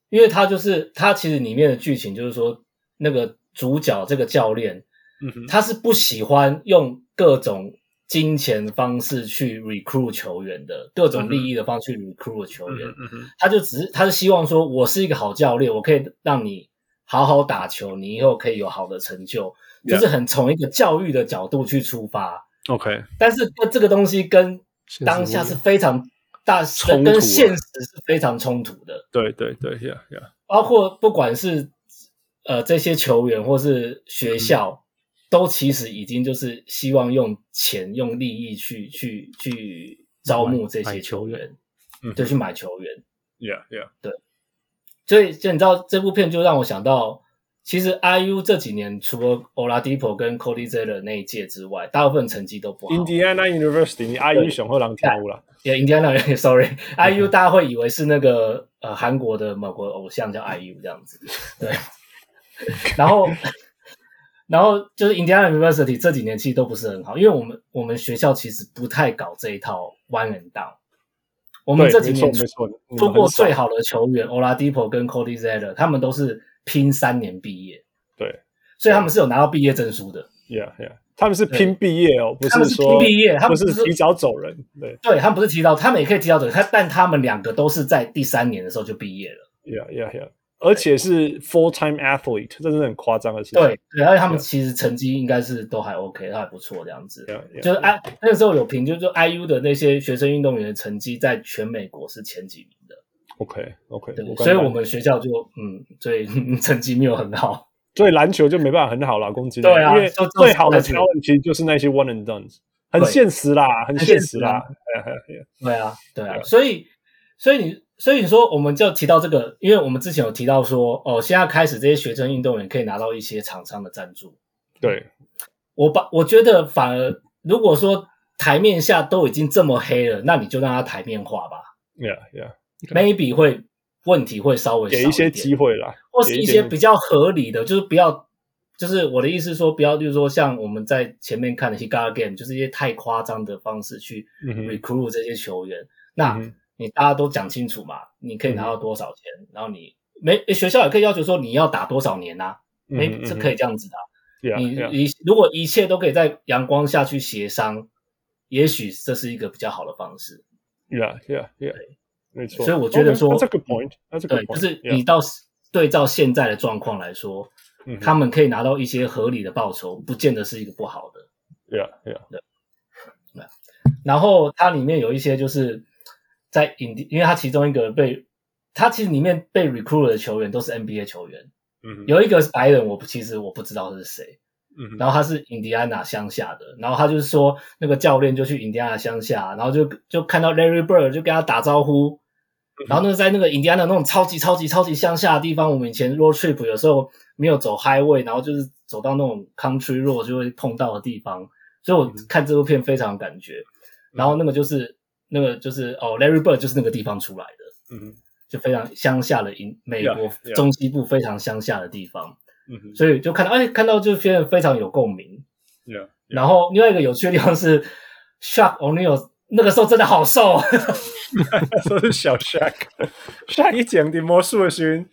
因为他就是他其实里面的剧情就是说那个主角这个教练。嗯哼，他是不喜欢用各种金钱方式去 recruit 球员的，各种利益的方式去 recruit 球嗯员。哼，嗯哼，他就只是他是希望说，我是一个好教练，我可以让你好好打球，你以后可以有好的成就， Yeah 就是很从一个教育的角度去出发。 OK，但是这个东西跟现实当下是非常大冲突啊跟现实是非常冲突的。对对对，Yeah Yeah，包括不管是呃这些球员或是学嗯校，都其实已经就是希望用钱、用利益去去去招募这些球员，嗯就去买球员。 ，Yeah Yeah，所以，就你知道这部片就让我想到，其实 IU 这几年除了 Oladipo 跟 Cody z e l e r 那一届之外，大部分成绩都不好。 Indiana University，你 IU 雄厚狼跳舞了。也 Indiana 人，sorry，IU 大家会以为是那个呃韩国的某个偶像叫 IU 这样子，对。 然后，然后就是 Indiana University 这几年其实都不是很好，因为我们我们学校其实不太搞这一套 one and down。我我们这几年没错，没错你们出过很少最好的球员 Oladipo 跟 Cody Zeller，他们都是拼三年毕业，对所以他们是有拿到毕业证书的。 ，Yeah Yeah，他们是拼毕业哦，不他们是说拼毕业他不们是不是提早走人，对对他们不是提到，他们也可以提到这个，他但他们两个都是在第三年的时候就毕业了。 ，Yeah Yeah Yeah，而且是 full time athlete，这是很夸张的事情。对对，而且他们对其实成绩应该是都还 OK，都还不错这样子。 ，Yeah Yeah，就是 I 那个时候有评，就是说 IU 的那些学生运动员的成绩在全美国是前几名的， OK OK，对，敢所以我打们学校就嗯，所以 成绩没有很好。所以篮球就没办法很好啦，攻击力对啊因为就就最好的是 talent 其实就是那些 one and done，s 很对现实啦，很很现现实实啊啦啦。嘿嘿嘿对啊，对啊对，所以所以你所以你说我们就提到这个，因为我们之前有提到说，哦，现在开始这些学生运动员可以拿到一些厂商的赞助， 对我把我觉得反而如果说台面下都已经这么黑了，那你就让它台面化吧。 ，yeah yeah， maybe 会问题会稍微少给一些点机，会啦，或是给一一点些比较合理的，就是不要，就是我的意思说，不要，就是说像我们在前面看的 Higa Game，就是一些太夸张的方式去嗯哼 recruit 这些球员。嗯那、哼嗯你大家都讲清楚嘛，你可以拿到多少钱，然后你没诶学校也可以要求说你要打多少年呐、啊，嗯没、是可以这样子的啊、以你 yeah 你如果一切都可以在阳光下去协商，也许这是一个比较好的方式。 yeah yeah yeah，没错。所以我觉得 Okay，说 that's a good point，that's a 对 good，point，就是 yeah 你到时对照现在的状况来说，嗯他们可以拿到一些合理的报酬，不见得是一个不好的。 ，Yeah Yeah，然后它里面有一些就是在影帝，因为它其中一个被它其实里面被 recruit 的球员都是 NBA 球员，嗯哼，有一个是白人，我不其实我不知道是谁，嗯哼，然后他是印第安纳乡下的，然后他就是说那个教练就去印第安纳乡下，然后就就看到 Larry Bird 就跟他打招呼，然后那个在那个印第安纳那种超级超级超级乡下的地方，我们以前 road trip 有时候没有走 highway，然后就是走到那种 country road 就会碰到的地方，所以我看这部片非常有感觉。然后那个就是那个就是哦，Larry Bird 就是那个地方出来的，嗯哼，就非常乡下的印美国 Yeah, yeah. 中西部非常乡下的地方，嗯哼所以就看到哎看到这片非常有共鸣。 ，Yeah，然后另外一个有趣的地方是，Shark O'Neal 那个时候真的好 瘦，说是小 Shaq，Shaq 一讲的魔术的时候，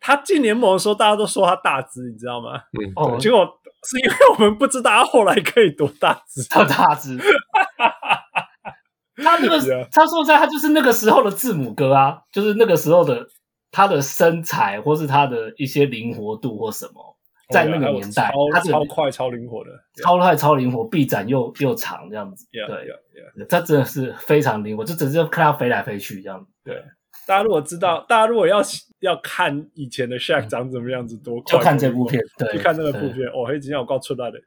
他进联盟的时候，大家都说他大只，你知道吗？嗯，哦 结果是因为我们不知道他后来可以多大 只。哦超大只。他那 Yeah. 个，他说实在，他就是那个时候的字母哥啊，就是那个时候的他的身材，或是他的一些灵活度或什么，在那个年代，哦超他这个超快、超灵活的，超快、超灵活，臂展又又长这样子。 Yeah, 对 yeah, yeah. 他真的是非常灵活，就只是看他飞来飞去这样子。对大家如果知道，嗯大家如果要要看以前的 Shaq 长怎么样子，多就快看这部片，对，啊去看这个部对片，哦，黑吉让我告出来的，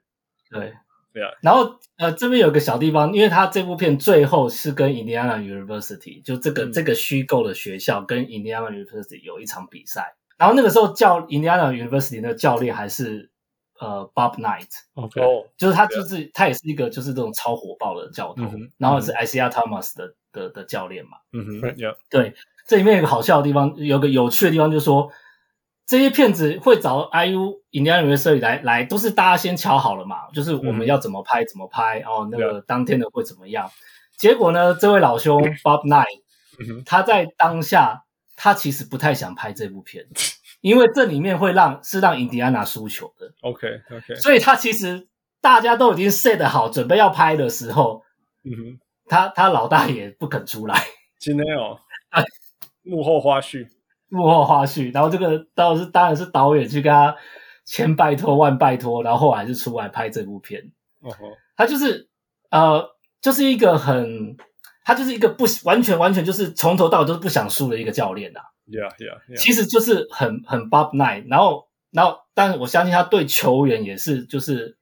对，对啊。然后呃，这边有个小地方，因为他这部片最后是跟 Indiana University，就这个、嗯这个虚构的学校跟 Indiana University 有一场比赛。然后那个时候教 Indiana University 的教练还是呃 Bob Knight， ，OK，哦，就是他就是、他也是一个就是这种超火爆的教头，嗯哼然后也是 Isaiah Thomas 的的的教练嘛。嗯哼 Right. ，Yeah，对，这里面有个好笑的地方，有个有趣的地方，就是说这些骗子会找 IU 印第安人摄影来来，都是大家先瞧好了嘛，就是我嗯们要怎么拍、怎么拍，哦，那个当天的会怎么样。结果呢，这位老 兄 Bob Knight，、嗯哼他在当下他其实不太想拍这部片，因为这里面会让是让印第安纳输球的， ，OK，OK，所以他其实大家都已经 set 好准备要拍的时候，嗯哼，他他老大也不肯出来。今天哦哎，幕后花絮，幕后花絮，然后这个当然是当然是导演去跟他千拜托万拜托，然后后来就出来拍这部片。哦吼，他就是呃，就是一个很，他就是一个不完全完全就是从头到尾都是不想输的一个教练啊， ，Yeah，Yeah，Yeah， 其实就是很很 Bob Knight，然后然后，但我相信他对球员也是就是。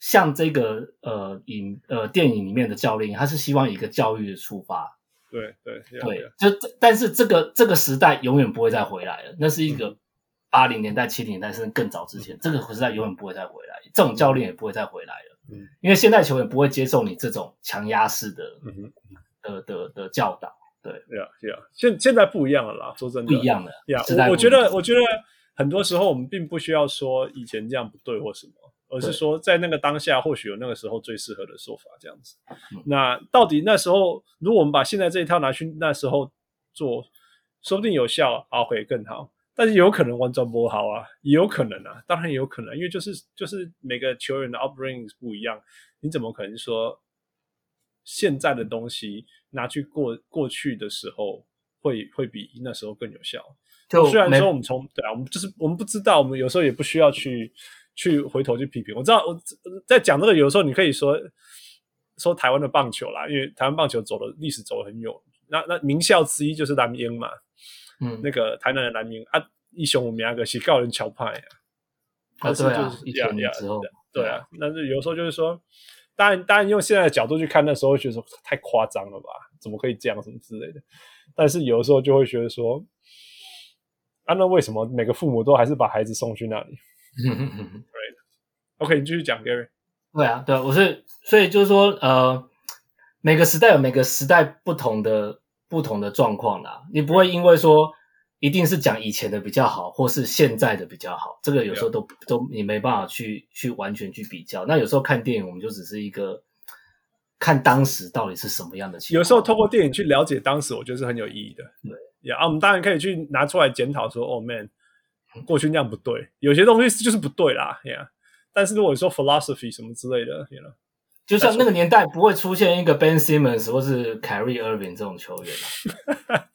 像这个呃影呃电影里面的教练，他是希望以一个教育的出发，对对，Yeah，对 yeah，，就这但是这个这个时代永远不会再回来了，那是一嗯个八零年代、七零年代甚至更早之前，这个时代永远不会再回来，这种教练也不会再回来了。嗯，因为现代球员不会接受你这种强压式的嗯哼的的的教导， ，Yeah，Yeah，现现在不一样了啦，说真的，不一样的。呀时代啊我我不觉一样得，我觉得很多时候我们并不需要说以前这样不对或什么，而是对说在那个当下，或许有那个时候最适合的说法这样子嗯。那到底那时候，如果我们把现在这一套拿去那时候做，说不定有效啊，会更好。但是有可能完全不好啊，也有可能啊，当然也有可能，因为就是就是每个球员的 upbringing 是不一样，你怎么可能说现在的东西拿去过过去的时候会会比那时候更有效？就虽然没说我们从对啊，我们就是我们不知道，我们有时候也不需要去去回头去批评。我知道我在讲这个，有时候你可以说说台湾的棒球啦，因为台湾棒球走的历史走得很远。那那名校之一就是蓝鹰嘛，嗯，那个台南的蓝鹰啊，一雄五名啊，个是告人桥派啊，啊但是对啊就是，一呀千呀年之后，对啊。但是有时候就是说，当然当然用现在的角度去看，那时候会觉得说太夸张了吧，怎么可以这样什么之类的。但是有的时候就会觉得说，啊，那为什么每个父母都还是把孩子送去那里 对啊。 ？OK，你继续讲 Gary。对啊，对啊，我是所以就是说，呃，每个时代有每个时代不同的不同的状况啦，你不会因为说一定是讲以前的比较好，或是现在的比较好，这个有时候都都你没办法去去完全去比较。那有时候看电影，我们就只是一个看当时到底是什么样的情况。有时候透过电影去了解当时，我觉得是很有意义的。对，也啊，我们当然可以去拿出来检讨说，哦，man，过去那样不对，有些东西就是不对啦，yeah。但是如果你说 philosophy 什么之类的，you know，就像那个年代不会出现一个 Ben Simmons 或是 Kyrie Irving 这种球员啊，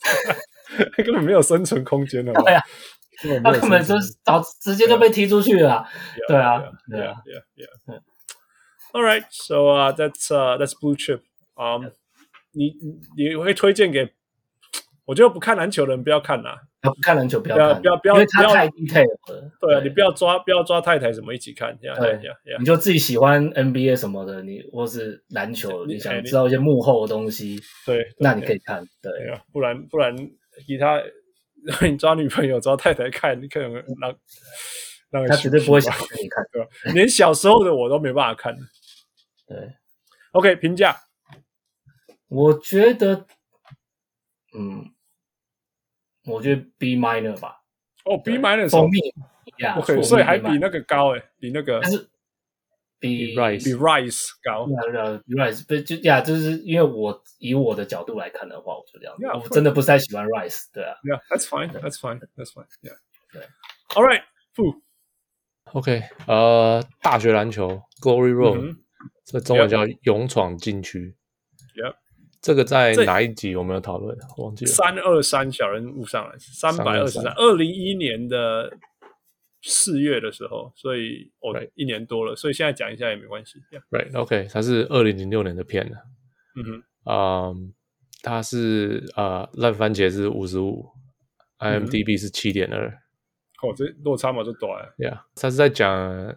根本没有生存空间了。对啊，他根本就是早直接就被踢出去了啊。对啊，对啊。 yeah, yeah. All right, so uh, that's uh, that's blue chip. Um, 你你会推荐给？我觉得不看篮球的人不要看啦。不看篮球不要不要看，不要不要因为他不要太 detail 了。对啊，你不要抓不要抓太太什么一起看，yeah 哎对 yeah yeah 你就自己喜欢 NBA 什么的，你或是篮球，你你哎想你知道一些幕后的东西，对，对那你可以看。对，对啊，不然不然其他 你抓女朋友抓太太看，你可能让让人他绝对不会生想气吧给你看。对吧？连小时候的我都没办法看。对， OK，评价我觉得，嗯，我觉得 B minor 吧哦，B minus 蜂蜜一样 OK，所以还比那那个高诶，比那个但是比 Rice 比 Rice 高。呃 Rice 不就呀，就是因为我以我的角度来看的话，我就这样子 Yeah, of 我真的不是太喜欢 Rice，对啊， Yeah, that's fine. That's fine. That's fine. Yeah. 对 All right. Fu. OK，呃，大学篮球 Glory Road，、嗯这中文叫勇闯禁区。 Yep 这个在这哪一集我们有讨论？忘记了。三二三小人物上来，三百二十三， 323二零一年的四月的时候，所以哦 Right 一年多了，所以现在讲一下也没关系。Yeah. Right，OK，、它是二零零六年的片了。嗯哼，嗯，它是呃烂番茄是五十五嗯哼，IMDB 是七点二。哦，这啊落差嘛就短了。 Yeah，他是在讲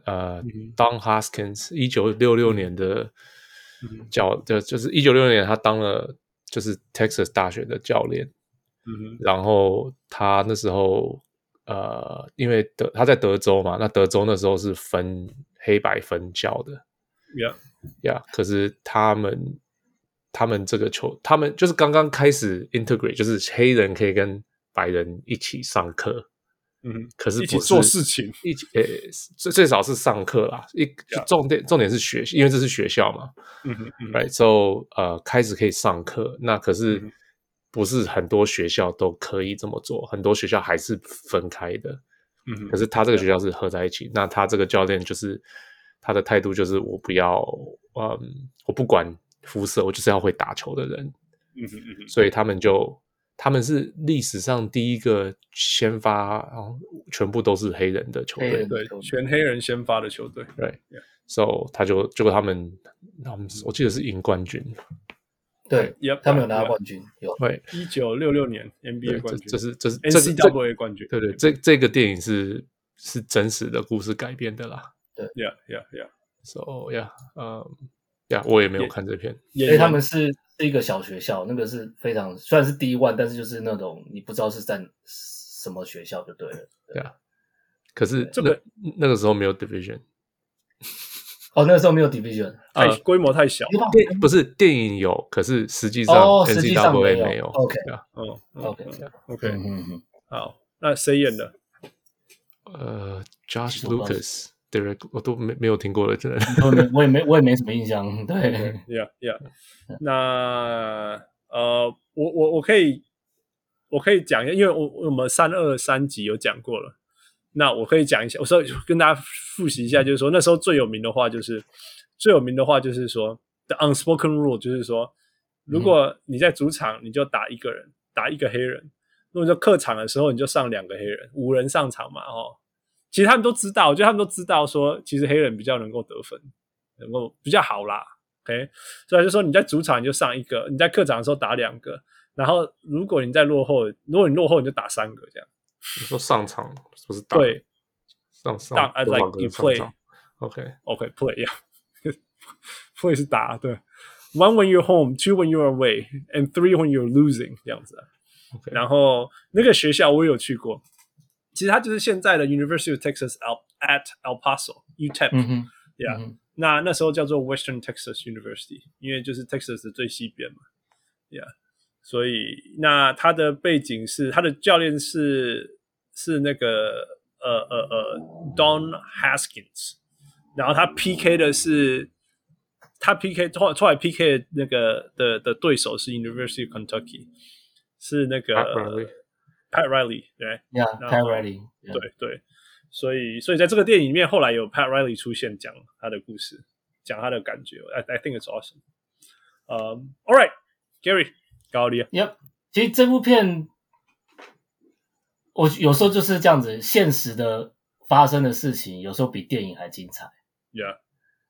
呃、嗯哼 d o n Haskins 一九六六年的嗯哼教，就就是一九六六年他当了就是 Texas 大学的教练，嗯然后他那时候呃，因为德他在德州嘛，那德州那时候是分黑白分教的，哼，Yeah，呀可是他们他们这个球，他们就是刚刚开始 integrate，就是黑人可以跟白人一起上课，嗯哼，可是一不起是做事情。一起呃最最少是上课啦，一就重点重点是学，因为这是学校嘛，嗯哼，嗯哼，right？So 呃，开始可以上课，那可是嗯不是很多学校都可以这么做，很多学校还是分开的。嗯哼，可是他这个学校是合在一起，那他这个教练就是他的态度就是我不要，嗯，我不管肤色，我就是要会打球的人，嗯哼，嗯哼，所以他们就他们是历史上第一个先发，然后全部都是黑人的球黑队人，对，全黑人先发的球队。对。So 他就结果他们，他们我记得是赢冠军，对 Yep，他们有拿到冠军，有对，一九六六年对 NBA 这冠军，这是这是这个这 NCAA 冠军。对对，这这个电影是是真实的故事改编的啦。 ，Yeah Yeah Yeah， So yeah，呃、yeah，我也没有也看这片。演所员以他们是是一个小学校，那个是非常虽然是第一万，但是就是那种你不知道是在什么学校就对了。可是这个那那个时候没有 division，哦，那个时候没有 division，太呃啊规模太小。电不是电影有，可是实际上哦实际上 NCAA 没有没有。 OK 对啊哦 OK OK，嗯嗯嗯，好，那谁演的？呃，Josh 我不知道 Lucas、Derek 我都没没有听过 了，真的。我也没我也没我也没什么印象，对， Yeah, yeah. 那呃，我我我可以我可以讲一下，因为我我们三二三集有讲过了。那我可以讲一下，我说跟大家复习一下，就是说那时候最有名的话就是最有名的话就是说 the unspoken rule，就是说如果你在主场你就打一个人，打一个黑人；如果你在客场的时候你就上两个黑人，五人上场嘛，哦。其实他们都知道，我觉得他们都知道说，其实黑人比较能够得分，能够比较好啦。OK，所以他就说你在主场你就上一个，你在客场的时候打两个，然后如果你在落后，如果你落后你就打三个这样。你说上场不是打对上当上 I 多少 like 个 you 上场 OK ，OK，play、y 呀，play 是打对。One when you're home, two when you're away, and three when you're losing 这样子啊。 OK，然后那个学校我有去过，其实它就是现在的 University of Texas Al at El Paso UTEP，、嗯哼， Yeah，、嗯那那时候叫做 Western Texas University，因为就是 Texas 的最西边嘛，Yeah，所以那他的背景是他的教练是是那个呃呃呃 Don Haskins，然后他 PK 的是他 PK 后来后来 PK 的那个的的对手是 University of Kentucky，是那个 Pat Pat Riley Riley，对。呀然后 t y r e d y 对对，所以所以在这个电影里面，后来有 Pat Riley 出现，讲他的故事，讲他的感觉。I I think it's awesome. 呃、a l l right, Gary，高丽， Yep，其实这部片我有时候就是这样子，现实的发生的事情，有时候比电影还精彩。 Yeah，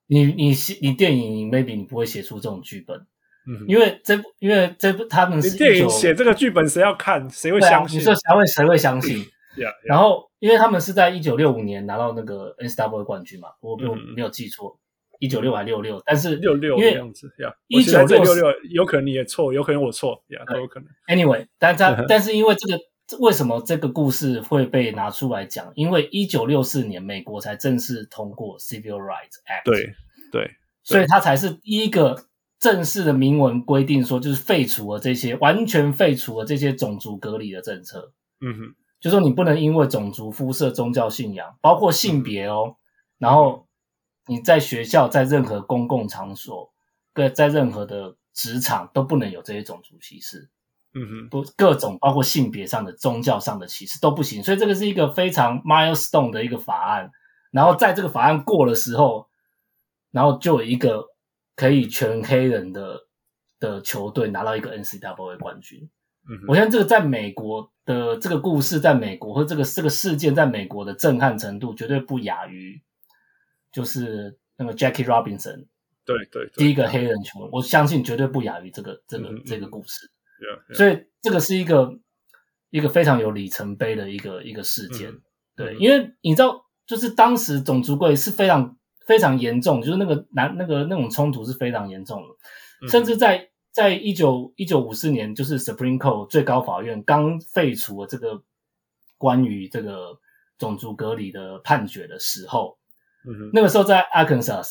你你写你电影你，maybe 你不会写出这种剧本，嗯哼，因为这部因为这部他们你是电影19写这个剧本，谁要看？谁会对啊相，你信啊说谁会谁会相信？ ？Yeah，然后，因为他们是在一九六五年拿到那个 N C W 的冠军嘛，我没有、嗯没有记错，一九六还六六，但是六六因的为样子，Yeah， 1960六六，有可能你也错，有可能我错，Yeah，对都有可能。 anyway，嗯 但他哼但是因为这个这为什么这个故事会被拿出来讲？因为一九六四年美国才正式通过 Civil Rights Act，对，对，所以它才是第一个正式的明文规定说，就是废除了这些完全废除了这些种族隔离的政策。嗯哼，就说你不能因为种族、肤色、宗教信仰，包括性别哦，然后你在学校、在任何公共场所、跟在任何的职场都不能有这些种族歧视，嗯哼，不各种包括性别上的、宗教上的歧视都不行。所以这个是一个非常 milestone 的一个法案。然后在这个法案过的时候，然后就有一个可以全黑人的的球队拿到一个 NCAA 冠军。嗯哼我，相信这个在美国的这个故事，在美国和这个这个事件在美国的震撼程度，绝对不亚于就是那个 Jackie Robinson 对对第对啊一个黑人球员，我相信绝对不亚于这个这个嗯嗯嗯这个故事。 ，Yeah，所以这个是一个一个非常有里程碑的一个一个事件。嗯对，嗯因为你知道，就是当时种族贵是非常非常严重，就是那个南那个那种冲突是非常严重的。嗯甚至在在一九一九五四年，就是 Supreme Court 最高法院刚废除了这个关于这个种族隔离的判决的时候，嗯哼，那个时候在 Arkansas，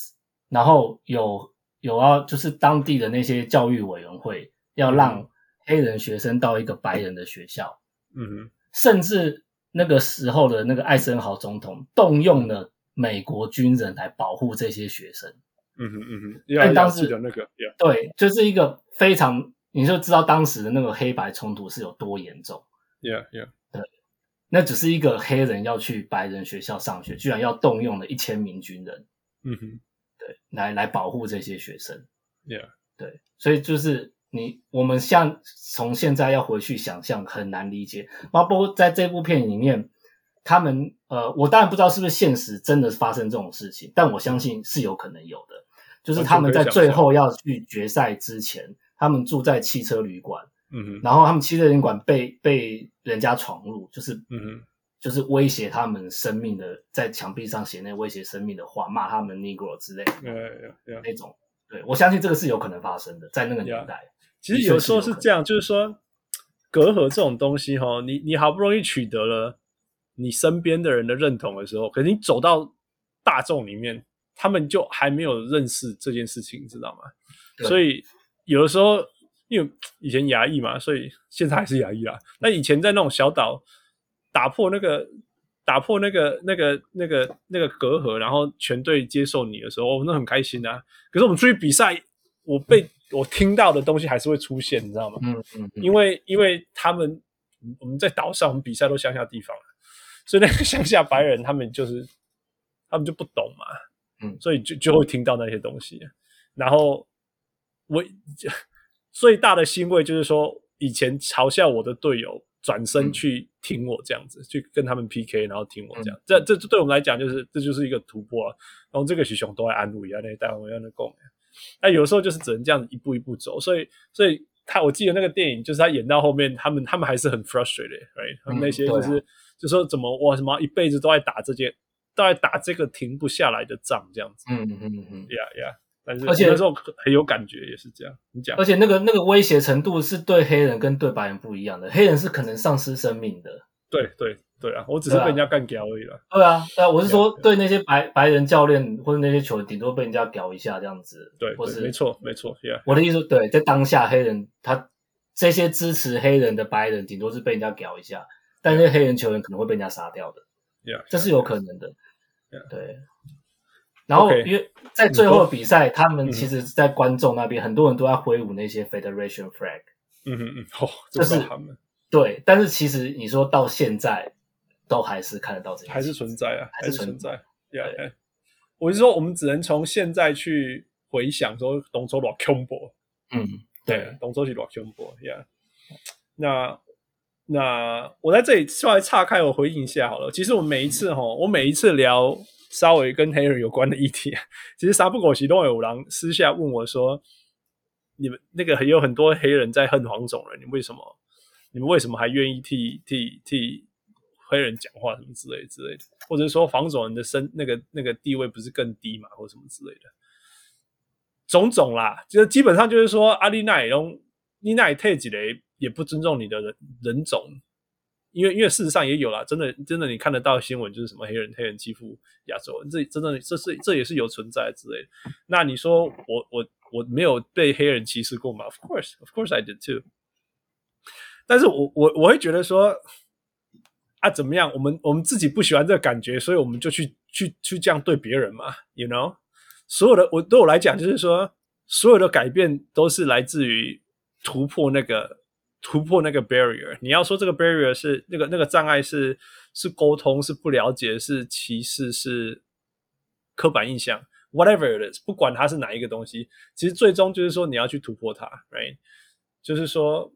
然后有有要就是当地的那些教育委员会要让黑人学生到一个白人的学校，嗯哼，甚至那个时候的那个艾森豪总统动用了美国军人来保护这些学生。嗯哼，嗯哼，但要当要时记得那个，Yeah，对，就是一个非常，你就知道当时的那个黑白冲突是有多严重。 Yeah Yeah，那只是一个黑人要去白人学校上学，居然要动用了一千名军人嗯哼来来保护这些学生。 Yeah 对，所以就是你我们像从现在要回去想象很难理解，然后包括在这部片里面，他们呃，我当然不知道是不是现实真的发生这种事情，但我相信是有可能有的。就是他们在最后要去决赛之前，他们住在汽车旅馆，嗯哼，然后他们汽车旅馆被被人家闯入，就是嗯哼，就是威胁他们生命的，在墙壁上写那威胁生命的话，骂他们 negro 之类的 Yeah Yeah Yeah。那种。对，我相信这个是有可能发生的，在那个年代。其实有时候是这样，就是说隔阂这种东西哈，你你好不容易取得了你身边的人的认同的时候，可是你走到大众里面，他们就还没有认识这件事情，你知道吗？对所以有的时候，因为以前牙医嘛，所以现在还是牙医嗯啦。那以前在那种小岛打破那个。打破那个、那个、那个、那个隔阂，然后全队接受你的时候，我、哦、那很开心啊。可是我们出去比赛，我被我听到的东西还是会出现，你知道吗？嗯嗯嗯，因为因为他们我们在岛上，我们比赛都乡下地方啊所以那个乡下白人他们就是他们就不懂嘛，嗯所以就就会听到那些东西。然后我 最大的欣慰就是说，以前嘲笑我的队友转身去挺我这样子，去跟他们 PK，然后挺我这样，这这这对我们来讲就是这就是一个突破、啊。然后这个许雄都在安慰啊，那带我们要那共。那有时候就是只能这样子一步一步走，所以所以他我记得那个电影就是他演到后面，他们他们还是很 frustrated，right？他们那些就是、对就说怎么我什么一辈子都在打这件，都在打这个停不下来的仗这样子，嗯嗯嗯嗯。呀呀。但是而且我那时候很有感觉，也是这样。你讲而，且那个那个威胁程度是对黑人跟对白人不一样的，黑人是可能丧失生命的。对对对啊，我只是对啊被人家干掉而已啦。对啊，对啊，我是说对对那些白白人教练或者那些球员，顶多被人家屌一下这样子。对或对，是没错没错，Yeah 我的意思，对，在当下黑人他这些支持黑人的白人，顶多是被人家屌一下，但是黑人球员可能会被人家杀掉的， Yeah，这是有可能的 Yeah.。对。然后 OK，因为在最后的比赛，他们其实，在观众那边，很多人都在挥舞那些 Federation flag。嗯嗯嗯，哦，就就是是他们对，但是其实你说到现在，都还是看得到这些，还是存。在啊，还还是是存存在，Yeah 对 yeah。我是说，我们只能从现在去回想说，东周老 combo，啊嗯，对，董卓是老凶博呀。那那我在这里稍微岔开，我回应一下好了。其实我每一次哈，我每一次聊稍微跟 Harry 有关的议题，其实沙布狗喜东有狼私下问我说：“你们那个有很多黑人在恨黄种人，你为什么？你们为什么还愿意替替替黑人讲话什么之类之类的？或者说黄种人的身那个那个地位不是更低嘛，或什么之类的？种种啦，就基本上就是说啊阿丽奈用丽奈特几雷也不尊重你的人人种，因为因为事实上也有啦，真的真的你看得到新闻就是什么黑人黑人欺负亚洲人，这真的这是这也是有存在之类的。那你说我我我没有被黑人歧视过吗？Of course, of course I did too。但是我我我会觉得说啊，怎么样？我们我们自己不喜欢这个感觉，所以我们就去去去这样对别人嘛，you know？所有的我对我来讲，就是说所有的改变都是来自于突破那个突破那个 barrier。你要说这个 barrier 是那个那个障碍是是沟通，是不了解，是歧视，是刻板印象，whatever it is，不管它是哪一个东西，其实最终就是说你要去突破它，right？就是说，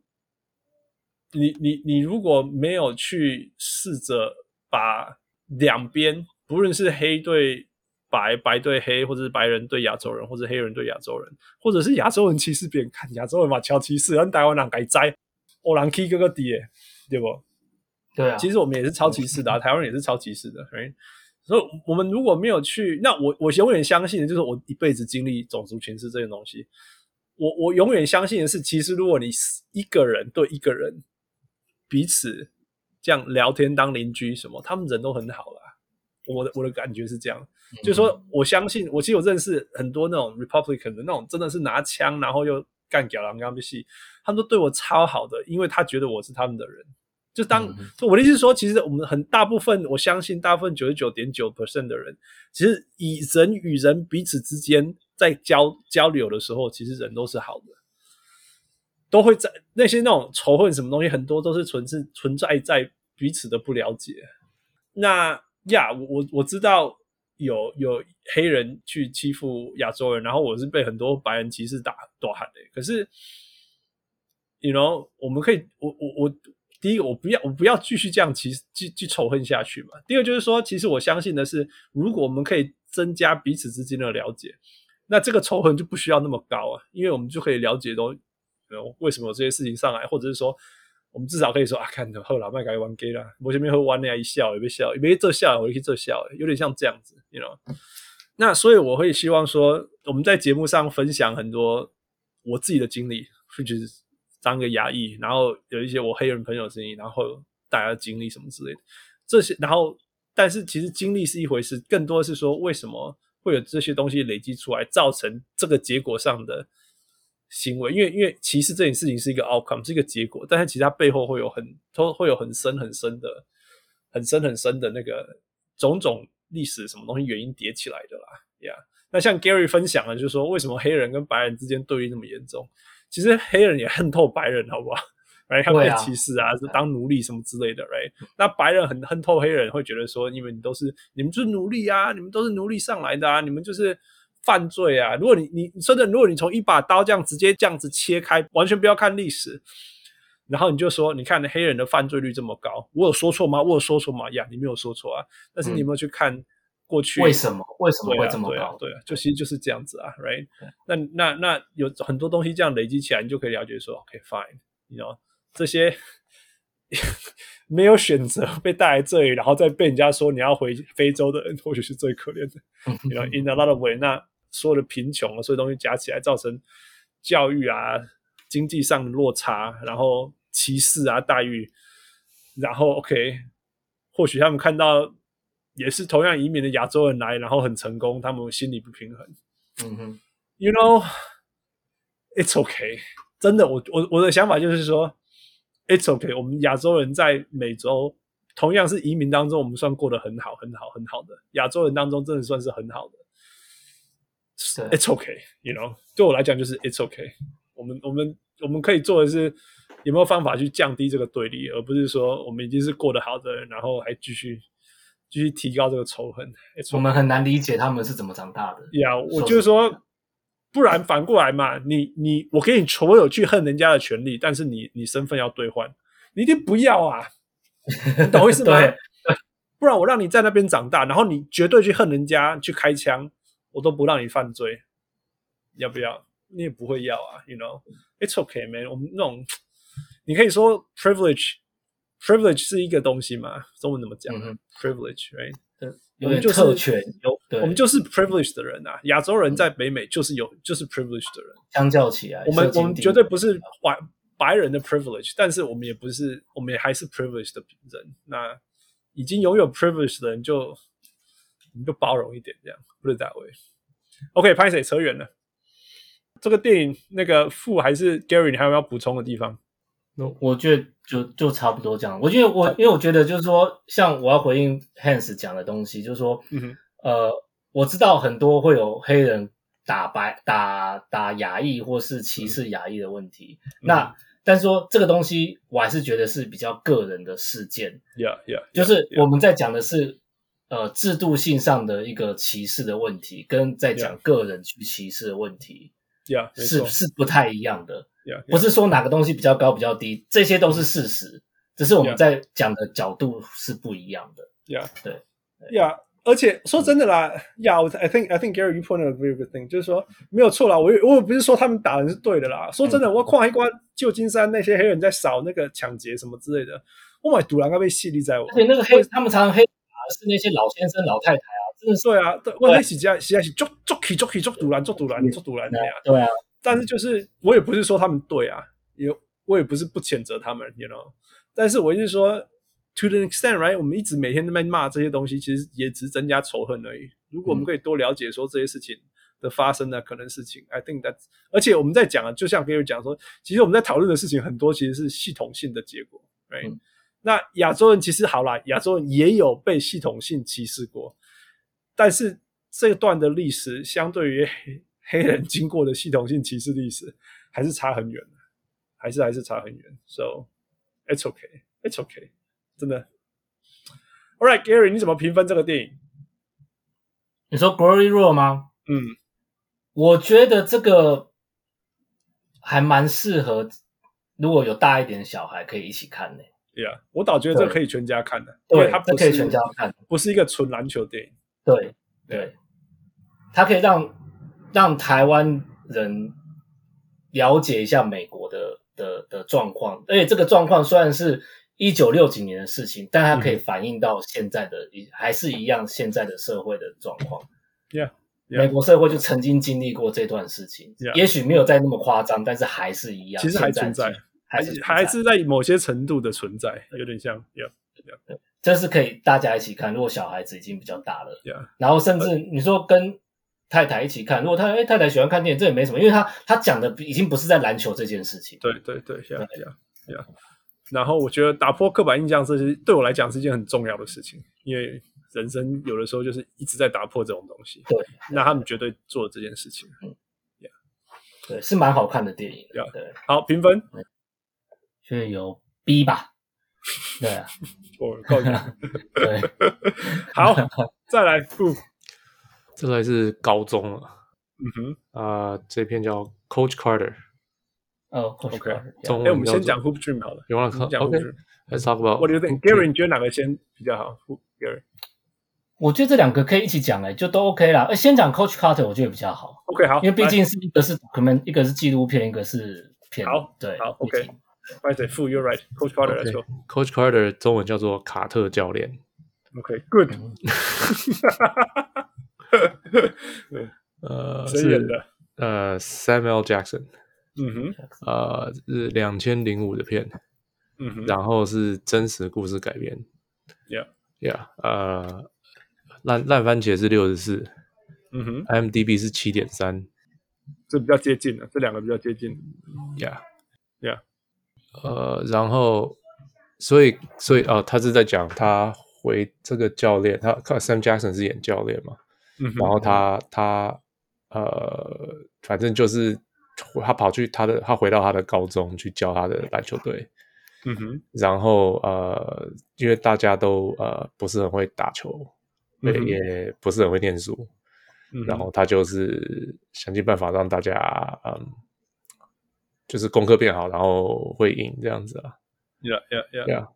你你你如果没有去试着把两边，不论是黑对白、白对黑，或者是白人对亚洲人，或者黑人对亚洲人，或者是亚洲人歧视别人，看亚洲人嘛，瞧歧视，咱台湾人改栽，欧人 K 哥哥低，对不？对啊，嗯其实我们也是超歧视的、啊，台湾人也是超歧视的，right？所以，我们如果没有去，那我我永远相信的就是我一辈子经历种族歧视这些东西，我我永远相信的是，其实如果你一个人对一个人彼此这样聊天当邻居什么，他们人都很好啦。我的我的感觉是这样，嗯就是说我相信，我其实我认识很多那种 Republican 的那种，真的是拿枪然后又干掉狼刚不戏，他们都对我超好的，因为他觉得我是他们的人。就当、我的意思是说，其实我们很大部分，我相信大部分九十九点九 percent 的人，其实以人与人彼此之间在交交流的时候，其实人都是好的，都会在那些那种仇恨什么东西，很多都是存是存在在彼此的不了解。那呀我我我知道有有黑人去欺负亚洲人，然后我是被很多白人歧视打打喊的。可是，you know，我们可以，我我我，第一个我不要我不要继续这样歧继继仇恨下去嘛。第二就是说，其实我相信的是，如果我们可以增加彼此之间的了解，那这个仇恨就不需要那么高啊，因为我们就可以了解到，呃，为什么有这些事情上来，或者是说。我们至少可以说啊，看后老麦改玩 gay 啦，我前面喝完那一笑也被笑，也被这笑，我就去这笑，有点像这样子，you know。那所以我会希望说，我们在节目上分享很多我自己的经历，就是当个牙医，然后有一些我黑人朋友的经历，然后大家的经历什么之类的，这些，然后但是其实经历是一回事，更多是说为什么会有这些东西累积出来，造成这个结果上的行为，因为因为歧视这件事情是一个 outcome，是一个结果，但是其实它背后会有很都会有很深很深的、很深很深的那个种种历史什么东西原因叠起来的啦，Yeah。那像 Gary 分享了，就是说为什么黑人跟白人之间对立那么严重？其实黑人也恨透白人，好不好？right，他对被啊歧视啊，是当奴隶什么之类的，right？那白人很恨透黑人，会觉得说，因为你都是你们就是奴隶啊，你们都是奴隶上来的啊，你们就是犯罪啊。如果你你真的，如果你从一把刀这样直接这样子切开，完全不要看历史，然后你就说，你看黑人的犯罪率这么高，我有说错吗？我有说错吗？呀，你没有说错啊。但是你有没有去看过去？为什么为什么对会啊这么对啊高？对啊，就其实就是这样子啊，right？那那那有很多东西这样累积起来，你就可以了解说，OK，fine，you、know，这些 没有选择被带来这里，然后再被人家说你要回非洲的人，或许是最可怜的。you know, in a lot of way，那所有的贫穷啊，所有东西加起来造成教育啊、经济上的落差，然后歧视啊、待遇，然后 OK，或许他们看到也是同样移民的亚洲人来，然后很成功，他们心里不平衡。嗯哼， You know, it's okay。真的，我我我的想法就是说，it's okay。我们亚洲人在美洲同样是移民当中，我们算过得很好、很好、很好的。亚洲人当中，真的算是很好的。对 It's okay, you know。对我来讲，就是 It's okay。我们我们我们可以做的是，有没有方法去降低这个对立，而不是说我们已经是过得好的人，然后还继续继续提高这个仇恨。It's 我 okay 们很难理解他们是怎么长大的。呀我就是是说，不然反过来嘛，你你我给你所有去恨人家的权利，但是你你身份要兑换，你一定不要啊！你懂我意思吗？对 不然我让你在那边长大，然后你绝对去恨人家，去开枪，我都不让你犯罪，要不要？你也不会要啊，you know，it's okay man。我们那种，你可以说 privilege，privilege 是一个东西嘛？中文怎么讲、嗯哼 p r i v i l e g e right？有我们点就是特权，有对我们就是 privileged 的人啊，亚洲人在北美就是有就是 privileged 的人。相较起来，我们社经我们地绝对不是白白人的 privilege，但是我们也不是，我们也还是 privilege 的人。那已经拥有 privilege 的人就，你就包容一点，这样不是 that way。OK，拍谁扯远了。这个电影那个负还是 Gary，你还有没有要补充的地方？我觉得就就差不多这样。我觉得我因为我觉得就是说，像我要回应 Hans 讲的东西，就是说，嗯哼呃，我知道很多会有黑人打白打打亚裔或是嗯歧视亚裔的问题，那但是说这个东西，我还是觉得是比较个人的事件， ，Yeah Yeah，就是对我们在讲的是。呃，制度性上的一个歧视的问题，跟在讲个人去歧视的问题 Yeah，没是错是不太一样的。 ，Yeah，不是说哪个东西比较高比较低，这些都是事实，只是我们 Yeah. 在讲的角度是不一样的。 Yeah，对，Yeah。而且说真的啦，Yeah，I think I think Gary you point out a very good thing，就是说没有错啦，我也我也不是说他们打人是对的啦。说真嗯的，我跨一关旧金山那些黑人在扫那个抢劫什么之类的，我买赌狼该被犀利在我而。且那个黑，他们常常黑打的是那些老先生老太太啊，真的是对啊，对，我那时间实在是捉捉起捉起捉赌狼捉赌狼捉赌狼那样。对啊，但是就是我也不是说他们对啊，也我也不是不谴责他们，you know。但是我一直说，to the extent right，我们一直每天在那边骂这些东西，其实也只是增加仇恨而已。如果我们可以多了解说这些事情的发生的可能事情，I think that，而且我们在讲啊，就像 Gary 讲说，其实我们在讨论的事情很多其实是系统性的结果，right？、嗯那亚洲人其实好啦，亚洲人也有被系统性歧视过，但是这段的历史相对于黑黑人经过的系统性歧视历史，还是差很远的，还是还是差很远。So it's okay, it's okay，真的。All right, Gary，你怎么评分这个电影？你说 Glory Road 吗？嗯我觉得这个还蛮适合，如果有大一点的小孩可以一起看的、 ，Yeah，我倒觉得对这可以全家看的，因为对它，这不可以是全家看。不是一个纯篮球电影。对对，它可以让让台湾人了解一下美国的的的状况，而且这个状况虽然是一九六几年的事情，但它可嗯以反映到现在的，还是一样现在的社会的状况。 Yeah, yeah. 美国社会就曾经经历过这段事情 Yeah. 也许没有再那么夸张，但是还是一样，其实还存在现今，还是存在还是在某些程度的存在，有点像，Yeah 这是可以大家一起看。如果小孩子已经比较大了。 Yeah，然后甚至你说跟太太一起看，如果太哎太太喜欢看电影，这也没什么，因为他他讲的已经不是在篮球这件事情。对对对，Yeah Yeah Yeah。然后我觉得打破刻板印象这是对我来讲是一件很重要的事情，因为人生有的时候就是一直在打破这种东西。对那他们绝对做了这件事情。对，是蛮好看的电影的。 Yeah. 对，好，评分，所以有 B 吧？对啊，我告诉你，对，好，再来，不，这来自高中了嗯哼，啊、这篇叫 Coach Carter，哦或许 OK，对中哎、文我们先叫讲 Hoop Dream 好了， You wanna 我们讲 call- Hoop OK Dream。 Let's talk about What do you think, Hoop Gary？ Dream 你觉得哪个先比较好？Hoop- Gary？我觉得这两个可以一起讲哎、就都 OK 啦。哎，先讲 Coach Carter，我觉得比较好， OK，好，因为毕来竟是一个是 document，一个是纪录片，一个是片。好对，好毕竟 OK Right there, fool, you're right. Coach Carter, let's go. Coach Carter 中文叫做卡特教练。 Okay, good. 呃，谁演是的？呃 Samuel Jackson，嗯哼，呃是两千零五的片，嗯哼然后是真实故事改编。 ，Yeah， Yeah，呃，烂烂番茄是六十四嗯哼， ，IMDB 是七点三。这比较接近了，这两个比较接近。 Yeah， Yeah，呃，然后所以所以哦、他是在讲他回这个教练，他 Sam Jackson 是演教练嘛？嗯哼，然后他他呃，反正就是他跑去他的他回到他的高中去教他的篮球队，嗯哼，然后呃，因为大家都呃不是很会打球，也、嗯哼也不是很会念书，嗯哼然后他就是想尽办法让大家嗯，就是功课变好，然后会赢这样子啊。 ，Yeah Yeah Yeah， Yeah，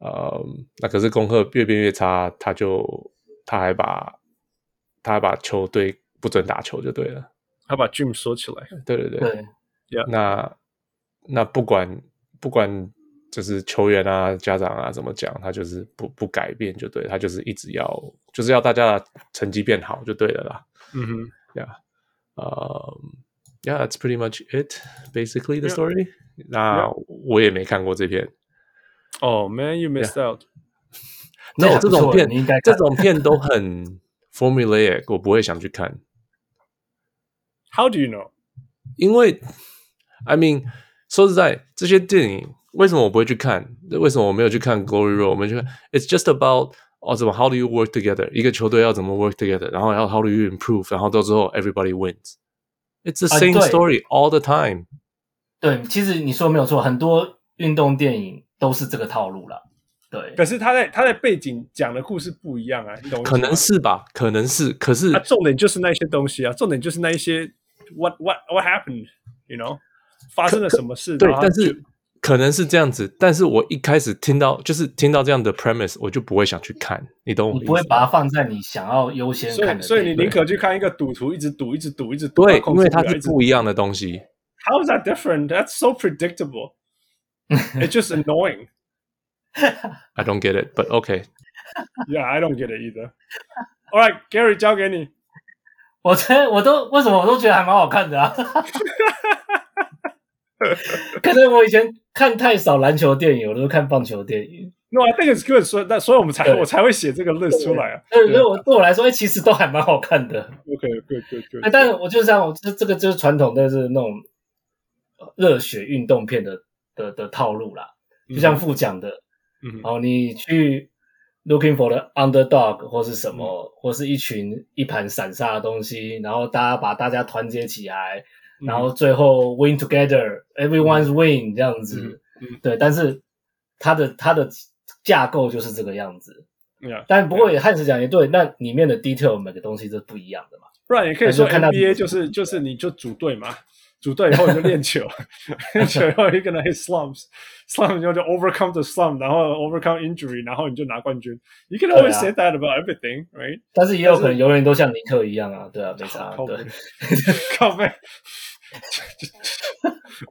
呃，那可是功课越变越差，他就他还把他还把球队不准打球就对了，他把 Jim 锁起来。对对对。对，那那不管不管就是球员啊、家长啊怎么讲，他就是不不改变就对，他就是一直要就是要大家的成绩变好就对了啦。嗯哼， Um, yeah, that's pretty much it. Basically, the Yeah. story. 那我也没看过这片。哦、m a n you missed out。这那还这不种错片你应该，看这种片都很 formulaic，我不会想去看， How do you know？因为 I mean，说实在，这些电影为什么我不会去看？为什么我没有去看《Glory Road》？我们去看，It's just about 哦，怎么 How do you work together？一个球队要怎么 work together？然后要 How do you improve？然后到最后 Everybody wins。It's the 啊 same 对 story all the time。对，其实你说没有错，很多运动电影都是这个套路啦。对，可是他在他在背景讲的故事不一样啊，你懂我意思可吗？能是吧，可能是，可是啊，重点就是那些东西啊，重点就是那一些 what what what happened，you know，发生了什么事？对然，后他但是可能是这样子，但是我一开始听到就是听到这样的 premise，我就不会想去看，你懂我意你思吗？不会把它放在你想要优先所看以的。所以你宁可。可去看一个赌徒一直赌一直赌一直赌，对，控因为制它了一是直不一样的东西。 How is that different? That's so predictable. It's just annoying. I don't get it, but OK。 Yeah, I don't get it either. All right, Gary，交给你。 我真我都为什么我都觉得还蛮好看的啊！ 可能我以前看太少篮球电影，我都看棒球电影， No, I think it's good. 所以那所以我们才对我才会写这个 list 出来啊。所以所以我对我来说，哎、其实都还蛮好看的。 OK, good, good, good. 哎，但是我就这样，我这这个就是传统的是那种呃热血运动片的的的套路啦，就像副讲的，嗯然后你去 looking for the underdog 或是什么，嗯或是一群一盘散沙的东西，然后大家把大家团结起来，嗯然后最后 win together，everyone's win 这样子，嗯嗯对，但是它的它的架构就是这个样子。 Yeah，但不过也汉斯讲也对，那里面的 detail 每个东西都不一样的嘛。不然也可以说那就看到 NBA 就是就是你就组队嘛，组队以后你就练 球，练球以后 you're gonna hit slumps，slump 以后就 overcome the slump，然后 overcome injury，然后你就拿冠军。You can 对啊 always say that about everything, right？但是也有可能永远都像尼克一样啊，对啊，没啥，靠背对。，靠背。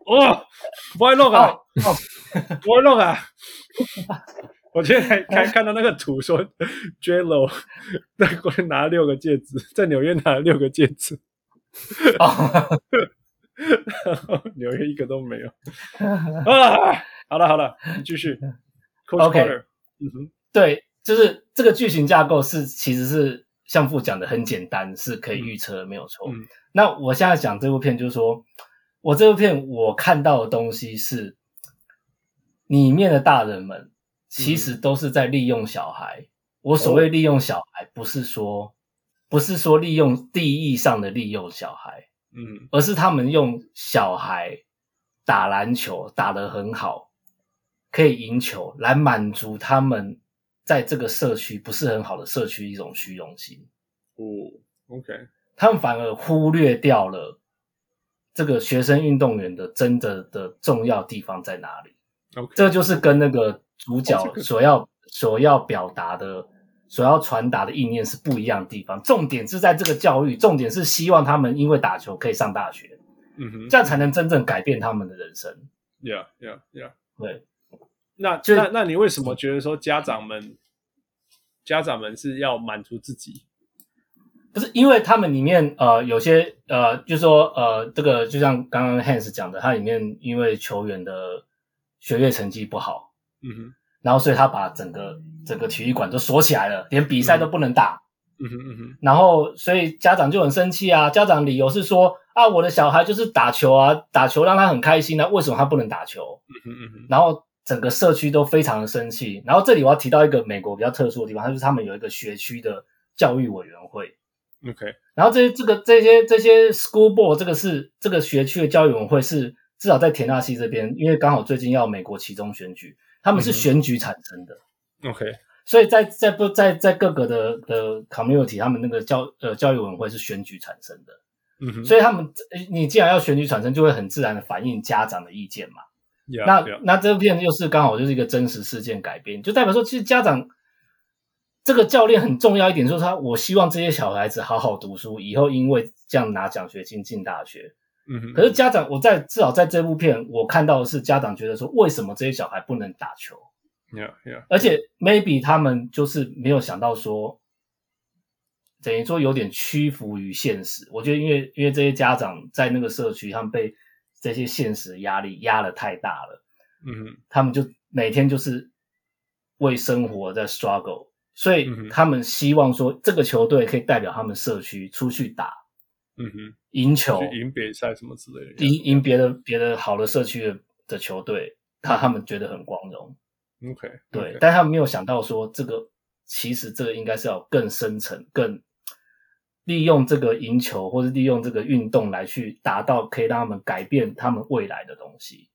哦，不会弄啊，哦，不会弄啊！我今天还看看到那个图说，J Lo 在国内拿了六个戒指，在纽约拿了六个戒指，哦 然后纽约一个都没有。啊，好了好了，你继续。Coach OK Carter，嗯哼，对，就是这个剧情架构是其实是像父讲的很简单，是可以预测，没有错。嗯那我现在讲这部片，就是说我这部片我看到的东西是里面的大人们其实都是在利用小孩。我所谓利用小孩，不是说不是说利用地义上的利用小孩，嗯而是他们用小孩打篮球打得很好，可以赢球，来满足他们在这个社区不是很好的社区一种虚荣心。哦，OK，他们反而忽略掉了这个学生运动员的真的的重要地方在哪里。 OK，这就是跟那个主角哦这个所要、所要表达的、所要传达的意念是不一样的地方。重点是在这个教育，重点是希望他们因为打球可以上大学。嗯哼这样才能真正改变他们的人生。 ，Yeah Yeah Yeah。对，那就那那你为什么觉得说家长们家长们是要满足自己？不是因为他们里面呃有些呃，就说呃这个就像刚刚 Hans 讲的，他里面因为球员的学业成绩不好，嗯哼，然后所以他把整个整个体育馆都锁起来了，连比赛都不能打。嗯哼，嗯哼，然后所以家长就很生气啊，家长理由是说啊我的小孩就是打球啊，打球让他很开心啊，为什么他不能打球？嗯哼，嗯哼，然后整个社区都非常的生气。然后这里我要提到一个美国比较特殊的地方，它就是他们有一个学区的教育委员会。嗯，OK，然后这这个这些这些 school board 这个是这个学区的教育委员会是至少在田纳西这边，因为刚好最近要美国其中选举，他们是嗯哼选举产生的， OK，所以在在不在在各个的的 community，他们那个教呃教育委员会是选举产生的，嗯哼，所以他们呃你既然要选举产生，就会很自然的反映家长的意见嘛。 Yeah, 那 yeah. 那这部片又是刚好就是一个真实事件改编，就代表说，其实家长这个教练很重要一点，就是他我希望这些小孩子好好读书，以后因为这样拿奖学金进大学。嗯哼，可是家长，我在至少在这部片，我看到的是家长觉得说，为什么这些小孩不能打球？ ，Yeah Yeah，而且 maybe 他们就是没有想到说，等于说有点屈服于现实。我觉得因为因为这些家长在那个社区，他们被这些现实的压力压得太大了，嗯哼，他们就每天就是为生活在 struggle，所以嗯哼他们希望说这个球队可以代表他们社区出去打嗯赢哼，球，去赢比赛什么之类的。赢赢别的别的好的社区的的球队，他他们觉得很光荣。 Yeah. OK，对， OK 但他们没有想到说，这个其实这个应该是要更深层、更利用这个赢球或是利用这个运动来去达到可以让他们改变他们未来的东西。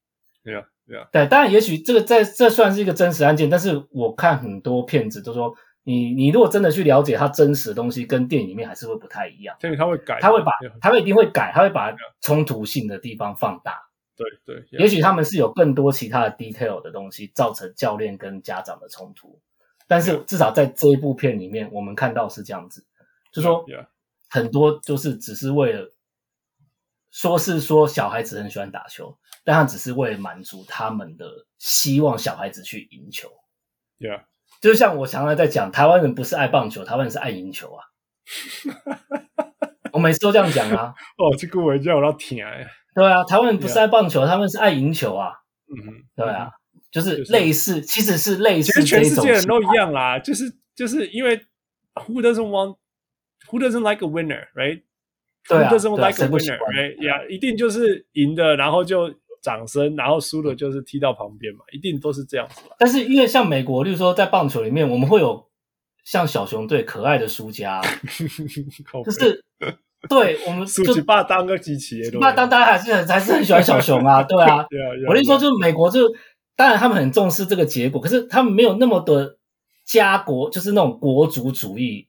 Yeah Yeah，对，当然，也许这个在这算是一个真实案件，但是我看很多片子都说，你你如果真的去了解它真实的东西，跟电影里面还是会不太一样。所以他会改，他会把 Yeah，他会一定会改，他会把冲突性的地方放大。对对，yeah，也许他们是有更多其他的 detail 的东西，造成教练跟家长的冲突。但是至少在这一部片里面，我们看到是这样子，就说 Yeah，yeah 很多就是只是为了说是说小孩子很喜欢打球，但他只是为了满足他们的希望，小孩子去赢球。 Yeah，就像我常常在讲，台湾人不是爱棒球，台湾人是爱赢 球啊。我每次都这样讲啊，哦，这个我叫我要听哎，对啊，台湾人不是爱棒球，他们是爱赢球啊。嗯哼，对啊，就是就是类似，其实是类其似实这全一世种界人情都一样啦，就是就是因为 Who doesn't want Who doesn't like a winner, right? 对啊 Who doesn't 对啊 like 谁 a 不喜 winner, 欢 right? Yeah，一定就是赢的，然后就掌声，然后输的就是踢到旁边嘛，一定都是这样子啦。但是因为像美国，例如说在棒球里面，我们会有像小熊队可爱的输家，啊靠就北 是对我们输就几霸当个机器，那当当然还是很还是很喜欢小熊啊，对 啊。对啊，我跟你说，就就是美国就当然他们很重视这个结果，可是他们没有那么的家国，就是那种国族主义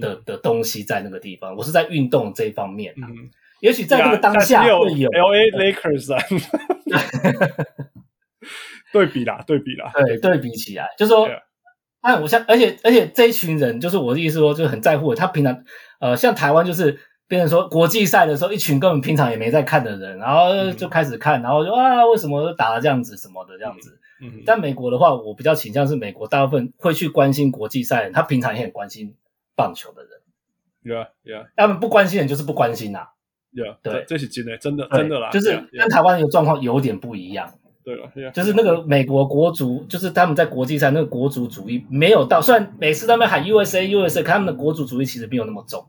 的的东西在那个地方。我是在运动这一方面啊、嗯嗯，也许在这个当下会有 L A Lakers 啊， 对比啦，对比啦，对，对比起来，就说对啊，那我像，而且而且这一群人，就是我的意思说，就是很在乎的。他平常，呃，像台湾就是变成说国际赛的时候，一群根本平常也没在看的人，然嗯后就开始看，然后就啊，为什么打了这样子什么的这样子。嗯，但美国的话，我比较倾向是美国大部分会去关心国际赛的人，他平常也很关心棒球的人， yeah yeah 他们不关心的人就是不关心呐、 yeah，对这这是真的，真的对真的啦，啊就是跟 yeah，yeah，台湾的状况有点不一样。对了，yeah，就是那个美国国族，就是他们在国际上那个国族主义没有到，虽然每次他们喊 USA USA，可他们的国族主义其实没有那么重。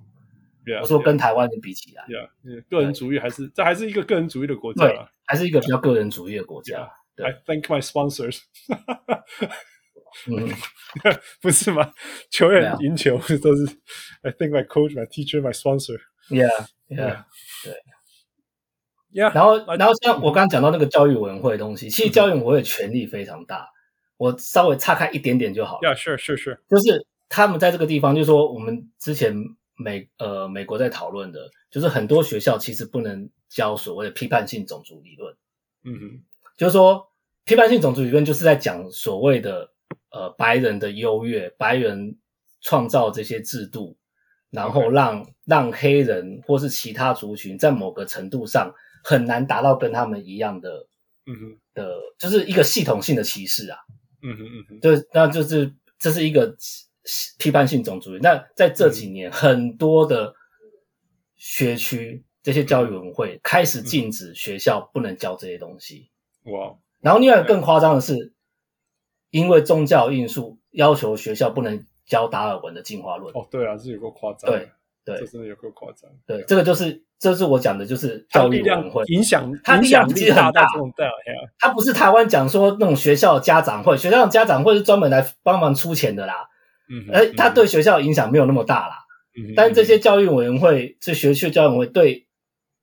yeah，我说 yeah 跟台湾人比起来， Yeah，嗯个人主义还是这还是一个个人主义的国家对啦。，还是一个比较个人主义的国家 Yeah。对 I thank my sponsors， 嗯，不是吗？球对员啊赢球都是 I thank my coach, my teacher, my sponsor。 Yeah Yeah Yeah。 Yeah，然后那，然后像我刚刚讲到那个教育委员会的东西，其实教育委员会的权力非常大，我稍微岔开一点点就好了。 yeah，是是是，就是他们在这个地方，就是说我们之前美呃美国在讨论的，就是很多学校其实不能教所谓的批判性种族理论。嗯哼，就是说，批判性种族理论就是在讲所谓的呃白人的优越，白人创造这些制度，然后 OK 让让黑人或是其他族群在某个程度上很难达到跟他们一样的嗯哼，的，就是一个系统性的歧视啊。嗯哼，嗯哼，就是那就是这是一个批判性种族主义。那在嗯这几年，很多的学区这些嗯教育委员会开始禁止学校不能教这些东西。哇，哦然后另外一个更夸张的是，因为宗教因素要求学校不能教达尔文的进化论。哦，对啊，这有够夸张的，对对这真的有够夸张。对，这个就是这是我讲的，就是它教的育力委量员会，影响它影力响量力其实大很到大这种大，yeah，它不是台湾讲说那种学校的家长会，学校的家长会是专门来帮忙出钱的啦，嗯哼，而呃它嗯对学校的影响没有那么大啦。哼，但是这些嗯教育委员会，这学区教育委员会对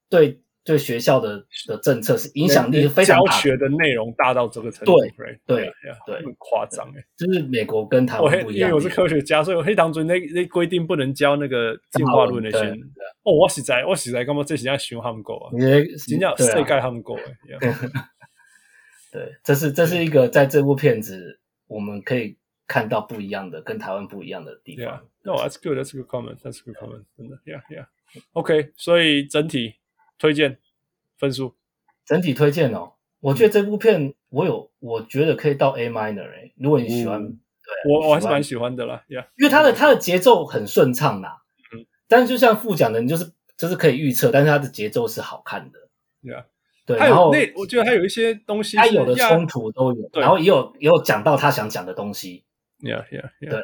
对对学校的的政策是影响力是非常教大的，学的内容大到这个程度，对，right，对 yeah，yeah，对很夸张哎。就是美国跟台我湾黑不一哦因样为的地方。我是科学家，所以我黑糖准那那规定不能教那个进化论那些。对哦，我实在我实在感觉这是在想他们狗啊，你的真正对世啊界他们狗哎。Yeah 对，这是这是一个在这部片子我们可以看到不一样的，跟台湾不一样的地方。 Yeah, no, that's good. That's a good comment. That's a good comment. 真的，Yeah, Yeah. OK，所以整体推荐分数整体推荐哦，我嗯觉得这部片我有，我觉得可以到 A minor 哎、如果你喜欢，嗯对啊我我还是喜欢蛮喜欢的啦。Yeah，因为它的它的节奏很顺畅啦。嗯但是就像副讲的，你就是就是可以预测，但是它的节奏是好看的。 Yeah 对，还然有后那我觉得还有一些东西它是有的亚冲突都有，对然后也有也有讲到他想讲的东西。 Yeah, yeah, yeah. 对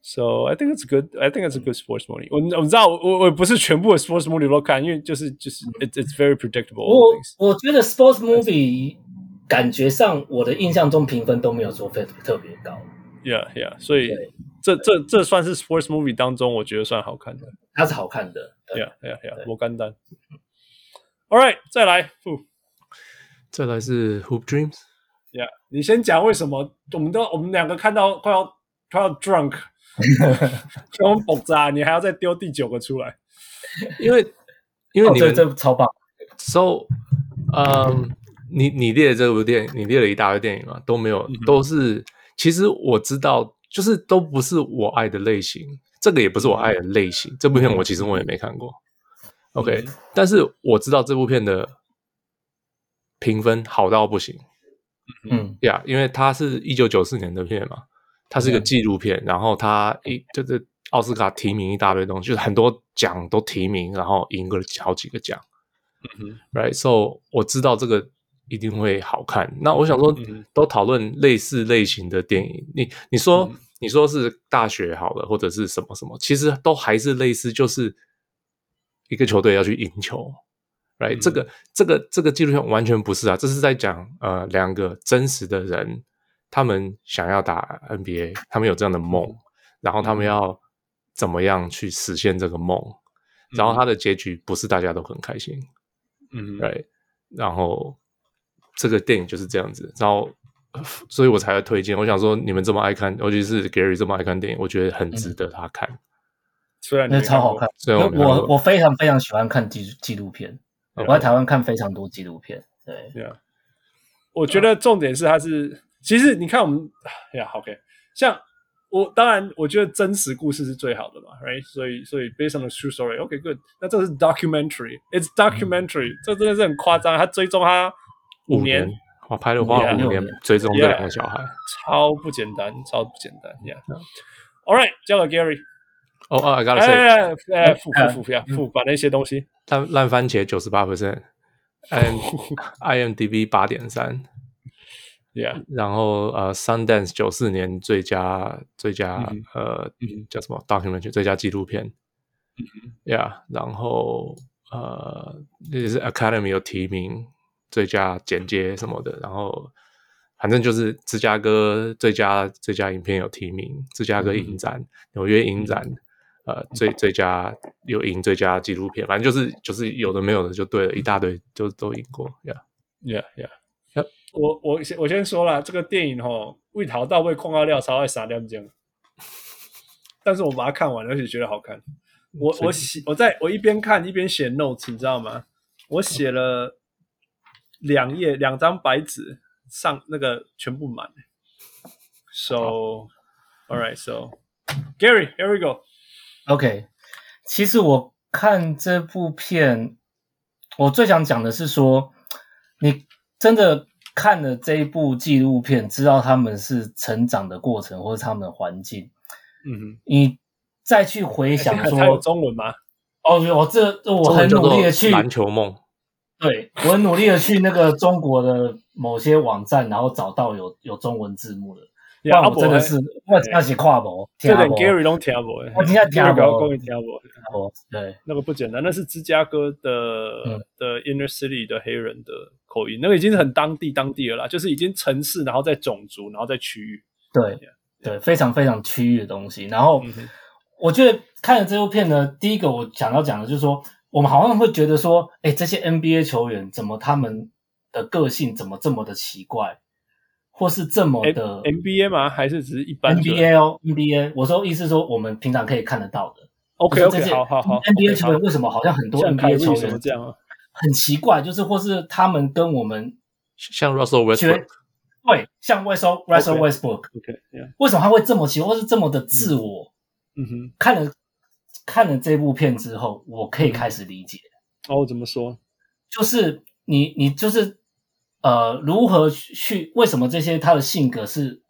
So I think it's good. I think it's a good sports movie. 我我知道，我我不是全部的 sports movie 都看，因为就是就是 it's it's very predictable. 我 all things. 我觉得 sports movie 感觉上我的印象中评分都没有说非特别高， Yeah, yeah. 所以对这这这算是 sports movie 当中我觉得算好看的。它是好看的。呃啊哦对 Yeah, yeah, yeah. 我干单。All right，再来。不再来是 Hoop Dreams， ，Yeah，你先讲为什么我们都我们两个看到快要快要 drunk，全部爆炸，你还要再丢第九个出来？因 为因为哦，你这们这超棒。 So，嗯，你你列的这部电影，你列了一大堆电影嘛，都没嗯有，都是其实我知道，就是都不是我爱的类型，这个也不是我爱的类型。这部片我其实我也没看嗯过，OK，、但是我知道这部片的评分好到不行嗯，呀因为它是一九九四年的片嘛，它嗯是一个纪录片，然后它一就是奥斯卡提名一大堆东西，就是很多奖都提名，然后赢了好几个奖。right？So 嗯我知道这个一定会好看。那我想说嗯哼，都讨论类似类型的电影，你你说、嗯你说是大学好了，或者是什么什么，其实都还是类似，就是一个球队要去赢球，right？、这个这个这个纪录片完全不是啊，这是在讲呃两个真实的人，他们想要打 NBA，他们有这样的梦，然后他们要怎么样去实现这个梦。然后他的结局不是大家都很开心，嗯对，然后这个电影就是这样子，然后呃所以我才会推荐。我想说，你们这么爱看，尤其是 Gary 这么爱看电影，我觉得很值得他看。虽然你那没超好过看。虽然我没看我过我非常非常喜欢看纪纪录片，我在台湾看非常多纪录片。对，对啊，我觉得重点是它是，其实你看我们哎呀，OK，像我当然我觉得真实故事是最好的嘛，right？所以所以 based on the true story，OK，good、那这是 documentary，it's documentary，、这真的是很夸张，他追踪他嗯五年，年，我拍了花了五五年年追踪这 Yeah 两个小孩。超不简单，超不简单，yeah。All right，交给 Gary。哦、oh, i gotta say，哎哎，付付付呀，付把那些东西。烂烂番茄九十八 percent，IMDB 八点三， Yeah，然后呃，Sundance 九四年最佳最佳、嗯呃、嗯叫什么 documentary 最佳纪录片、呀，yeah，然后呃也是 Academy 有提名最佳剪接什么的，然后反正就是芝加哥最佳最佳影片有提名，芝加哥嗯影展、纽约影展。呃，最最佳有赢最佳纪录片，反正就是就是有的没有的就对了，一大堆就都赢过呀。Yeah. Yeah, yeah. Yep. 呃我我先我先说了，这个电影吼，为逃到位控告料超爱傻掉这样，但是我把它看完了，而且觉得好看。我所以我写我在我一边看一边写 notes，你知道吗？我写了两页两张白纸，上那个全部满。So, all right, so Gary, here we go. OK，其实我看这部片，我最想讲的是说，你真的看了这一部纪录片，知道他们是成长的过程或者他们的环境，嗯你再去回哼，哎想说它，有中文吗？哦，我这这我中很文叫努力做的去，篮球梦，对我很努力的去那个中国的某些网站，然后找到有有中文字幕的，不然啊我真的是，我真的是跨博，这点听不懂 Gary 都听不懂，我真的听不懂 Gary 讲讲听不懂。对。那个不简单，那是芝加哥的、嗯的 inner city 的黑人的口音，那个已经是很当地当地了啦，就是已经城市，然后再种族，然后再区域。对对，非常非常区域的东西。然后嗯哼我觉得看了这部片呢，第一个我想要讲的就是说，我们好像会觉得说，哎，这些 NBA 球员怎么他们的个性怎么这么的奇怪，或是这么 N 的 NBA 吗？还是只哎是一般的 NBA 哦 NBA，我说意思说我们平常可以看得到的。 ？OK 就是这 OK，些好好好。 NBA OK，球员好为什么好像很多像凯 NBA 瑞球什么员这样啊？很奇怪，就是或是他们跟我们像 Russell 觉 Westbrook，对，像 Russell Russell OK Westbrook， OK，yeah，为什么他会这么奇怪，或是这么的自我？嗯哼，看了看了这部片之后，我嗯可以开始理解，哦，怎么说？就是你你就是呃，如何去去为什么这些他的性格是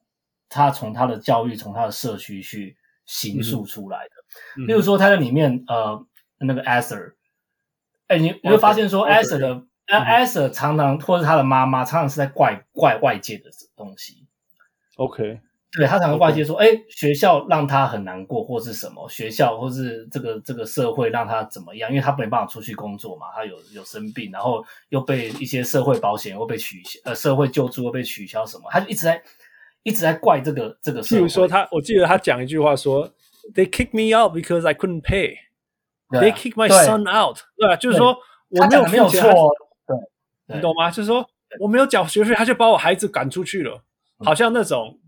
他从他的教育、从他的社区去形塑出来的。嗯例如说，他在里面呃那个 Acer，哎，你哦你会发现说 Arthur， Acer 的 Acer 常常或者他的妈妈常常是在怪怪外界的东西， OK，对他哦常常外界说，哎、学校让他很难过，或是什么学校，或是这个这个社会让他怎么样，因为他没办法出去工作嘛，他有有生病，然后又被一些社会保险又被取消，呃，社会救助又被取消什么，他就一直在一直在怪这个这个社譬会。如说他，我记得他讲一句话说，They kicked me out because I couldn't pay. 对 They 啊 kick my 对 son out，对啊，就是对说我他没讲有的没有付钱错哦，对，他你懂吗？就是说我没有缴学费，他就把我孩子赶出去了，嗯好像那种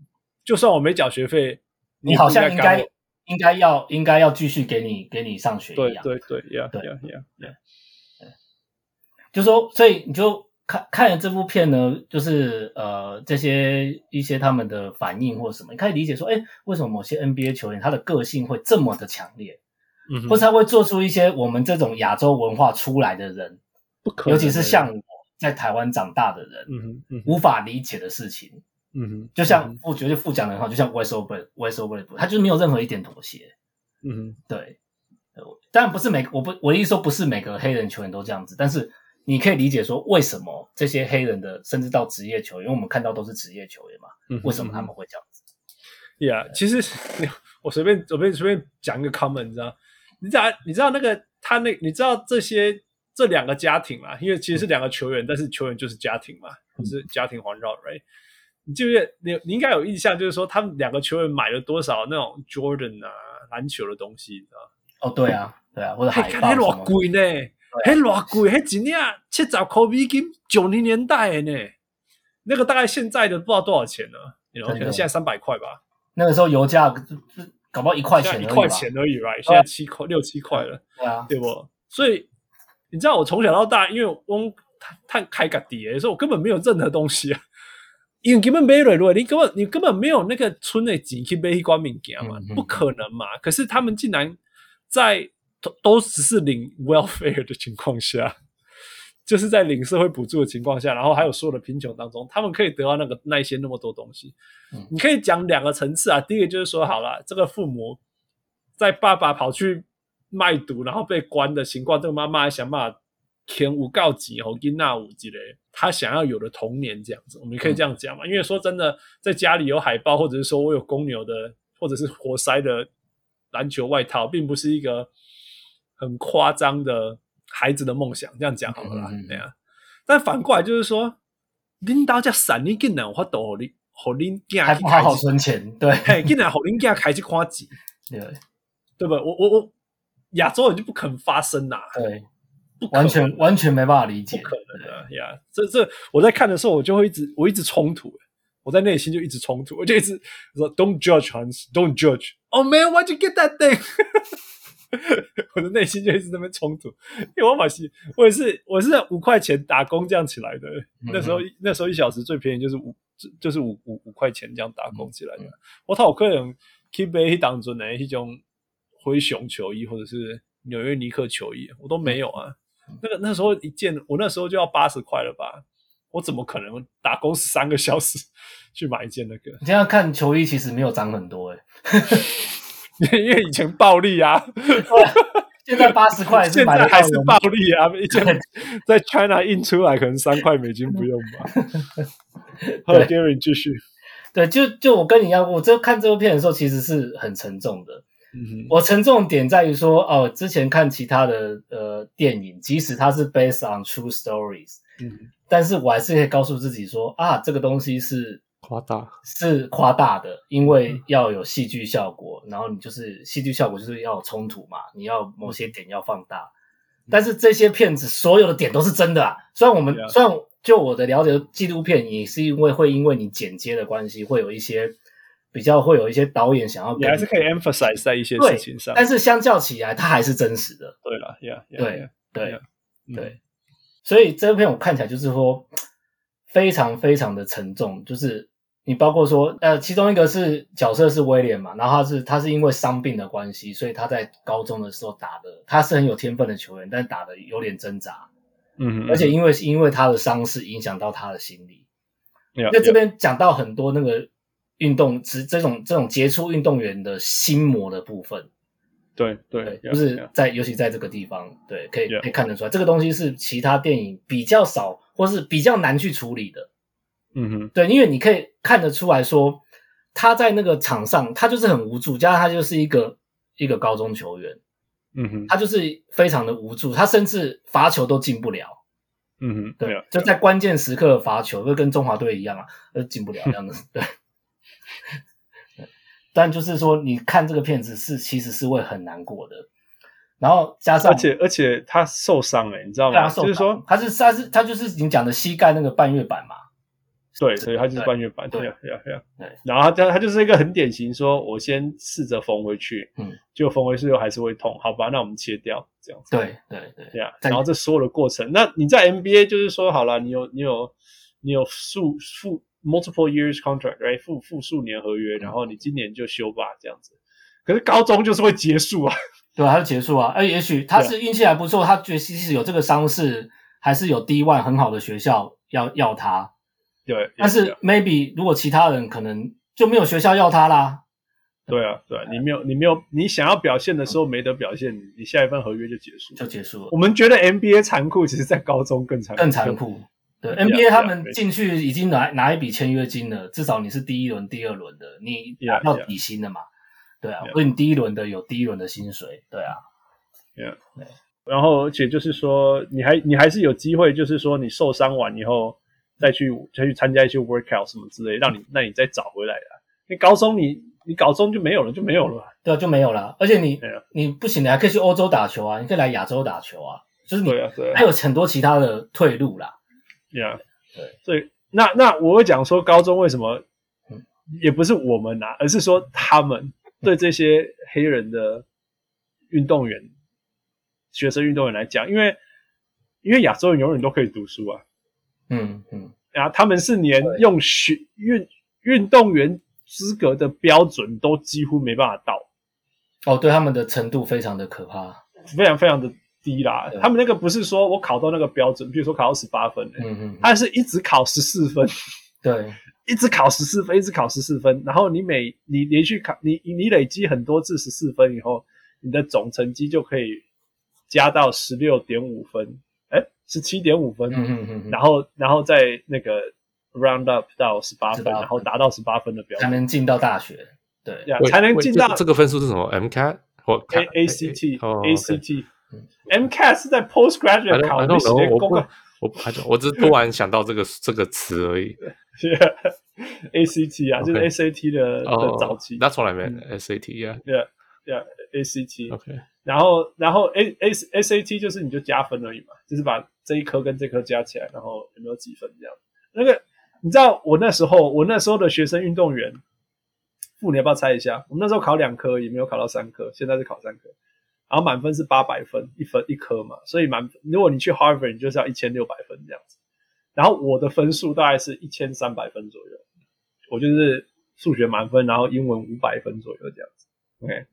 就算我没缴学费，你也好不像应赶该我应该要应该要继续给你给你上学一对样。对对呀对呀呀呀，就说，所以你就看看了这部片呢，就是呃这些一些他们的反应或什么，你可以理解说，哎，为什么某些 NBA 球员他的个性会这么的强烈，嗯哼或是他会做出一些我们这种亚洲文化出来的人，不可能尤的其是像我在台湾长大的人，嗯哼嗯哼无法理解的事情。嗯哼，就像我觉得副讲的很好，就像 Westbrook Westbrook，他就是没有任何一点妥协。嗯哼对，呃当然不是每我不我的意思说不是每个黑人球员都这样子，但是你可以理解说为什么这些黑人的甚至到职业球员，因为我们看到都是职业球员嘛，嗯哼，为什么他嗯哼们会这样子？呀其实 我随便随便随便讲一个 comment，你知道？你知道你知道那个他那你知道这些这两个家庭嘛？因为其实是两个球嗯员，但是球员就是家庭嘛，就是家庭环绕，right？你记不记得你你应该有印象，就是说他们两个球员买了多少那种 Jordan 啊篮球的东西，你知道？哦，对啊，对啊，或者嘿海哎看报那什偌么的，贵呢？迄偌贵，迄一领啊七十块美金，九零年代的呢，那个大概现在的不知道多少钱呢？你知道，真可的能现在三百块吧。那个时候油价就就搞不好一块现在钱一而已块吧啊钱而已吧，现在七块六七块了，对啊，对不？所以你知道我从小到大，因为我翁探探开个底，所以我根本没有任何东西啊。因为根本没落落，你根本你根本没有那个村的钱去买一罐物件嘛嗯，嗯不可能嘛。可是他们竟然在都都只是领 welfare 的情况下，就是在领社会补助的情况下，然后还有所有的贫穷当中，他们可以得到那个那一些那么多东西。嗯你可以讲两个层次啊，第一个就是说，好了，这个父母在爸爸跑去卖毒然后被关的情况，这个妈妈还想办法填五告几吼跟那五几嘞，他想要有的童年这样子，我们可嗯以这样讲嘛？因为说真的，在家里有海报，或者是说我有公牛的，或者是活塞的篮球外套，并不是一个很夸张的孩子的梦想，这样讲好了啦嗯嗯嗯，对啊。但反过来就是说，拎刀叫闪，你竟然有法度互你互恁还囝去不好开好始，存钱， 对嘿，竟然互恁囝开始看钱，对对不对？我我我亚洲人就不肯发声呐、对，不可能啊完全完全没办法理解，不可能的呀！这这我在看的时候，我就会一直我一直冲突，欸我在内心就一直冲突，我就一直说 Don't judge Hans, Don't judge. Oh man, why'd you get that thing? 我的内心就一直在那边冲突，因为我马西，我也是我是五块钱打工这样起来的，嗯那时候一那时候一小时最便宜就是五就是五五五块钱这样打工起来嗯的。我头可能去买迄当阵的迄种灰熊球衣或者是纽约尼克球衣，我都没有啊。嗯那个那时候一件，我那时候就要八十块了吧？我怎么可能打工十三个小时去买一件那个？ 你这样看球衣其实没有涨很多哎、因为以前暴利啊，现 在八十块是现买在得还到是的吗暴利啊！一 件在 China 印出来可能三块美金不用 吧。好对，Gary 继续。对，就就我跟你一样，我这看这部片的时候其实是很沉重的。嗯哼，我沉重的点在于说，哦，之前看其他的呃电影，即使它是 based on true stories，嗯但是我还是可以告诉自己说，啊，这个东西是夸大，是夸大的，因嗯为要有戏剧效果，然后你就是戏剧效果就是要有冲突嘛，你要嗯某些点要放大。但是这些片子所有的点都是真的啊，虽然我们 Yeah. 虽然就我的了解，纪录片也是因为会因为你剪接的关系，会有一些比较会有一些导演想要你还是可以，以 emphasize 在一些对事情上。但是相较起来，它还是真实的，对了，yeah，yeah，对对啊 yeah，嗯对。所以这部片我看起来就是说非常非常的沉重，就是你包括说，呃，其中一个是角色是威廉嘛，然后他是他是因为伤病的关系，所以他在高中的时候打的，他是很有天分的球员，但打的有点挣扎，嗯，而且因为因为他的伤势影响到他的心理。 Yeah, 那这边讲到很多那个运动，只这种这种杰出运动员的心魔的部分， yeah, 对对对， yeah, 就是 yeah. 在尤其在这个地方，对，可以 Yeah. 可以看得出来，这个东西是其他电影比较少，或是比较难去处理的。嗯哼，对，因为你可以看得出来说，他在那个场上，他就是很无助，加上他就是一个一个高中球员，嗯哼，他就是非常的无助，他甚至罚球都进不了。嗯哼，对 yeah, 就在关键时刻罚球，就跟中华队一样啊，呃，进不了这样子。对， 但就是说，你看这个片子是其实是会很难过的，然后加上而且而且他受伤了，你知道对吗？啊，受就是伤说，他是他是他就是你讲的膝盖那个半月板嘛，对，所以他就是对半月板，对呀呀呀。对然后他他他就是一个很典型，说我先试着缝回去，嗯，就缝回去又还是会痛，好吧，那我们切掉这样子，对对对，呀。在啊然后这所有的过程，那你在 NBA 就是说好了，你有你有你有数数 multiple years contract，right，复复数年合嗯约，然后你今年就休吧这样子。可是高中就是会结束啊， 对啊，他就结束啊。哎，也许他对啊是运气还不错，他觉得其实有这个伤势，还是有 D one 很好的学校要要他，对，啊但是 maybe 如果其他人可能就没有学校要他啦。对啊，哎对啊，你没有，你没有，你想要表现的时候没得表现，你你下一份合约就结束。就结束我了，们觉得 NBA 残酷，其实在高中更残更残。酷。对啊 NBA 他们进去已经拿拿一笔签约金了，至少你是第一轮、第二轮的，你 Yeah, 拿到底薪的嘛？对啊 Yeah.，所以你第一轮的有第一轮的薪水，对啊，然后，而且就是说，你还你还是有机会，就是说你受伤完以后再去再去参加一些 workout 什么之类，让你那你再找回来啊。你高中你你高中就没有了，就没有了。对啊就没有了。而且你 Yeah. 你不行，你还可以去欧洲打球啊，你可以来亚洲打球啊，就是你对啊，对啊还，有很多其他的退路啦。 Yeah，对，所以那那我会讲说，高中为什么嗯也不是我们拿、而是说他们对这些黑人的运动员、学生运动员来讲，因为因为亚洲人永远都可以读书啊，嗯嗯，然后他们是连用学运运动员资格的标准都几乎没办法到，哦，对，他们的程度非常的可怕。非常非常的低啦对。他们那个不是说我考到那个标准，比如说考到十八分、欸，嗯嗯，嗯他是一直考十四分。对一直考十四分，一直考十四分，然后你每你连续考你你累积很多次十四分以后，你的总成绩就可以加到十六点五分，哎，十七点五分，嗯嗯嗯嗯，然后然后再那个 round up 到十八分， 18分然后达到十八分的标才准，能进到大学。对这，样喂才能喂进这到这个分哎数是什么？MCAT 或 A A C T A C T。M CAT 是在哦 I postgraduate don't 考 I 那 don't 些功 know，我不课我不还是我只是突然想到这个这个词而已。 ，A C T 啊，就是 OK SAT 的哦的呃早期，嗯，That's what I meant，SAT 啊。对对 A C T。 OK，然后，然后 A A S A T 就是你就加分而已嘛，就是把这一科跟这科加起来，然后有没有几分这样。那个你知道我那时候，我那时候的学生运动员，父你要不要猜一下？我们那时候考两科，也没有考到三科，现在是考三科，然后满分是八百分，一分一科嘛，所以满如果你去 Harvard，你就是要一千六百分这样子。然后我的分数大概是一千三百分左右，我就是数学满分，然后英文五百分左右这样子。OK，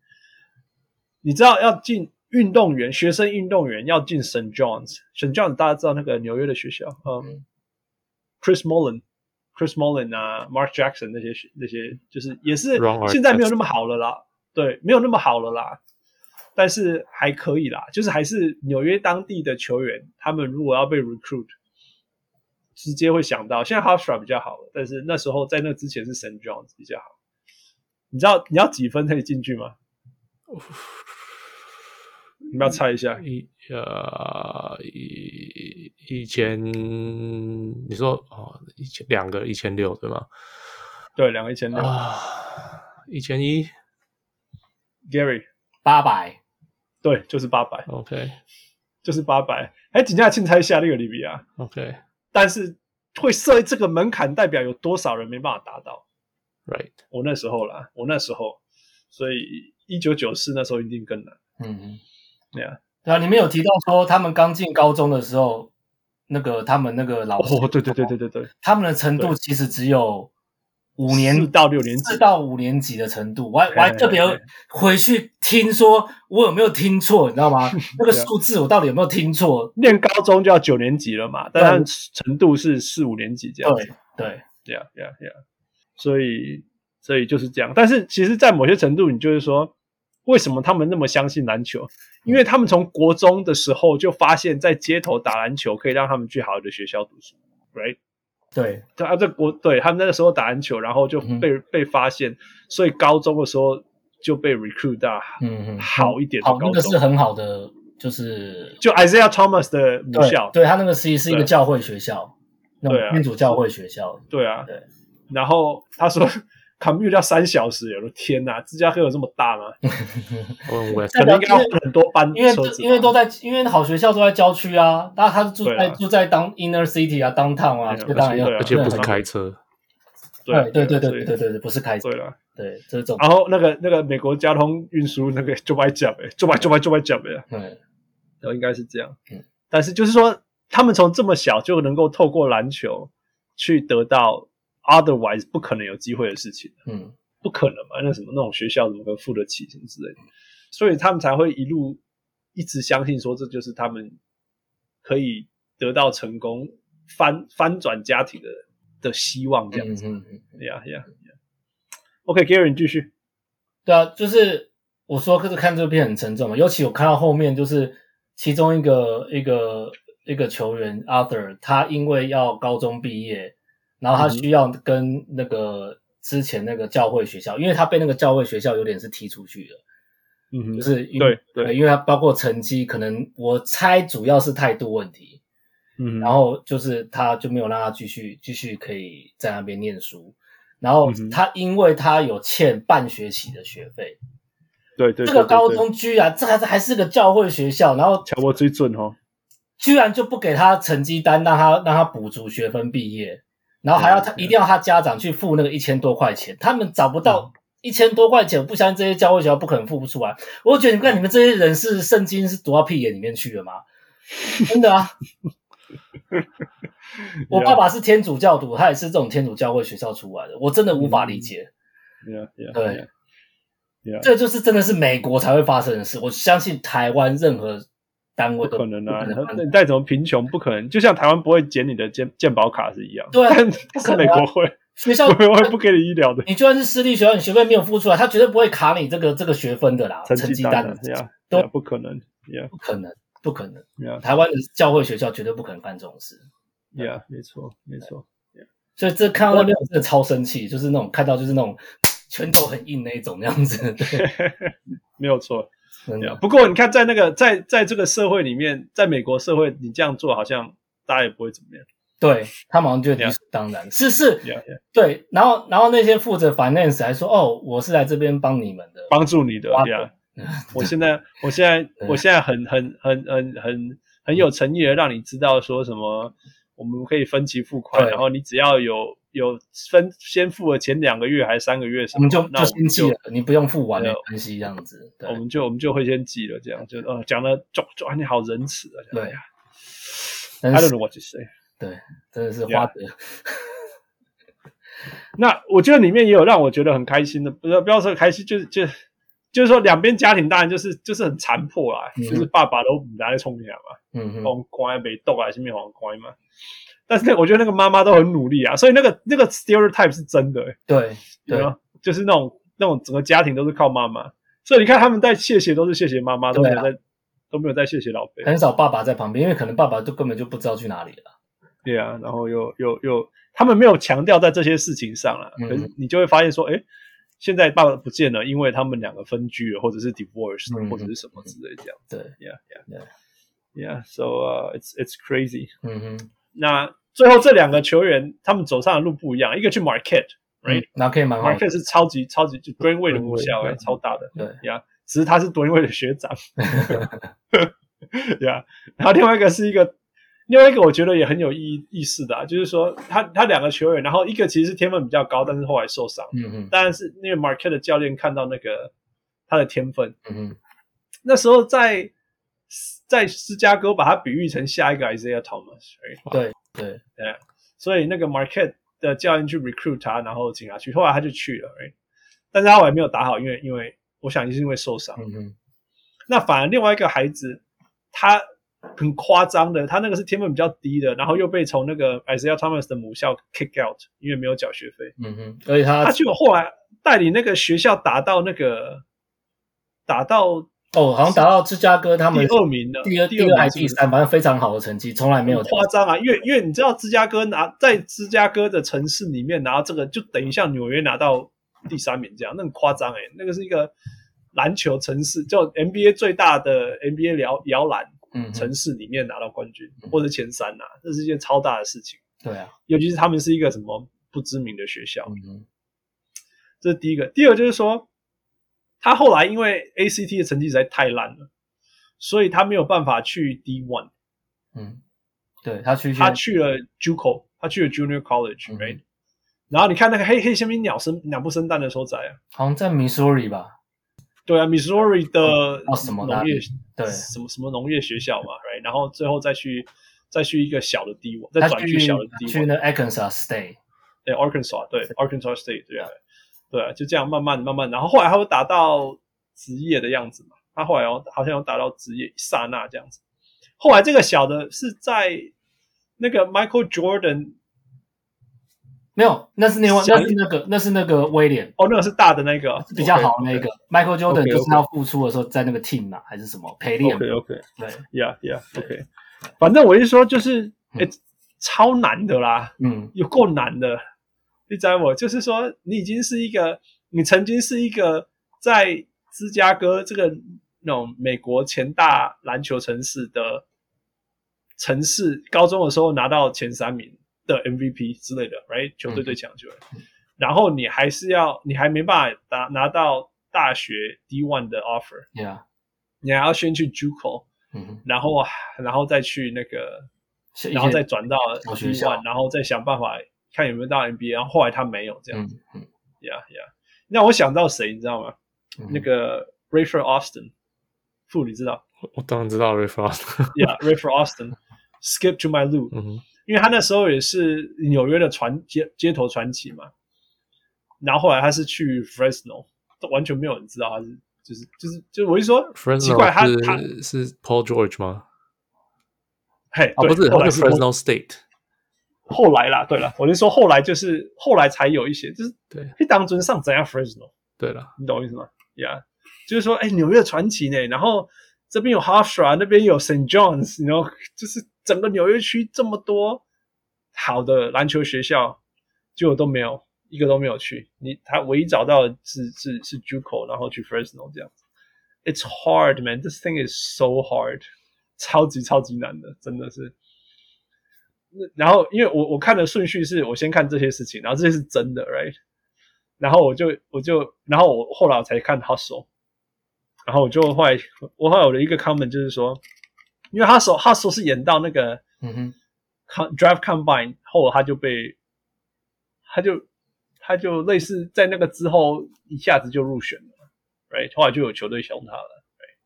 你知道要进运动员，学生运动员要进 St. John's，St. John's 大家知道那个纽约的学校，嗯，Chris Mullin。Chris Mullin 啊，Mark Jackson 那些学那些，就是也是 Ron Artest 现在没有那么好了啦，对，没有那么好了啦，但是还可以啦，就是还是纽约当地的球员，他们如果要被 recruit，直接会想到现在 Hofstra 比较好了，但是那时候在那之前是 St. John's 比较好。你知道你要几分可以进去 吗？你们要猜一下，一呃一一千，你说哦一千两个一千六对吗？对，两个一千六啊，一千一，Gary，八百对，就是八百， ，OK 就是八百。哎，底下钦猜一下那个里比亚， OK 但是会设这个门槛，代表有多少人没办法达到。 right，我那时候啦，我那时候，所以一九九四那时候一定更难。嗯嗯，对啊，对啊，你们有提到说他们刚进高中的时候，那个他们那个老师哦，对对对对，对对，他们的程度其实只有五年四到六年级四到五年级的程度。我还我还嘿特别嘿嘿回去听说，我有没有听错，你知 道吗？那个数字我到底有没有听错？念高中就要九年级了嘛，但对他们程度是四五年级这样子。对对， yeah yeah yeah，所以所以就是这样。但是其实，在某些程度，你就是说，为什么他们那么相信篮球？因为他们从国中的时候就发现，在街头打篮球可以让他们去好的学校读书，right？对，对啊，这国对他们那个时候打篮球，然后就嗯哼被、被发现，所以高中的时候就被 recruit 到嗯嗯，好一点的好，那高个中，是很好的，就是就 Isaiah Thomas 的母校对，，对他那个其实是一个对教会学校，那对啊种天主教会学校，对啊，对然后他说 commute 要三小时，我的天哪，芝加哥有这么大吗？问我也是可能应该要分很多班因为车子吧，因为都在，因为好学校都在郊区啊，那他住对在啊住在当 inner city 啊，downtown 啊，对啊这当然要，对啊而且不是对开车，嗯对对对对对对对对对，不是开车对，了。对这种，然后那个那个美国交通运输那个 就歪讲哎，就歪就歪就歪讲哎，嗯然后哦应该是这样嗯。但是就是说，他们从这么小就能够透过篮球去得到 otherwise 不可能有机会的事情，嗯不可能嘛？那什么那种学校怎么可能付得起什么之类的？所以他们才会一路一直相信说这就是他们可以得到成功翻翻转家庭的的希望这样嗯子。嗯，嗯呀呀呀！OK，Gary，、你继续。对啊，就是我说，可是看这片很沉重嘛，尤其我看到后面，就是其中一个一个一个球员 Arthur，他因为要高中毕业，然后他需要跟那个之前那个教会学校，因为他被那个教会学校有点是踢出去了。嗯哼就是因对对因为它包括成绩，可能我猜主要是态度问题，嗯然后就是他就没有让他继续继续可以在那边念书，然后嗯哼他因为他有欠半学期的学费，对对对这个高对对中居然这还是还是个教会学校，然后乔我最准哦，居然就不给他成绩单，让他让他补足学分毕业，然后还要他一定要他家长去付那个一千多块钱，他们找不到嗯一千多块钱，我不相信这些教会学校不可能付不出来。我就觉得你看你们这些人是圣经是读到屁眼里面去 了吗？真的啊！我啊爸爸是天主教徒，他也是这种天主教会学校出来的，我真的无法理解。 Yeah, yeah, 对 yeah, yeah. 这就是真的是美国才会发生的事，我相信台湾任何单位不都可能啊！不可能发生你再怎么贫穷，不可能。就像台湾不会剪你的健健保卡是一样，对啊但不但可是能美啊国会，学校美国会不给你医疗的你就算是私立学校，你学费没有付出来，他绝对不会卡你这个这个学分的 啦，成绩绩单的的，呀，都 yeah, yeah, 不可能呀不可能，不可能。呀台湾的教会学校绝对不可能办这种事，呀，没错没错。所以这看到那边我真的超生气，就是那种看到就是那种拳头很硬那一种那样子，对，没有错，真 yeah. 的，不过你看，在那个在在这个社会里面，在美国社会，你这样做好像大家也不会怎么样。对他马上就理所当然，是是， Yeah, yeah. 对，然后然后那些负责 finance 还说，哦，我是来这边帮你们的，帮助你的挖呀 苦。我现在，我现在，对我现在很很很很很很有诚意的让你知道说什么，我们可以分期付款，对然后你只要有有分先付了前两个月还是三个月什我么，们就那就我们先就记了，你不用付完对没关系，这样子，对我们就我们就会先记了，这样就呃讲的就就啊你好仁慈啊，这样哎对呀，但 I don't 是 know what to say。真的是花的，那我觉得里面也有让我觉得很开心的，不要不要说开心，就是就就是说两边家庭当然就是就是很残破啦，嗯就是爸爸都唔拿来冲起来嘛。嗯哼，皇冠被斗还是没皇冠嘛？但是那我觉得那个妈妈都很努力啊，所以那个那个 stereotype 是真的、欸，对有对没有就是那种那种整个家庭都是靠妈妈，所以你看他们在谢谢都是谢谢妈妈，都啊没有在、都没有在谢谢老辈，很少爸爸在旁边，因为可能爸爸就根本就不知道去哪里了。对啊，然后又又又他们没有强调在这些事情上了，嗯可是你就会发现说，哎、现在爸爸不见了，因为他们两个分居了，或者是 divorce，、嗯或者是什么之类这样对， ，yeah yeah yeah so、uh, it's it's crazy。嗯哼，那最后这两个球员他们走上的路不一样，一个去 Marquette，Marquette 嗯 Right，那可以蛮好的。是超级超级就 Greenway 的母校 Greenway，哎，超大的对，呀，只是他是 Greenway 的学 长， 呀，然后另外一个是一个。另外一个我觉得也很有意意思的、啊，就是说他他两个球员，然后一个其实是天分比较高，但是后来受伤，嗯哼，当然是因为嗯 Marquette 的教练看到那个他的天分，嗯哼，那时候在在芝加哥把他比喻成下一个 Isaiah Thomas，、right? 对对，所以那个 Marquette 的教练去 recruit 他，然后请他去，后来他就去了，right? 但是他后来没有打好，因为因为我想是因为受伤。嗯哼，那反而另外一个孩子，他很夸张的，他那个是天分比较低的，然后又被从那个 Isaiah Thomas 的母校 kick out，因为没有缴学费。嗯哼，而且他他结果后来带领那个学校打到那个打到哦，好像达到芝加哥他第们二名的，第二、第二第二还名是第是不是三，反正非常好的成绩，从来没有很夸张啊！因为因为你知道芝加哥拿在芝加哥的城市里面拿到这个，就等于像纽约拿到第三名这样，那很夸张哎、那个是一个篮球城市，叫 NBA 最大的 NBA 摇摇篮嗯哼城市里面拿到冠军、嗯或者前三呐、这是一件超大的事情。对啊，尤其是他们是一个什么不知名的学校，嗯哼，这是第一个。第二就是说，他后来因为 ACT 的成绩实在太烂了，所以他没有办法去 D one。嗯，对他去他去了 JUCO，他去了 Junior 嗯 College，right？、然后你看那个黑黑香槟鸟生鸟不生蛋的时候仔啊，好像在 Missouri 吧？对啊，Missouri 的哦什么农业对，什么什么农业学校嘛，right？然后最后再去再去一个小的 D 1再他转去去小的 D 去1那 Arkansas State，对 Arkansas，对 Arkansas State，对啊，对啊，就这样慢慢慢慢，然后后来他会达到职业的样子嘛，他后来哦好像有达到职业一刹那这样子。后来这个小的是在那个 Michael Jordan 没有，那是另外，小那是那个，那是那个威廉哦，那个是大的那个比较好那个 Michael Jordan OK，OK 就是要付出的时候，在那个 team 嘛，还是什么陪练 OK OK，对， Yeah, yeah, OK。反正我一说就是，哎、嗯超难的啦，嗯有够难的。你知道我就是说，你已经是一个，你曾经是一个在芝加哥这个那种美国前大篮球城市的城市，高中的时候拿到前三名的 MVP 之类的，right？球队最强球员。嗯然后你还是要，你还没办法拿拿到大学 D one 的 offer， ，Yeah，你还要先去 JUCO，嗯哼，然后然后再去那个，是然后一些再转到小 D 学校 one，然后再想办法看有没有到 NBA。然后后来他没有这样嗯子，嗯呀呀。那我想到谁，你知道吗？嗯那个 Rayford Austin，傅你知 道我当然知道 Refrost， ？Yeah，Rayford Austin，Skip to my Lou，嗯哼，因为他那时候也是纽约的传街街头传奇嘛。然后后来他是去 Fresno，都完全没有人知道他是。就是就是就我一说 Fresno 奇怪他他是是 Paul George 吗？嘿啊，对不是，后他来是 Fresno State。后来啦，对啦，我是说后来就是后来才有一些，就是对去当尊上怎样 Fresno，对了，你懂我意思吗？Yeah，就是说，哎，纽约传奇呢，然后这边有 Hofstra，那边有 St. John's，然后就是整个纽约区这么多好的篮球学校，结果都没有一个都没有去。你他唯一找到的是是是 JUCO，然后去 Fresno 这样子。It's hard, man. This thing is so hard，超级超级难的，真的是。那然后，因为我我看的顺序是我先看这些事情，然后这些是真的，right？然后我就我就，然后我后来我才看 Hustle，然后我就后来我后来我的一个 comment 就是说，因为 Hustle Hustle 是演到那个嗯哼， Com- Drive Combine 后，他就被他就他就类似在那个之后一下子就入选了，right？后来就有球队选他了，right？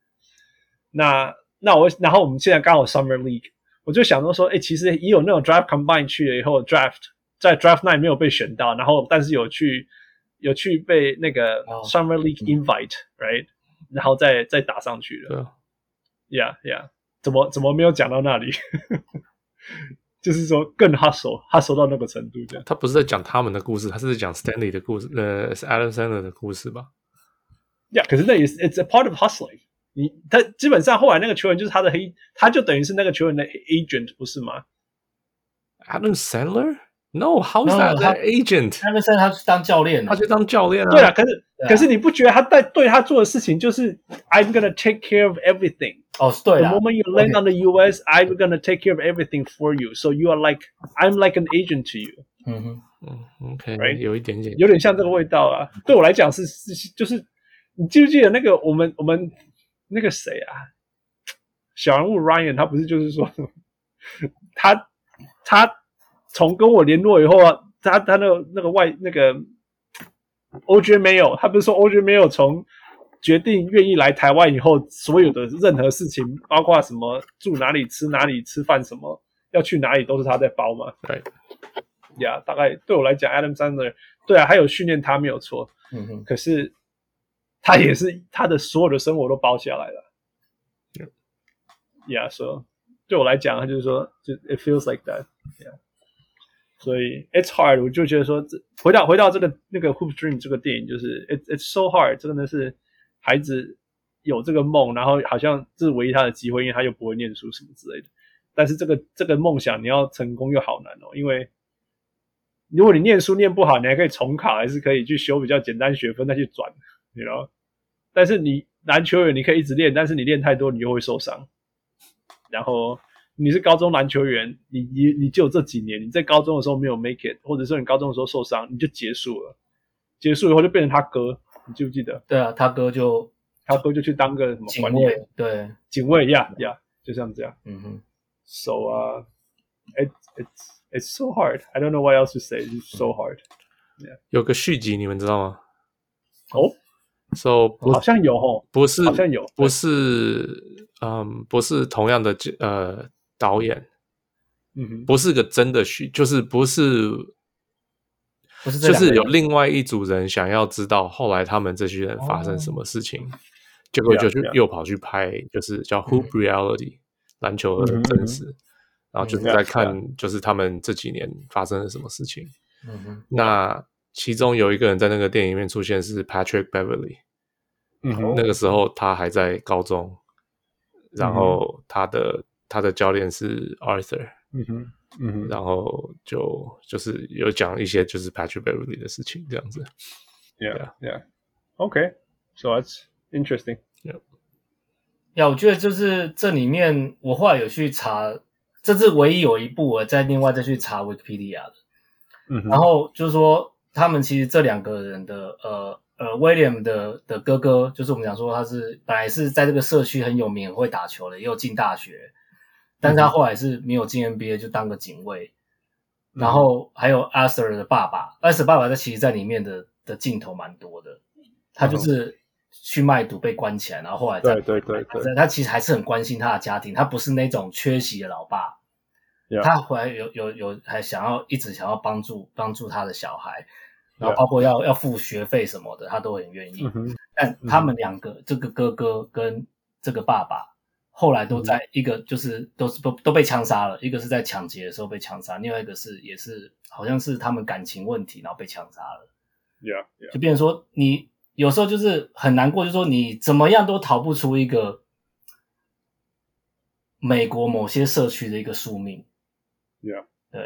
那那我然后我们现在刚好 Summer League，我就想到说，哎，其实也有那种 Drive Combine 去了以后 Draft 在 Draft Night 没有被选到，然后但是有去有去被那个哦 Summer League Invite，right？然后再再打上去了对啊， ，yeah yeah，怎么怎么没有讲到那里？ 就是说更 hustle hustle 到那个程度这样。他不是在讲他们的故事，他是在讲 Stanley 的故事，呃，是 Adam Sandler 的故事吧？ Yeah，可是那也是 it's a part of hustling 你。他基本上后来那个球员就是他的黑，他就等于是那个球员的 agent 不是吗？ Adam Sandler? No, how is No, that how- an agent? 那个现在他去当教练他了，去当教练啊。对啊，可是、对啊可是你不觉得他在对他做的事情就是 I'm gonna take care of everything。哦，对 The 了， moment you land on the US, I'm gonna take care of everything for you. So you are like I'm like an agent to you，嗯哼，嗯，OK， Right 有一点点。有点像这个味道啊。对我来讲是是就是，你记不记得那个我们我们那个谁啊，小人物 Ryan，他不是就是说他他从跟我联络以后啊，他他那个那个外那个 OJ 没有，他不是说 OJ 没有从决定愿意来台湾以后，所有的任何事情，包括什么住哪里、吃哪里、吃饭什么，要去哪里都是他在包嘛。 Right 呀大概对我来讲，Adam Sandler 对啊，还有训练他没有错，嗯哼，可是他也是他的所有的生活都包下来了。Yeah，so, 对我来讲，他就是说，就 it feels like that。Yeah，所以 it's hard，我就觉得说，这回到回到这个那个 Hoop Dream 这个电影，就是 it it's so hard，真的是孩子有这个梦，然后好像这是唯一他的机会，因为他又不会念书什么之类的。但是这个这个梦想你要成功又好难哦，因为如果你念书念不好，你还可以重考，还是可以去修比较简单学分再去转，你知道？但是你篮球员你可以一直练，但是你练太多你又会受伤。然后你是高中篮球员，你你你就有这几年，你在高中的时候没有 make it，或者说你高中的时候受伤，你就结束了。结束以后就变成他哥，你记不记得？对啊，他哥就他哥就去当个什么警管理员卫，对，警卫呀呀，就像这样。嗯哼， So uh, it it's it's so hard. I don't know what else to say. It's so hard. 有个续集，你们知道吗哦， ？So 不好像有哦，不是好像有不是嗯不是同样的呃导演，嗯哼，不是个真的续，就是不是不是这就两是个人有另外一组人想要知道后来他们这些人发生什么事情，哦结果就去 Yeah, yeah. 又跑去拍，就是叫嗯 Hoop Reality、篮球嗯的真实，然后就是在 Yeah, 看就是他们这几年发生了什么事情。嗯哼，那其中有一个人在那个电影里面出现是 Patrick Beverly，、嗯哼那个时候他还在高中，嗯然后他的、他的教练是 Arthur，嗯哼，嗯哼然后就就是有讲一些就是 Patrick Beverly 的事情这样子。 ，Yeah Yeah. Okay, so that's interesting. 呀，我觉得就是这里面，我后来有去查，这是唯一有一部我再另外再去查 Wikipedia 的。嗯哼然后就是说，他们其实这两个人的呃呃，William 的的哥哥，就是我们讲说他是本来是在这个社区很有名，很会打球的，也有进大学，但是他后来是没有进 NBA，就当个警卫。然后还有 Arthur 的爸爸，Arthur 爸爸在其实在里面的的镜头蛮多的，他就是去卖毒被关起来，然后后来再嗯对对对对他其实还是很关心他的家庭，他不是那种缺席的老爸。 Yeah 他回来有有有还想要一直想要帮助帮助他的小孩，然后 Yeah 包括要要付学费什么的，他都很愿意。嗯哼，但他们两个，这个哥哥跟这个爸爸，后来嗯都在一个就是都是都都被枪杀了，一个是在抢劫的时候被枪杀，另外一个是也是好像是他们感情问题，然后被枪杀了。 Yeah Yeah. 就变成说你有时候就是很难过，就是说你怎么样都逃不出一个美国某些社区的一个宿命。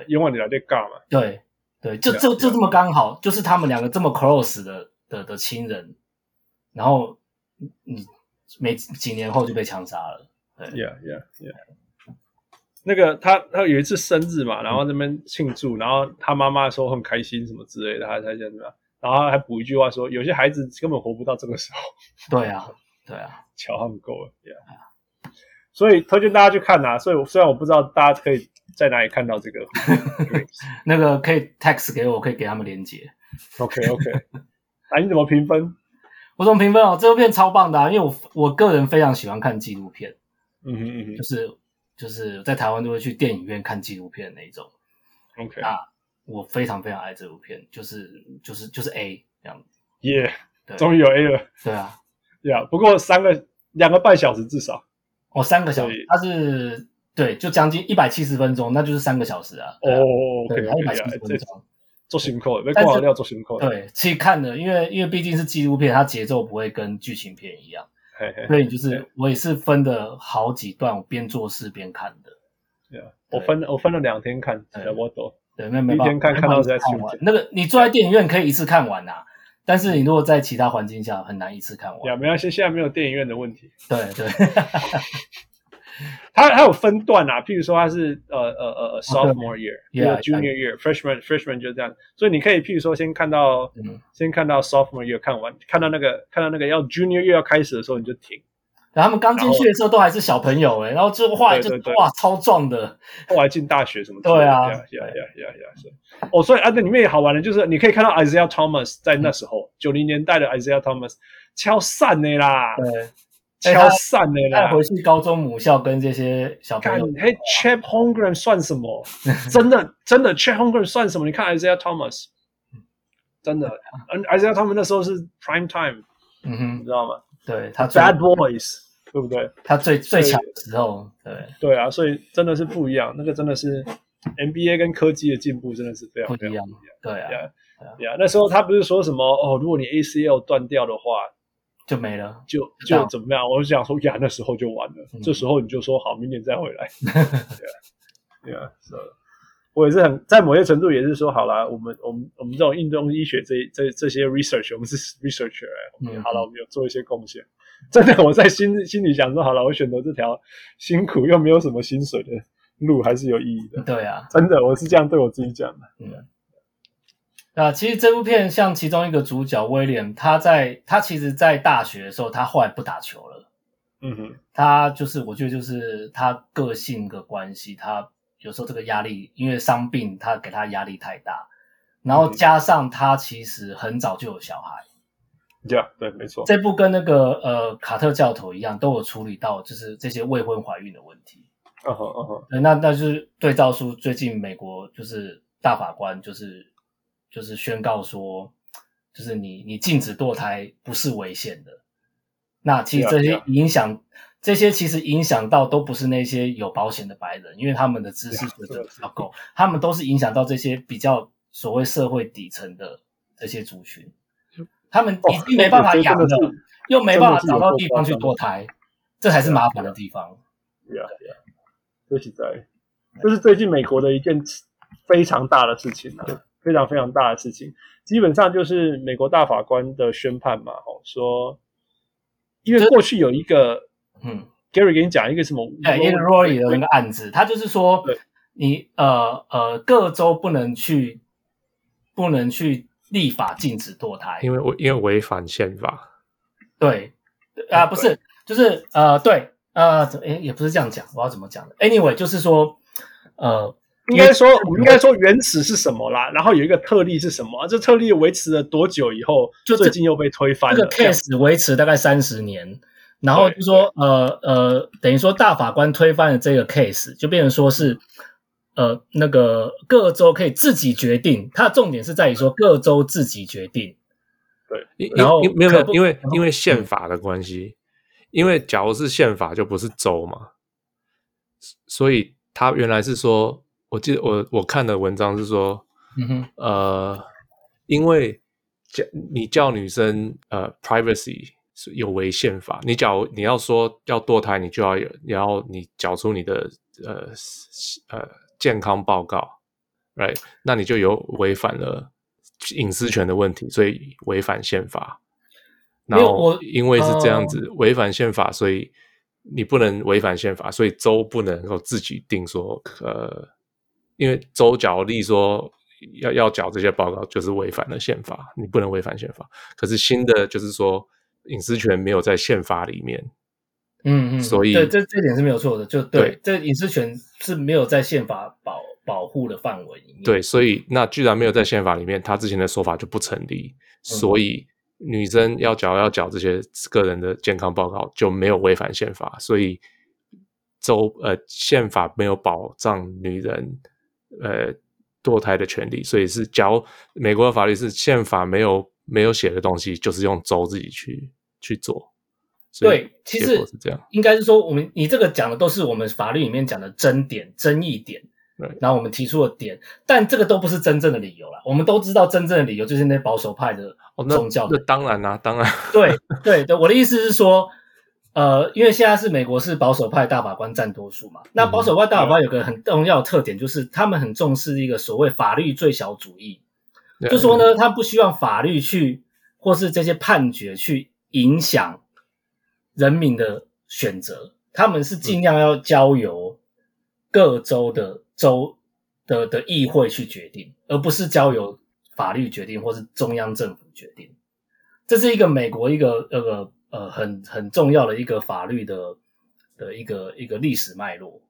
因为你来这尬嘛，对对，就对啊就就对啊这么刚好，就是他们两个这么 close 的的的亲人，然后你你没几年后就被枪杀了。 Yeah, yeah, yeah. 那个他他有一次生日嘛，然后那边庆祝，然后他妈妈说很开心什么之类的，他才讲什么，然后他还补一句话说，有些孩子根本活不到这个时候，对啊，对啊，瞧他们够了，Yeah。所以推荐大家去看啊，所以我虽然我不知道大家可以在哪里看到这 个那个可以 text 给我，我可以给他们连接。 ，OK OK，啊你怎么评分？我怎么评分哦？这部片超棒的、啊，因为我我个人非常喜欢看纪录片。嗯哼嗯就是就是在台湾都会去电影院看纪录片的那一种。哼，OK，啊我非常非常爱这部片，就是就是就是 A 这样子。耶，对，终于有 A 了对啊， ，Yeah，不过三个两个半小时至少，我、哦三个小所以时，它是对，就将近一百七十分钟，那就是三个小时啊。哦对啊，OK 对，它一百七 OK，十分钟。做辛苦了，被但是挂料做辛苦了，对，其实看的，因为因为毕竟是纪录片，它节奏不会跟剧情片一样，嘿嘿。 所以就是我也是分了好几段，我边做事边看的。 Yeah，我分我分了两天看，对差不多。对，那没办法，第一天看没办法看到一次看实在是完。那个你坐在电影院可以一次看完啊，但是你如果在其他环境下很难一次看呀，完。没关系，现在没有电影院的问题。对对， 它它有分段啊，譬如说它是呃呃呃呃 sophomore year，啊 Yeah，有 junior year，freshman freshman 就这样。所以你可以譬如说先看到嗯先看到 sophomore year 看完，看到那个看到那个要 junior year 要开始的时候你就停，然后他们刚进去的时候都还是小朋友哎、然后就画对就对对哇超壮的，后来进大学什么之类的。对啊呀呀呀呀呀！是哦，所以啊，那里面也好玩的就是你可以看到 Isaiah Thomas 在那时候，九零年代的 Isaiah Thomas，超散的啦，对，哎超散的再啦回。去高中母校跟这些小朋看友，，嘿，Chap Holmgren 算什么？ 真的，真的，Chap Holmgren 算什么？你看 Isaiah Thomas，真的，嗯，Isaiah Thomas 那时候是 Prime Time，嗯你哼，知道吗对他最？Bad Boys，对不对？他最最强的时候，对，对啊，所以真的是不一样，那个真的是 NBA 跟科技的进步真的是非常不一非常样，对啊， Yeah, yeah. 那时候他不是说什么哦，如果你 ACL 断掉的话，就没了。就知道就怎么样？我就想说，呀，那时候就完了，嗯这时候你就说好，明年再回 来。对啊，so 我也是很在某些程度也是说，好啦，我们我们我们这种运动医学这这这些 research，我们是 researcher，、嗯好了，我们有做一些贡献。真的，我在心心里想说，好了，我选择这条辛苦又没有什么薪水的路，还是有意义的。对啊，真的，我是这样对我自己讲的。那其实这部片像其中一个主角威廉，他在他其实，在大学的时候，他后来不打球了。嗯哼，他就是，我觉得就是他个性的关系，他有时候这个压力，因为伤病，他给他压力太大，然后嗯加上他其实很早就有小孩，对啊，对，没错。这部跟那个呃卡特教头一样，都有处理到就是这些未婚怀孕的问题。嗯哼嗯哼，呃那那就是对照出最近美国就是大法官就是就是宣告说，就是你你禁止堕胎不是违宪的。那其实这对些啊影响，这些其实影响到都不是那些有保险的白人，因为他们的知识水准比较够，他们都是影响到这些比较所谓社会底层的这些族群，他们哦已经没办法这个养真的了是，又没办法真的是啊找有到够地方去夸张堕胎，这才是麻烦的地方。对啊，对啊，说实在，这是最近美国的一件非常大的事情啊，非常非常大的事情。基本上就是美国大法官的宣判嘛，哦，说，因为过去有一个嗯。 Gary 给你讲一个什么，对，因为 Rory 的那个案子，他就是说对，你呃呃各州不能去不能去立法禁止堕胎，因为我因为违反宪法，对，啊、不是，就是呃对呃怎诶也不是这样讲，我要怎么讲的？Anyway，就是说呃应该说我们应该说原始是什么啦，然后有一个特例是什么、啊这特例维持了多久以后，就这最近又被推翻这了个。case 维持大概三十年，然后就说呃呃，等于说大法官推翻了这个 case，就变成说是呃那个各州可以自己决定，它的重点是在于说各州自己决定。因然后因因没有没可有，嗯不因为因为宪法的关系，因为假如是宪法就不是州嘛，所以他原来是说，我记得我我看的文章是说，嗯哼，呃，因为叫你叫女生呃 privacy 是有违宪法，你假如你要说要堕胎，你就要有，然后你缴出你的呃呃健康报告，right？那你就有违反了隐私权的问题，所以违反宪法。没然有后我因为是这样哦子，违反宪法，所以你不能违反宪法，所以州不能够自己定说，呃，因为州角力说要要缴这些报告，就是违反了宪法，你不能违反宪法。可是新的就是说，隐私权没有在宪法里面，嗯嗯，所以对这这点是没有错的，就对对这隐私权是没有在宪法保保护的范围里面。对，所以那既然没有嗯在宪法里面，他之前的说法就不成立，所以女生要缴要缴这些个人的健康报告就没有违反宪法，所以州呃宪法没有保障女人呃堕胎的权利，所以是假如美国的法律是宪法没有没有写的东西，就是用州自己去去做，所以对，其结实果是这样，应该是说我们你这个讲的都是我们法律里面讲的争点、争议点 Right，然后我们提出的点，但这个都不是真正的理由啦。我们都知道真正的理由就是那保守派的哦，那宗教那的当然啦、当然，对对对，我的意思是说，呃，因为现在是美国是保守派大法官占多数嘛，那嗯保守派大法官有个很重要的特点，就是他们很重视一个所谓法律最小主义，就说呢，他不希望法律去或是这些判决去影响人民的选择，他们是尽量要交由各州的州的的议会去决定，而不是交由法律决定或是中央政府决定。这是一个美国一个那个呃很很重要的一个法律的的一个一个历史脉络。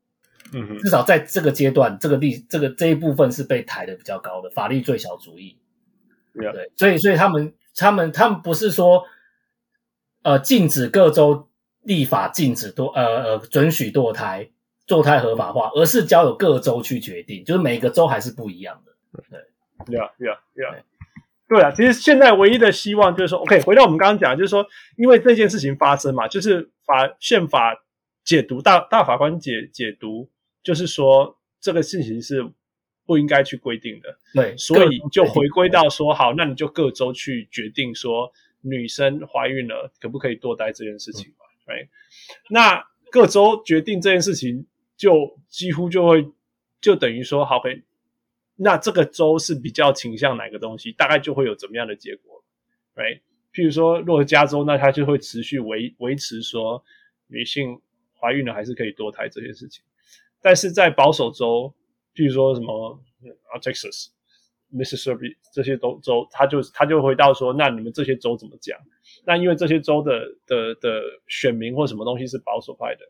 嗯哼，至少在这个阶段，这个历这个这一部分是被抬得比较高的，法律最小主义。 Yeah. 对，所以所以他们他们他们不是说，呃，禁止各州立法禁止堕呃呃准许堕胎堕胎合法化，而是交由各州去决定，就是每个州还是不一样的。 Yeah, yeah, yeah. 对啊，其实现在唯一的希望就是说，OK，回到我们刚刚讲的，就是说，因为这件事情发生嘛，就是法宪法解读大大法官解解读，就是说这个事情是不应该去规定的，对，所以就各回州决定归到说，好，那你就各州去决定说女生怀孕了可不可以堕胎这件事情嘛、r i 嗯 g h t 那各州决定这件事情，就几乎就会就等于说，好，可以那这个州是比较倾向哪个东西，大概就会有怎么样的结果，right？譬如说，如果加州，那它就会持续维维持说女性怀孕了还是可以堕胎这件事情。但是在保守州，譬如说什么嗯啊 Texas、Mississippi 这些州州，他就他就回到说，那你们这些州怎么讲？那因为这些州的的的选民或什么东西是保守派的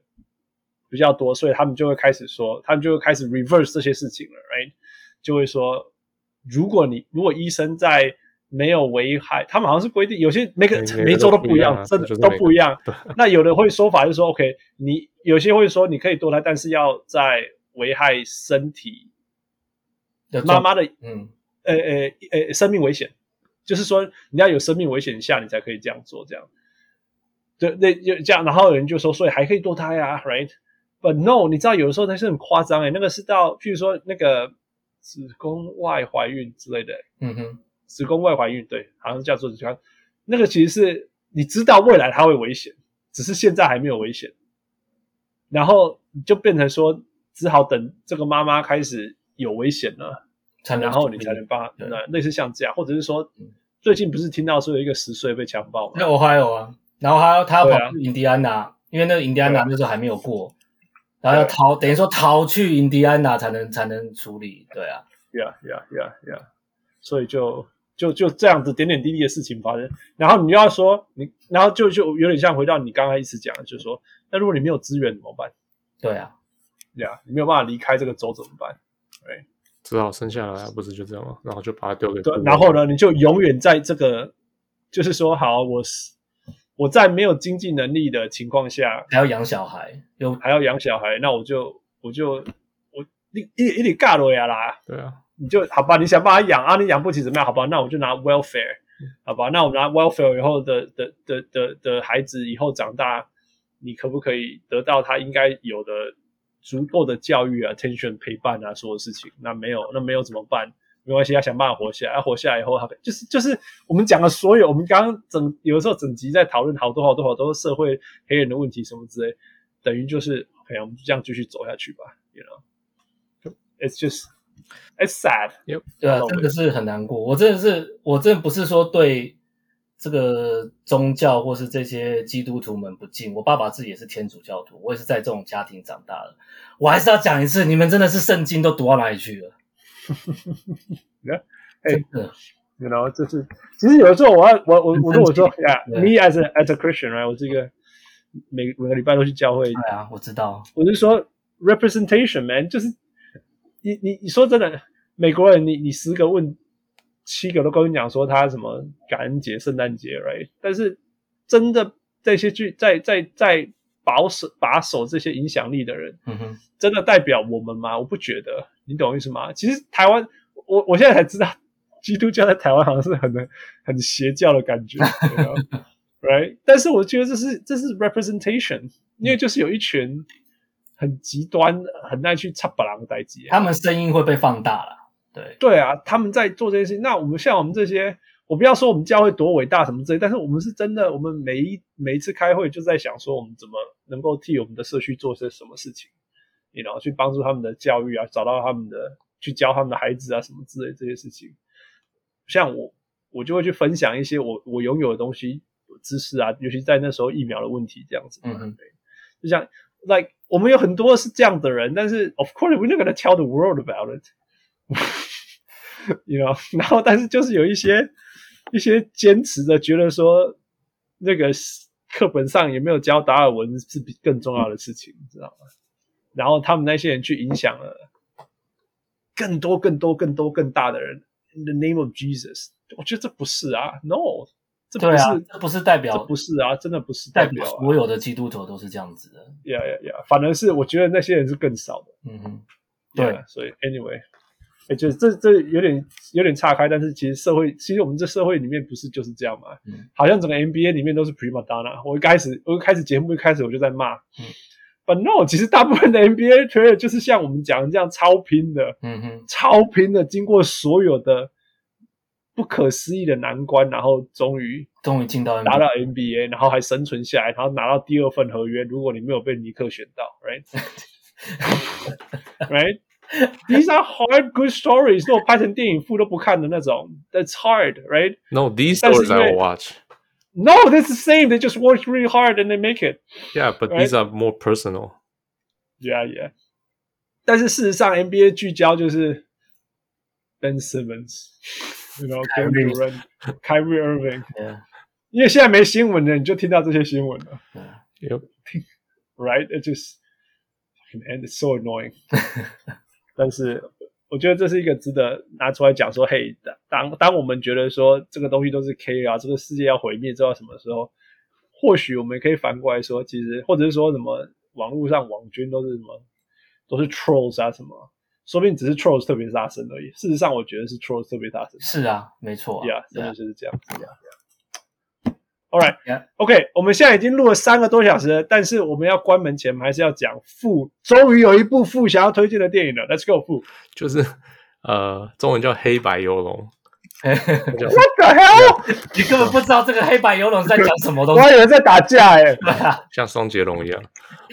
比较多，所以他们就会开始说，他们就会开始 reverse 这些事情了，right？就会说，如果你如果医生在没有危害，他们好像是规定，有些每个每个每州都都不不一一样样啊，真的就是都每个不一样。那有的会说法就是说，OK，你有些会说你可以堕胎，但是要在危害身体的州妈，妈的嗯，呃呃呃生命危险，就是说你要有生命危险下你才可以这样做，这样。对，那有这样，然后有人就说，所以还可以堕胎啊，right？But no，你知道有的时候那是很夸张诶、欸那个是到譬如说那个子宫外怀孕之类的、嗯哼，子宫外怀孕，对，好像叫做子宫，那个其实是你知道未来它会危险，只是现在还没有危险，然后就变成说只好等这个妈妈开始有危险了，才能然后你处理才能帮她，对那类似像这样，或者是说最近不是听到说有一个十岁被强暴嗯那吗？我还有啊，然后他要他要对跑啊去印第安纳，因为那个印第安纳对啊那时候还没有过，然后要对啊逃，等于说逃去印第安纳才能才能处理，对啊，呀呀呀呀！所以就就就这样子点点滴滴的事情发生，然后你又要说你，然后就就有点像回到你刚才一直讲的，就是说，那如果你没有资源怎么办？对啊，呀你没有办法离开这个州怎么办？ 只好生下来啊，不是就这样吗？然后就把它丢给对父，母然后？呢，你就永远在这个，就是说，好，我是我在没有经济能力的情况下，还要养小孩，有还要养小孩，那我就我就我一一一点尬落呀啦，对啊，你就好吧，你想办法养啊，你养不起怎么样？好吧，那我就拿 welfare，好吧，那我拿 welfare 以后的的的的的孩子以后长大，你可不可以得到他应该有的足够的教育啊、attention 陪伴啊，所有事情？那没有，那没有怎么办？没关系，要想办法活下来。啊、活下来以后，他就是就是我们讲的所有，我们刚刚整有的时候整集在讨论好多好多好多社会黑人的问题什么之类，等于就是 OK，我们就这样继续走下去吧，you know，it's just it's sad。对啊到，尾这个是很难过。我真的是，我真的不是说对这个宗教或是这些基督徒们不敬。我爸爸自己也是天主教徒，我也是在这种家庭长大的。我还是要讲一次，你们真的是圣经都读到哪里 去了？哎真的， you know，就是其实有的时候我要我我我如果说很生气 yeah 对 me as a as a Christian right，我是一个每每个礼拜都去教会，对啊，我知道，我就说 representation man，就是你你你说真的，美国人你你十个问七个都跟你讲说他什么感恩节、圣诞节 right，但是真的这些剧在在在保守把守这些影响力的人，嗯哼，真的代表我们吗？我不觉得，你懂我意思吗？其实台湾，我我现在才知道， 基督教在台湾好像是很很邪教的感觉 you know?，right？但是我觉得这是这是 representation，因为就是有一群很极端、很爱去插把郎的代际，他们声音会被放大了。对，对啊，他们在做这些事情。那我们像我们这些，我不要说我们教会多伟大什么之类，但是我们是真的，我们每一每一次开会就在想说，我们怎么能够替我们的社区做些什么事情，你知道，去帮助他们的教育啊，找到他们的，去教他们的孩子啊，什么之类这些事情。像我，我就会去分享一些我我拥有的东西、知识啊，尤其在那时候疫苗的问题这样子。嗯哼，就像 like 我们有很多是这样的人，但是 of course we're not gonna tell the world about it，you know 。然后但是就是有一些一些坚持的，觉得说那个课本上也没有教达尔文是比更重要的事情，你知道吗？然后他们那些人去影响了更多、更多、更多、更大的人， in the name of Jesus，我觉得这不是啊，no，这不对是、啊，这不是代表这不是啊，真的不是代代表、表啊，所有的基督徒都是这样子的。呀呀呀，反而是我觉得那些人是更少的。嗯哼，对 Yeah，所以 anyway，哎、就是这这有点有点岔开，但是其实社会，其实我们这社会里面不是就是这样嘛？嗯好像整个 NBA 里面都是 prima donna。我一开始我一开始节目一开始我就在骂、b 嗯 u t no，其实大部分的 NBA player 就是像我们讲的这样超拼的，嗯哼，超拼的，经过所有的不可思议的难关，然后终于终于进到达 NBA，到 NBA，然后还生存下来，然后拿到第二份合约。如果你没有被尼克选到，right，right。These are hard, good stories。是我拍成电影副都不看的那种。That's hard, right? No, these 但是 stories 因 I 为 will watch. No, that's the same. They just work really hard and they make it. Yeah, but Right. these are more personal. Yeah, yeah. 但是事实上，NBA 聚焦就是 Ben Simmons，you know, k a Kyrie r d u r a n Kyrie Irving。 Yeah 因为现在没新闻了，你就听到这些新闻了 Yep. ，right? It just and it's so annoying. 但是我觉得这是一个值得拿出来讲说，嘿，当当我们觉得说这个东西都是 K 啊，这个世界要毁灭，知道什么时候？或许我们可以反过来说，其实或者是说什么网络上网军都是什么都是 trolls 啊什么，说不定只是 trolls 特别大声而已。事实上，我觉得是 trolls 特别大声。是啊，没错啊 Yeah，真对的啊就是这样。All right, Yeah. OK，我们现在已经录了三个多小时了，但是我们要关门前，我们还是要讲富。终于有一部富想要推荐的电影了，Let's go 富。就是呃，中文叫黑白游龙， What the hell？你根本不知道这个黑白游龙在讲什么东我西 还以为在打架哎、欸。啊！像双截龙一样。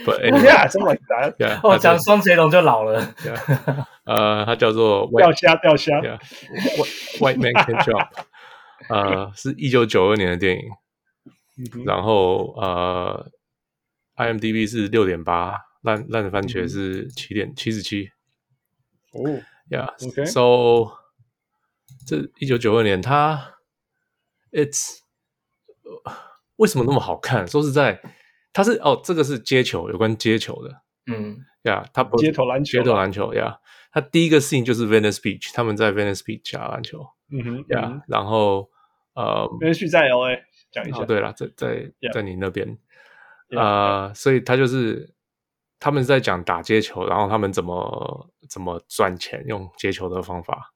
But anyway, yeah，真的打 yeah, 哦，它讲就双截龙就老了。 yeah, 呃，它叫做掉 White 虾掉虾。 yeah, White White Man Can Jump，呃，是一九九二年的电影，嗯哼然后呃，IMDB 是六点八，烂烂番嗯茄是七点七十七。哦， Yeah. Okay. So 这一九九二年，它 It's 呃为什么那么好看？说实在，它是哦，这个是接球，有关接球的。嗯呀、yeah,，它不是街头篮球啊街头篮球呀。Yeah, 它第一个事情就是 Venice Beach，他们在 Venice Beach 打篮球嗯哼，呀。Yeah, 嗯哼然后呃，连续在 LA 讲一下哦，，对了，在在 Yeah. 在你那边， Yeah. 呃，所以他就是他们在讲打接球，然后他们怎么怎么赚钱，用接球的方法，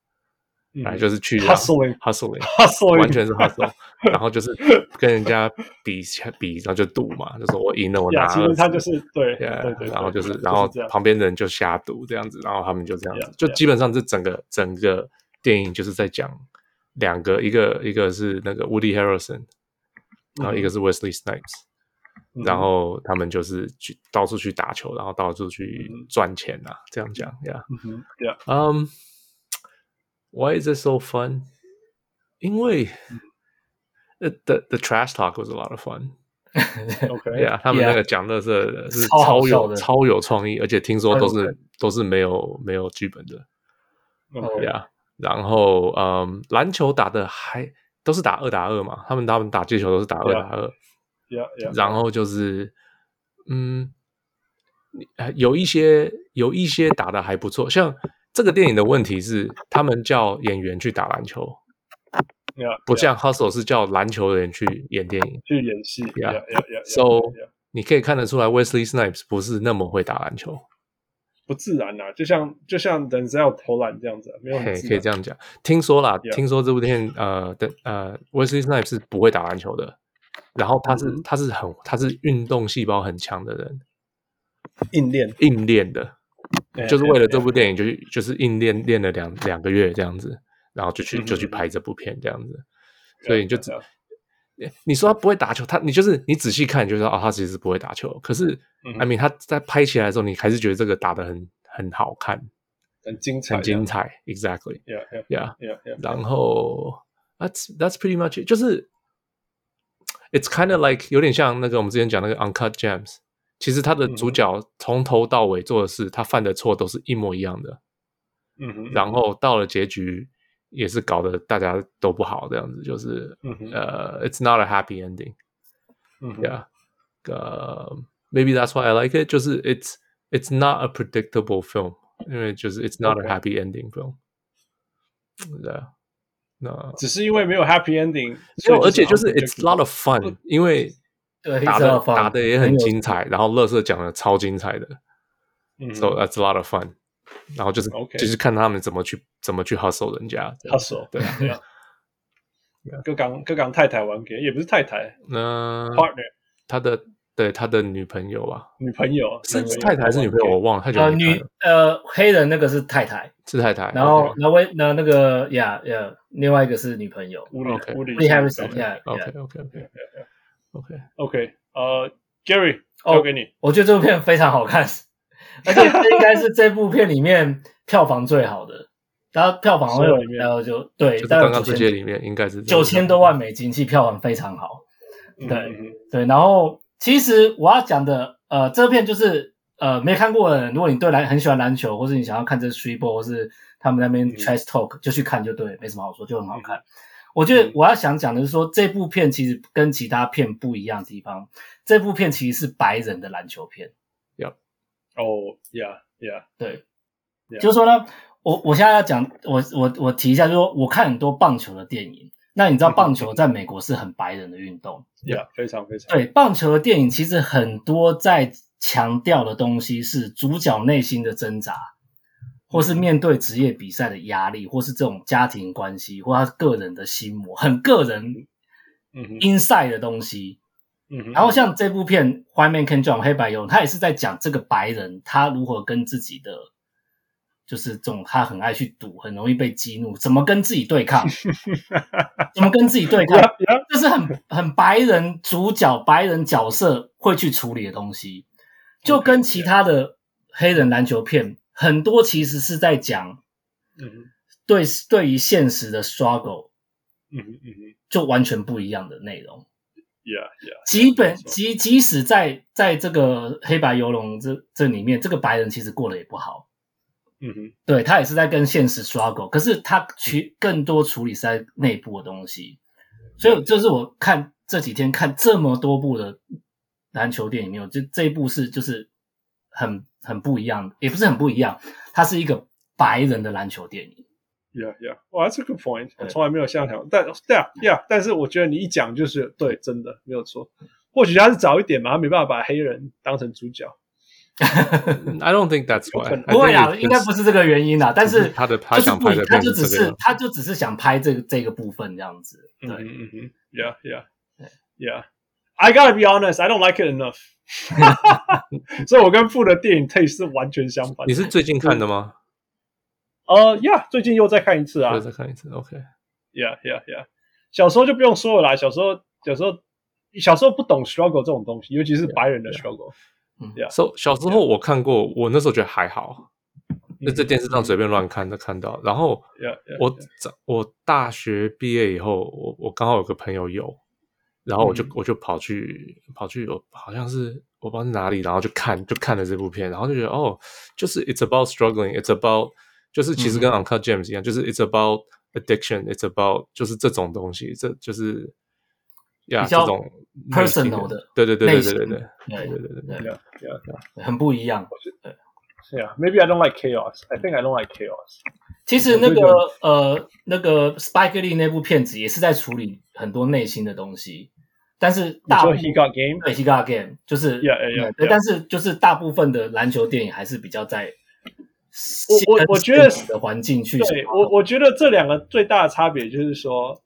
嗯来哎就是去 Hustling hustling， Hustling 完全是 hustle，然后就是跟人家比比，然后就赌嘛，就说我赢了我拿呀，了，其实他就是对对 Yeah，对对，然后就是，对然后这样旁边的人就瞎赌这样子，然后他们就这样子 Yeah，就 yeah 基本上这整个整个电影就是在讲两个，一个一个是那个 Woody Harrelson，然后一个是 Wesley Snipes，嗯然后他们就是去到处去打球，然后到处去嗯赚钱啊，这样讲呀。嗯哼，Yeah， Um, why is it so fun? 因为 the the the trash talk was a lot of fun. OK，对啊，他们那 Yeah 个讲乐色的是超好超笑有的超有创意，而且听说都超有是都是没有没有剧本的， OK，对啊。然后嗯，篮球打的还都是打二打二嘛，他们他们打接球都是打二 Yeah 打二。 Yeah Yeah，然后就是嗯，你呃有一些有一些打的还不错，像这个电影的问题是，他们叫演员去打篮球， Yeah，不 yeah，像 Hustle 是叫篮球人去演电影。去演戏，Yeah Yeah Yeah Yeah， So yeah，yeah 你可以看得出来，Wesley Snipes 不是那么会打篮球。不自然啊，就像就像 Denzel 投篮这样子啊，没有很嘿，自可以然啊这样讲。听说啦 Yeah 听说这部电影呃的呃，Wesley Snipes 是不会打篮球的，然后他是、嗯他是很他是运动细胞很强的人，硬练，硬练的， Yeah，就是 yeah，为了这 yeah 部电影就去就是硬练练了两两个月这样子，然后就嗯去哼就去拍这部片这样子，所以你就只 yeah，yeah，你你说他不会打球，他你就是你仔细看你就知道哦，他其实是不会打球，可是嗯哼 I mean 他在拍起来的时候，你还是觉得这个打的很很好看，很精彩，很精彩，exactly Yeah Yeah yeah。 Yeah Yeah，然后 that's that's pretty much it，就是 it's kind of like 有点像那个我们之前讲那个 Uncut Gems，其实他嗯的主角从头到尾做的事，他犯的错都是一模一样的，嗯哼，然后到了结局也是搞得大家都不好，这样子就是嗯哼呃、i t s not a happy ending。嗯哼 yeah um, maybe that's why i like it 就是 it's it's not a predictable film 因为就是 it's not a Okay. happy ending film yeah 那只是因为没有 happy ending，没所以有，而且就是 unpredictable it's lot of fun，因为对，打 It's a lot 的 of fun，打的也很有精彩，然后乐色讲的超精彩的嗯，so that's a lot of fun。然后就是 OK 就是看他们怎么去怎么去 hustle 人家这样 hustle 对啊，各港各港太太玩给，也不是太太那 partner 他的对他的女朋友啊，女朋友，是女朋友太太还是女朋友？我玩忘了，太久没呃看女了呃黑人那个是太太，是太太，然后 OK 那位那那个呀呀，另外一个是女朋友给，乌里 OK 乌里 Woody Harrison， OK，呀呀 OK，OK OK OK， OK，呃，Gary 哦交给你，我觉得这部片非常 好看，而且这应该是这部片里面票房最好的。然后票房会有所有里，面然后就对，啊就是大概刚刚9000这些里面应该是九千多万美金，其实票房非常好。嗯对嗯对，然后其实我要讲的，呃，这片就是呃没看过的人，如果你对篮很喜欢篮球，或是你想要看这 three ball，或是他们那嗯边 trash talk，、就去看就对，没什么好说，就很好看。我觉嗯得我要想讲的是说，这部片其实跟其他片不一样的地方，这部片其实是白人的篮球片。哦，Yeah Yeah，对 Yeah 就是说呢，我我现在要讲，我我我提一下，就是说我看很多棒球的电影，那你知道棒球在美国是很白人的运动， Yeah，非常非常对，棒球的电影其实很多在强调的东西是主角内心的挣扎，或是面对职业比赛的压力，或是这种家庭关系，或他个人的心魔，很个人嗯哼 inside 的东西。嗯哼，然后像这部片《White Man Can Jump》黑白游泳，他也是在讲这个白人他如何跟自己的，就是这种他很爱去赌，很容易被激怒，怎么跟自己对抗，怎么跟自己对抗。 Yeah Yeah，这是很很白人主角、白人角色会去处理的东西，就跟其他的黑人篮球片很多其实是在讲嗯哼对对于现实的 struggle 嗯哼嗯哼就完全不一样的内容。 ，Yeah Yeah，基本没错即即使在在这个黑白游龙这这里面，这个白人其实过得也不好，嗯哼对他也是在跟现实 struggle，可是他嗯去更多处理是在内部的东西，所以这是我看这几天看这么多部的篮球电影里面，我就这一部是就是很很不一样，也不是很不一样，它是一个白人的篮球电影。 Yeah Yeah，哇，That's a good point，我对从来没有想想，但对啊 Yeah，但是我觉得你一讲就是对，真的没有错。或许他是早一点嘛，他没办法把黑人当成主角。嗯，I don't think that's 有可 why，能 I 不会啦， think it's 应该不是这个原因啦，但只是是他的他就是想不拍一，的他片就子只这个是他就只是想拍这个这个部分这样子，对。嗯嗯嗯，Yeah Yeah Yeah。I gotta be honest, I don't like it enough 。所以，我跟父的电影 taste 是完全相反你的。是最近看的吗？呃，Yeah，最近又再看一次啊我。再看一次，OK。 Yeah Yeah Yeah。小时候就不用说了啦，小时候小时候小时候不懂 struggle 这种东西，尤其是白人的啊 struggle。Yeah 嗯 So 小时候我看过，我那时候觉得还好，那在电视嗯上随便乱看都看到。然后 Yeah Yeah。我长我大学毕业以后，我我刚好有个朋友有，然后我就嗯我就跑去跑去，我好像是我不知道是哪里，然后就看就看了这部片，然后就觉得哦，就是 It's about struggling，It's about 就是其实跟 Uncle James 一样，就是 It's about addiction，It's about 就是这种东西，这就是呀比较这种内心 personal 的对对对对内对心对对对对对对对。 Yeah Yeah。很不一样。 Yeah, maybe I don't like chaos. I think I don't like chaos. 其实那我觉得个呃，那个 Spike Lee 那部片子也是在处理很多内心的东西，但是大部 So 分 he got game. 对 He Got Game 就是对 Yeah, yeah, yeah, 对 yeah. 但是就是大部分的篮球电影还是比较在我我跟我觉得现实的环境去对我，我觉得这两个最大的差别就是说，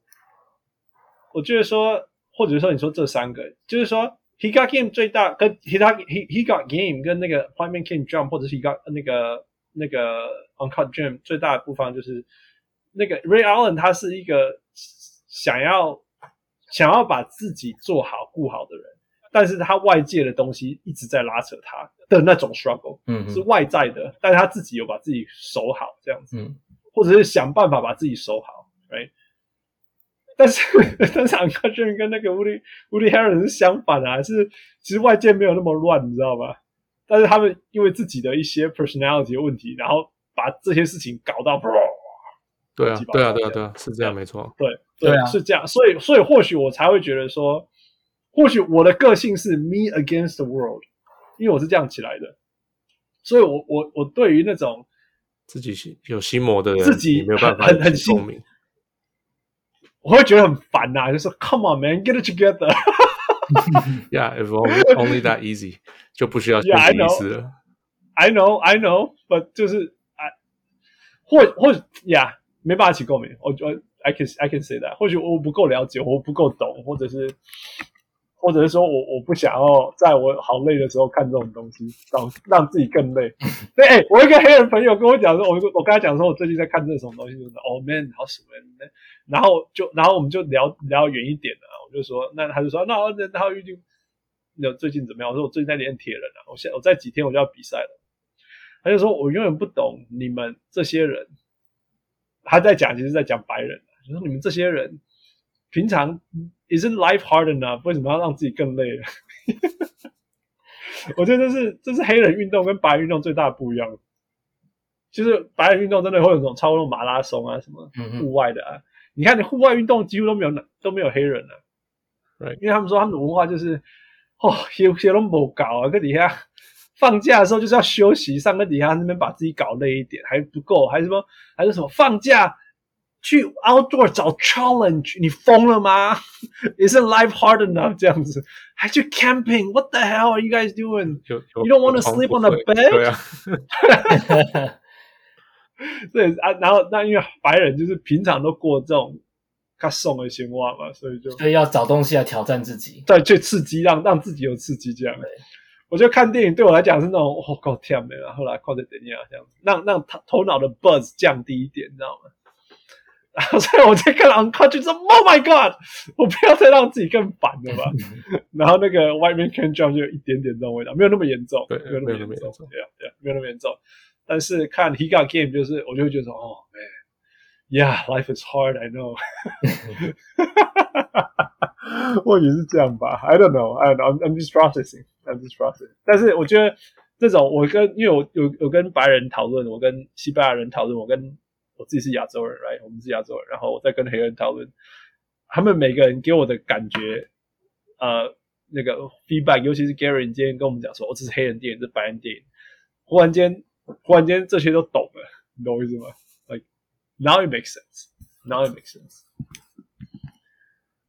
我觉得说，或者说你说这三个，就是说 he got game 最大跟 he got he he got game 跟那个 white man can jump 或者是 he got 那个那个 uncut jump 最大的部分就是那个 Ray Allen 他是一个想要想要把自己做好顾好的人。但是他外界的东西一直在拉扯他的那种 struggle，嗯是嗯外在的，但是他自己有把自己守好这样子。嗯，或者是想办法把自己守好，right？但是但是 Uncle Jim 跟那个 Woody Woody Harrison 是相反啊，是其实外界没有那么乱，你知道吧？但是他们因为自己的一些 personality 的问题，然后把这些事情搞到，对啊乱七，八对糟啊，对啊，的对啊，是这样，没错。对对对啊是这样，所以所以或许我才会觉得说，或许我的个性是 me against the world，因为我是这样起来的，所以我我我对于那种自己心有心魔的人，自己你没有办法很很有心共鸣。我会觉得很烦呐、就是 Come on man, get it together 。 Yeah, if only only that easy，就不需要 Yeah, I 练 know. 习了。 I know, I know, but 就是 I 或或呀，没办法起共鸣。我我 I can I can say that，或许我不够了解，我不够懂，或者是或者是说我我不想要在我好累的时候看这种东西，让让自己更累。对，哎、我一个黑人朋友跟我讲说，我我跟他讲说我最近在看这什么东西，就是哦 man，好喜欢。然后就然后我们就聊聊远一点啊，我就说那他就说那那他预定。那最近怎么样？我说我最近在练铁人啊，我现我在几天我就要比赛了。他就说：“我永远不懂你们这些人。”他在讲，其实在讲白人，就是你们这些人平常 isn't life hard enough？为什么要让自己更累了？ 我觉得这是这是黑人运动跟白人运动最大的不一样，就是白人运动真的会有那种超那种马拉松啊什么嗯哼户外的啊，你看你户外运动几乎都没有男都没有黑人啊， Right 因为他们说他们的文化就是哦，些些都没搞啊，跟底下放假的时候就是要休息，上跟底下那边把自己搞累一点还不够，还是说还是什么放假去 outdoor 找 challenge，你疯了吗？Isn't life hard enough？这样子还去 camping？What the hell are you guys doing？有 You don't wanna 有床 sleep 不 on a 睡 bed？对啊，对啊，然后那因为白人就是平常都过这种他送的闲话嘛，所以就所以要找东西来挑战自己。对，最刺激，让让自己有刺激这样对。我觉得看电影对我来讲是那种，哦，靠天没了，后来靠着点呀这样子，让让头头脑的 buzz 降低一点，你知道吗？ 然后所以我在看《Uncut》就说，Oh my God，我不要再让自己更烦了 吧。然后那个《White Man Can Jump》就有一点点这种味道，没有那么严重，对没有那没么有那严么重严重，对啊，对啊，没有那么严重。但是看《He Got Game》就是，我就会觉得说，哦，Man，Yeah，life is hard，I know。或 许是这样吧，I don't know，I don't know，I'm just processing，I'm just processing。但是我觉得这种我跟因为我有有跟白人讨论，我跟西班牙人讨论，我跟我自己是亚洲人，right，我们是亚洲人，然后我再跟黑人讨论，他们每个人给我的感觉，呃，那个 feedback，尤其是 Gary，你今天跟我们讲说，哦，这是黑人电影，这是白人电影，忽然间，忽然间这些都懂了，你懂我意思吗？Like now it makes sense, now it makes sense.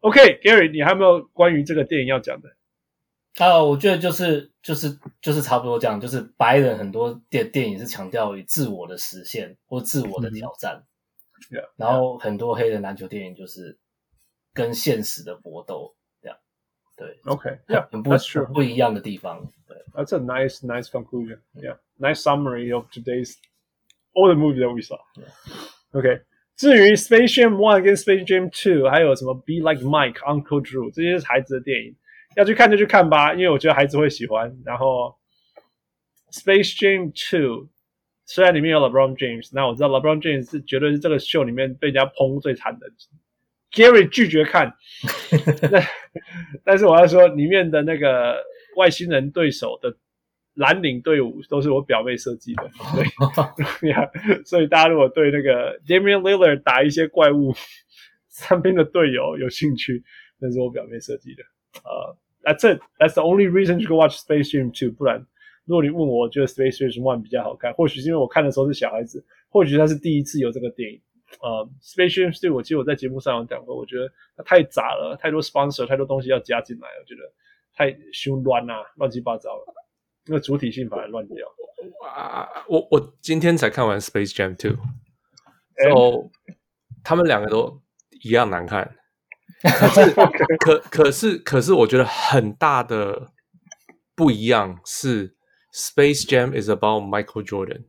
OK，Gary，、你还有没有关于这个电影要讲的？啊，我觉得就是就是就是差不多这样，就是白人很多电电影是强调于自我的实现或自我的挑战，嗯 Yeah, 然后很多黑人篮球电影就是跟现实的搏斗，这样，对， OK，Yeah，that's、很不 true. 不一样的地方，对 That's a nice, nice conclusion. Yeah, nice summary of today's all the movies that we saw. OK，至于 Space Jam One 跟 Space Jam Two，还有什么 Be Like Mike、Uncle Drew 这些是孩子的电影，要去看就去看吧，因为我觉得孩子会喜欢。然后 Space Jam Two 虽然里面有 LeBron James，那我知道 LeBron James 是绝对是这个秀里面被人家抨最惨的。Gary 拒绝看，但 但是我要说，里面的那个外星人对手的蓝领队伍都是我表妹设计的，所以呀 所以大家如果对那个 Damian Lillard 打一些怪物 三边的队友有兴趣，那是我表妹设计的。呃、that's it. That's the only reason to go watch Space Jam 2。不然，如果你问我，我觉得 Space Jam 1比较好看。或许是因为我看的时候是小孩子，或许他是第一次有这个电影。呃、s p a c e Jam 2，我记得我在节目上有讲过，我觉得它太杂了，太多 sponsor，太多东西要加进来，我觉得太凶乱啊，乱七八糟了。那个主体性反而乱掉。啊，Uh, 我我今天才看完《Space Jam Two》，哎哦，他们两个都一样难看， 可可是可是我觉得很大的不一样是《Space Jam》is about Michael Jordan，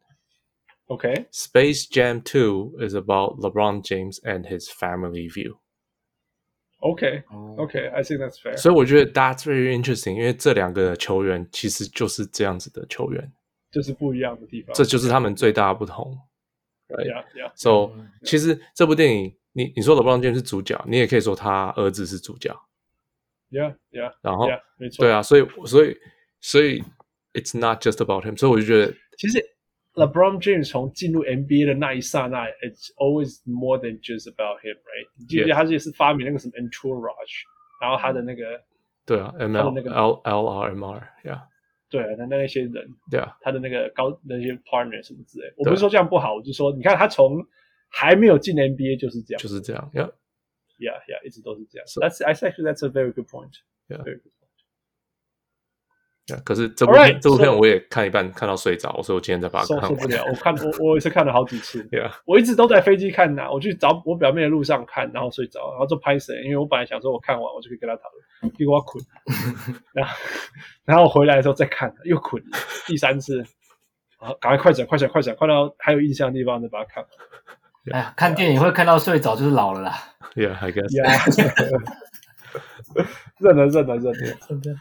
OK， 《Space Jam Two》is about LeBron James and his family view。 OK，OK，I、哦 think that's fair。所以我觉得 that's very interesting，因为这两个球员其实就是这样子的球员，就是不一样的地方。这就是他们最大的不同。呀呀 So，、嗯其实这部电影，你你说 LeBron James 是主角，你也可以说他儿子是主角。呀呀，然后 Yeah，没错。对啊，所以所以所以 it's not just about him。所以我就觉得其实 LeBron James 从进入 NBA 的那一刹那，it's always more than just about him，right？你记不记得 Yes 他也是发明那个什么 entourage，然后他的那个对啊，M 他的 L 那个 L L R M R，yeah，对他那那些人，对啊，他的那个高那些 partner 什么之类。我对不是说这样不好，我就说你看他从还没有进 NBA 就是这样，就是这样，yeah。 Yeah, yeah, 一直都是这样。 So- that's I actually that's a very good point. Yeah. Very good point. 对啊可是这部 Alright, 片这部片 so- 我也看一半看到睡着，所以我今天才把它受看受不完。了，我看我我也是看了好几次。对啊，我一直都在飞机看呐、啊我去找我表妹的路上看，然后睡着，然后就拍谁，因为我本来想说我看完我就可以跟她讨论，结果我 困，然后然后我回来的时候再看，又困了第三次，好，赶快快转快转快转，快到还有印象的地方再把它看完。哎呀，看电影会看到睡着就是老了啦。 Yeah，I guess。Yeah，认了认了认了，真的。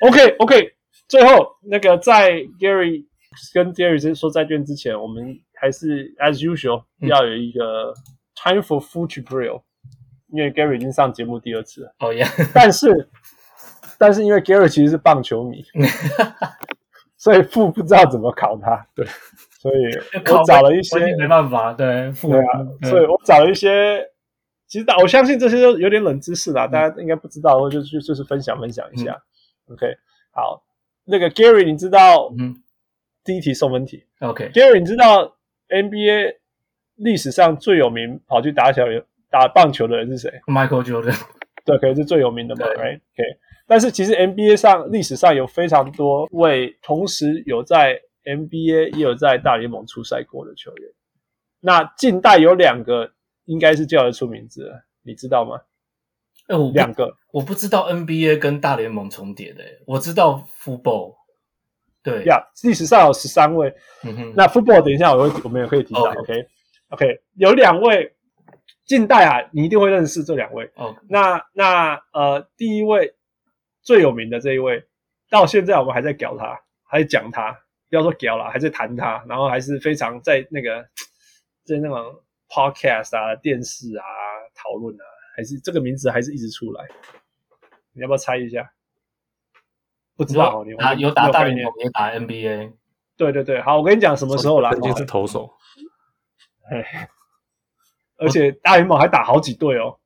OK OK，最后那个在 Gary 跟 Gary 说再见之前，我们还是 as usual 嗯要有一个 time for food to grill，因为 Gary 已经上节目第二次了，哦耶，但是 但是因为 Gary 其实是棒球迷， 所以父不知道怎么考他，对，所 以我找了一些我已经没办法，对，嗯父母对啊，所以我找了一些，其实我相信这些都有点冷知识啦，大家应该不知道，我就就就是分享分享一下。OK，好，那个 Gary，你知道嗯第一题送分题，OK， ，Gary，你知道 NBA 历史上最有名跑去打小打棒球的人是谁？ Michael Jordan，对，可能是最有名的嘛对，right？OK，、但是其实 NBA 上历史上有非常多位同时有在 NBA 也有在大联盟出赛过的球员。那近代有两个应该是叫得出名字的，你知道吗？哎，我不两个我不知道 NBA 跟大联盟重叠的，我知道 football，对，呀历史上有十三位。嗯哼，那 football 等一下我会我们也可以提到 OK ，OK，OK，、有两位近代啊，你一定会认识这两位。哦，那那呃，第一位最有名的这一位，到现在我们还在屌他，还在讲他，不要说屌了，还在谈他，然后还是非常在那个在那种 podcast 啊、电视啊讨论啊，还是这个名字还是一直出来。你要不要猜一下？不知道哦，你打啊有打大联。你盟概念也打 NBA，对对对，好，我跟你讲什么时候啦？哦曾经是投手，而且大联盟还打好几队哦。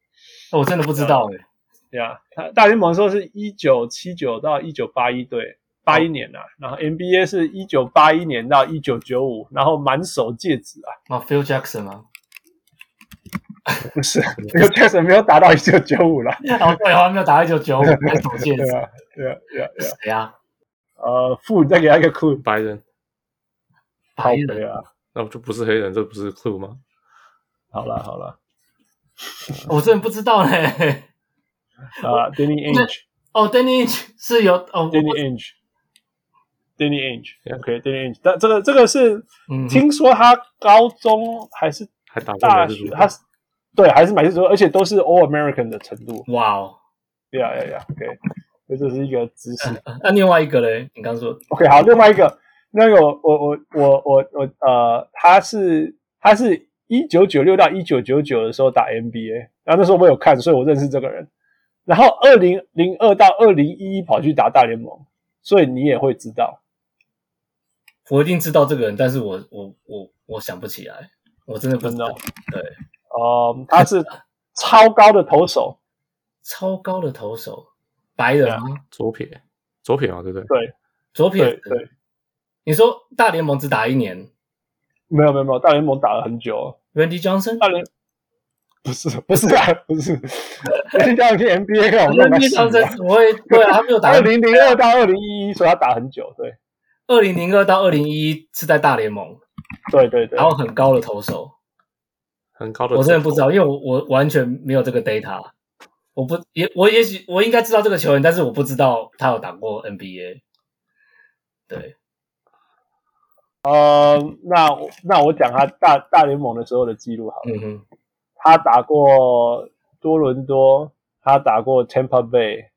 哦我真的不知道哎，对啊，他大联盟说是一九七九到一九八一对八一年呐、啊，然后 NBA 是一九八一年到一九九五，然后满手戒指啊，哦，Phil Jackson 啊，不是没有 Jackson 没有打到一九九五啦， 哦，对，好像没有打到一九九 五，还总戒指对，啊，对啊，对啊，对啊，谁啊？呃，父，你再给他一个 clue，白人，白对人，啊，那就不是黑人，这不是 clue 吗？好了好了，哦我真的不知道嘞。啊，Danny Ainge，Danny 哦，Danny Ainge 是有哦，我 Ainge，Danny Ainge，OK，Danny Ainge，但这个这个是嗯，听说他高中还是还打过大美式学，足球他是对还是买足球，而且都是 All American 的程度。哇哦，呀呀呀，OK，所以这是一个知识。呃那另外一个嘞，你刚说 OK，好，另外一个，那个我我我我我我呃，他是他是一九九六到一九九九的时候打 NBA，然后那时候我有看，所以我认识这个人。然后二零零二到二零一一跑去打大联盟，所以你也会知道。我一定知道这个人，但是我我我我想不起来，我真的不知道。对，哦、他是超高的投手，超高的投手，白人吗？左撇，左撇嘛，对不对？左撇 对子。对，你说大联盟只打一年没有没有没有，大联盟打了很久了， ，Randy Johnson 大联不是不是啊不是，人家去 NBA 跟我弄个 Randy 死啊 Johnson 不会对啊，他没有打二零零二到二零一一，所以他打很久，对，二零零二到二零一是在大联盟，对对对然，后很高的投手，很高的，我真的不知。道，因为我我完全没有这个 data。我不也我也许我应该知道这个球员，但是我不知道他有打过 NBA。对，呃，那我那我讲他大大联盟的时候的记录好了，嗯哼，他打过多伦多，他打过 Tampa Bay，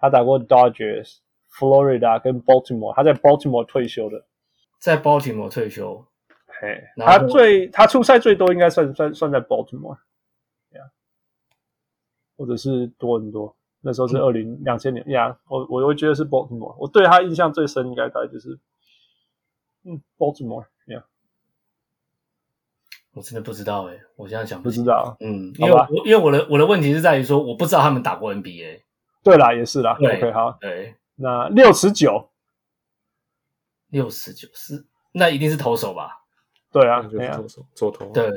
他打过 Dodgers、Florida 跟 Baltimore，他在 Baltimore 退休的，在 Baltimore 退休，嘿，然后他最他出赛最多应该算算算在 Baltimore，对啊或者是多伦多。那时候是嗯二零两千年呀我我会觉得是 Baltimore，我对他印象最深应该大概就是，嗯，Baltimore 呀、我真的不知道哎、我现在想不起知道。嗯，因好为我吧因为我的我的问题是在于说，我不知道他们打过 NBA。对啦，也是啦。对 OK，好，对，那六十九，六十九是那一定是投手吧？对啊那，就哎是呀左手，左投。啊对，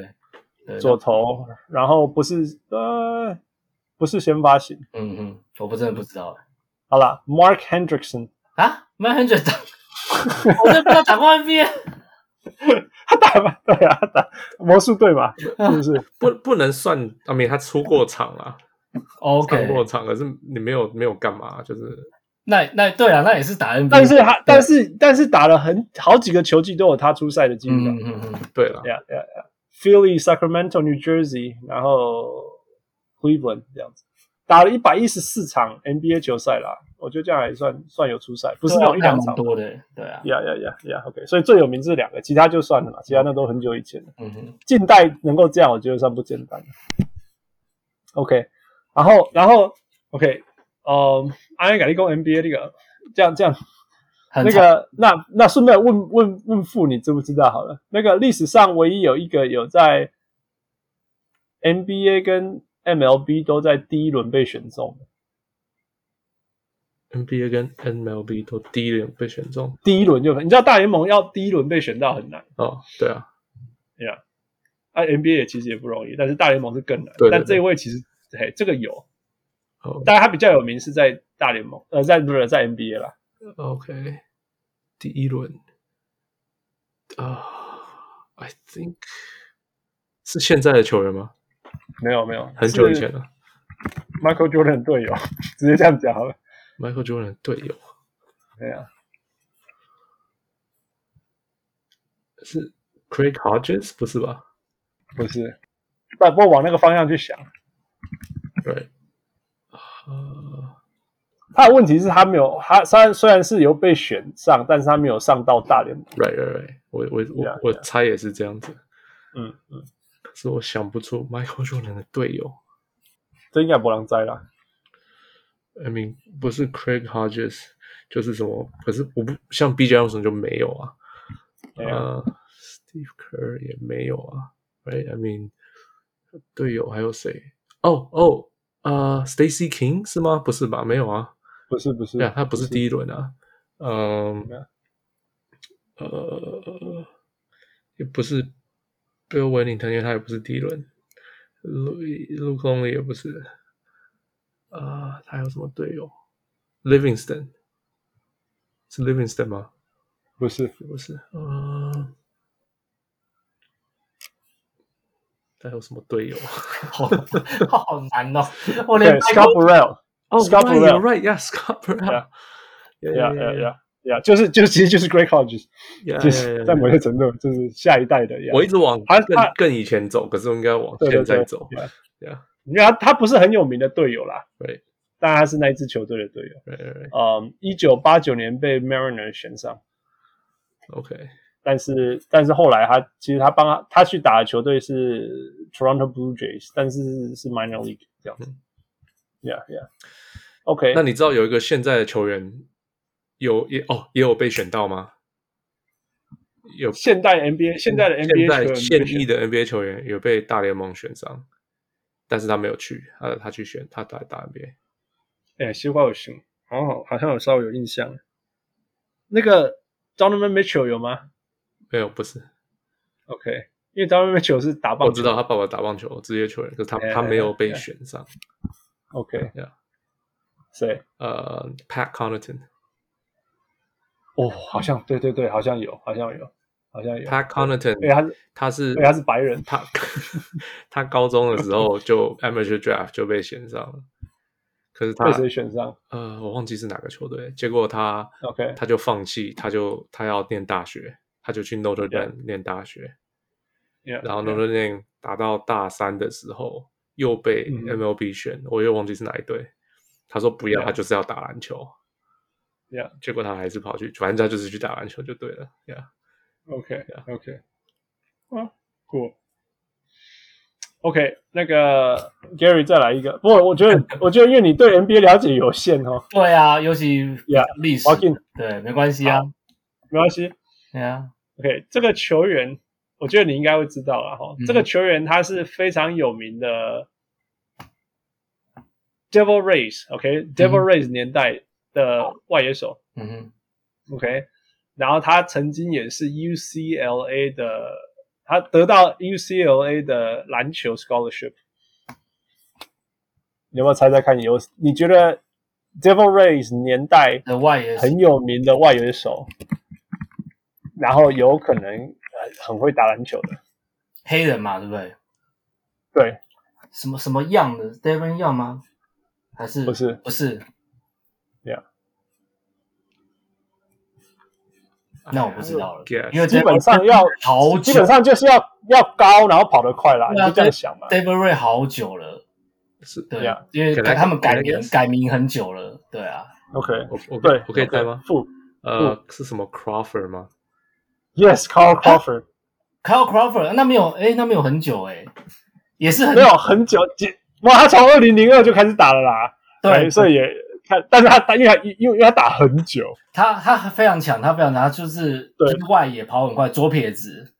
对左投，然后不是呃不是先发型。嗯嗯，我不真的不知道好了，Mark Hendrickson， 啊。曼亨 d 打，我真的不知道打过 NBA，他打吧，对啊，他打魔术队嘛，是不是？不不能算，啊，没他出过场啦，出 OK，过场，可是你没有没有干嘛，就是那那对啊，那也是打 NBA，但是他但是但是打了很好几个球季都有他出赛的记录嗯吧。嗯嗯，对了， Yeah, yeah, yeah. Philly, Sacramento, New Jersey，然后 Cleveland 这样子，打了一百一十四场 NBA 球赛啦，我觉得这样还算算有出赛，不不是那种一两场。啊多的，对啊，呀呀呀呀，OK，所以最有名这两个，其他就算了嘛，其他那都很久以前了。嗯哼，近代能够这样，我觉得算不简单。OK，然后然后 OK，呃，安安改立功 NBA 这个，这样这样很那长个，那那顺便问问问父，你知不知道？好了，那个历史上唯一有一个有在 NBA 跟 MLB 都在第一轮被选中的， NBA 跟 MLB 都第一轮被选中第一轮就你知道大联盟要第一轮被选到很难，哦，对啊，啊 NBA 也其实也不容易，但是大联盟是更难。对对对但这一位其实嘿，这个有，哦但他比较有名是在大联盟，呃，在不是在 NBA 啦。 ，OK，第一轮啊、i think 是现在的球员吗？没有没有，很久以前了是 Michael Jordan 队友， 直接这样讲好了。 ，Michael Jordan 的队友对啊，是 Craig Hodges 不是吧？不是，不不过往那个方向去想。对，啊，他的问题是，他没有，他虽然虽然是有被选上，但是他没有上到大联盟。 right right right，我我我 Yeah, 我猜也是这样子，嗯嗯，可是我想不出 Michael Jordan 的队友这应该不能摘啦。 ，I mean 不是 Craig Hodges 就是什么，可是我不像 B.J. Johnson 就没有啊，对啊，啊、s t e v e Kerr 也没有啊，Right？I mean，队友还有谁？哦哦，啊 s t a c y King 是吗？不是吧？没有啊，不是不是对啊，，他不是第一轮啊，嗯对啊，呃，也不是 äh, Bill Wennington，因为他也不是第一轮，Lu Lu Longley Ah, 也不是，啊、他有什么队友？Livingston 是 Livingston 吗？不是是不是？嗯，他有什么队友？好好难哦，我对连 Scott Burrell，哦 Scott right, Burrell you're right, yeah, Scott Burrell. yeah yeah yeah，就是就其实就是 Great College， yeah, 就是在 yeah, 某些程度就是下一代的 yeah. yeah。我一直往他更他更以前走，可是我应该往对对现对在走。啊 Yeah Yeah, 因为他他不是很有名的队友啦， right, 但他是那一支球队的队友。 right, right, right. 嗯，一九八九年被 Mariner 选上， OK, 但是但是后来他其实他帮他他去打的球队是 Toronto Blue Jays，但是是 Minor League 这样子。Yeah yeah。OK，嗯那你知道有一个现在的球员有也哦也有被选到吗？有现代 NBA 现代的 NBA 球员嗯现在现被役选的 NBA 球员有被大联盟选上，但是他没有去，他他去选他打打 NBA。哎，西瓜有熊，好好好像有稍微有印象。那个 Donovan Mitchell 有吗没有，不是， ？OK，因为 Donovan Mitchell 是打棒球，我知道他爸爸打棒球，职业球员，可是他 Yeah, 他没有被 yeah. 选上。 OK， Yeah. 谁？呃，Pat Connaughton，Pat 哦，好像对对对，好像有，好像有，好像有。对， Connaughton，他是他是对他是白人，他他高中的时候就 amateur draft 就被选上了，可是他被谁选上呃我忘记是哪个球队，结果他？OK，他就放弃，他就他要念大学，他就去 Notre Yeah. Dame 念大学， yeah, 然后 yeah Notre Dame 打到大三的时候又被嗯 MLB 选，我又忘记是哪一队，他说不要， Yeah. 他就是要打篮球。 Yeah. 结果他还是跑去，反正他就是去打篮球就对了。Yeah， OK OK，啊，Cool。OK，那个 Gary 再来一个。不过我觉得，我觉得因为你对 NBA 了解有限哦对啊，尤其 Yeah，历 w 史 a l k i n 对，没关系啊，没关系。对啊， OK，这个球员，我觉得你应该会知道了哈。嗯这个球员他是非常有名的 Devil Rays，OK，Devil、Rays 年代的外野手嗯哼， ，OK。然后他曾经也是 UCLA 的他得到 UCLA 的篮球 scholarship。你有没有猜猜看？有你觉得 Devil Rays 年代的外野很有名的外援手，然后有可能呃很会打篮球的，黑人嘛，对不对？对，什么什么样的 Devon 样吗？还是不是不是？ Yeah 那我不知道了 Guess 因为基本上要好久，基本上就是要要高，然后跑得快啦，你对啊就这样想嘛。 David Ray 好久了，是对 Yeah 因为 Can I- 他们改 can I 名 guess？改名很久了，对啊， OK，我我对，我可以 OK，猜吗？不呃，是什么 Crawford 吗？ ，Yes，Carl Crawford。 Kyle Crawford 那没有，哎，那没有很久，哎，也是很 没有很久，几哇，他从二零零二就开始打了啦，哎对，所以也看，但是他打，因为他因为因为他打很久，他他非常强，他非常强，他就是对就是外野跑很快，左撇子，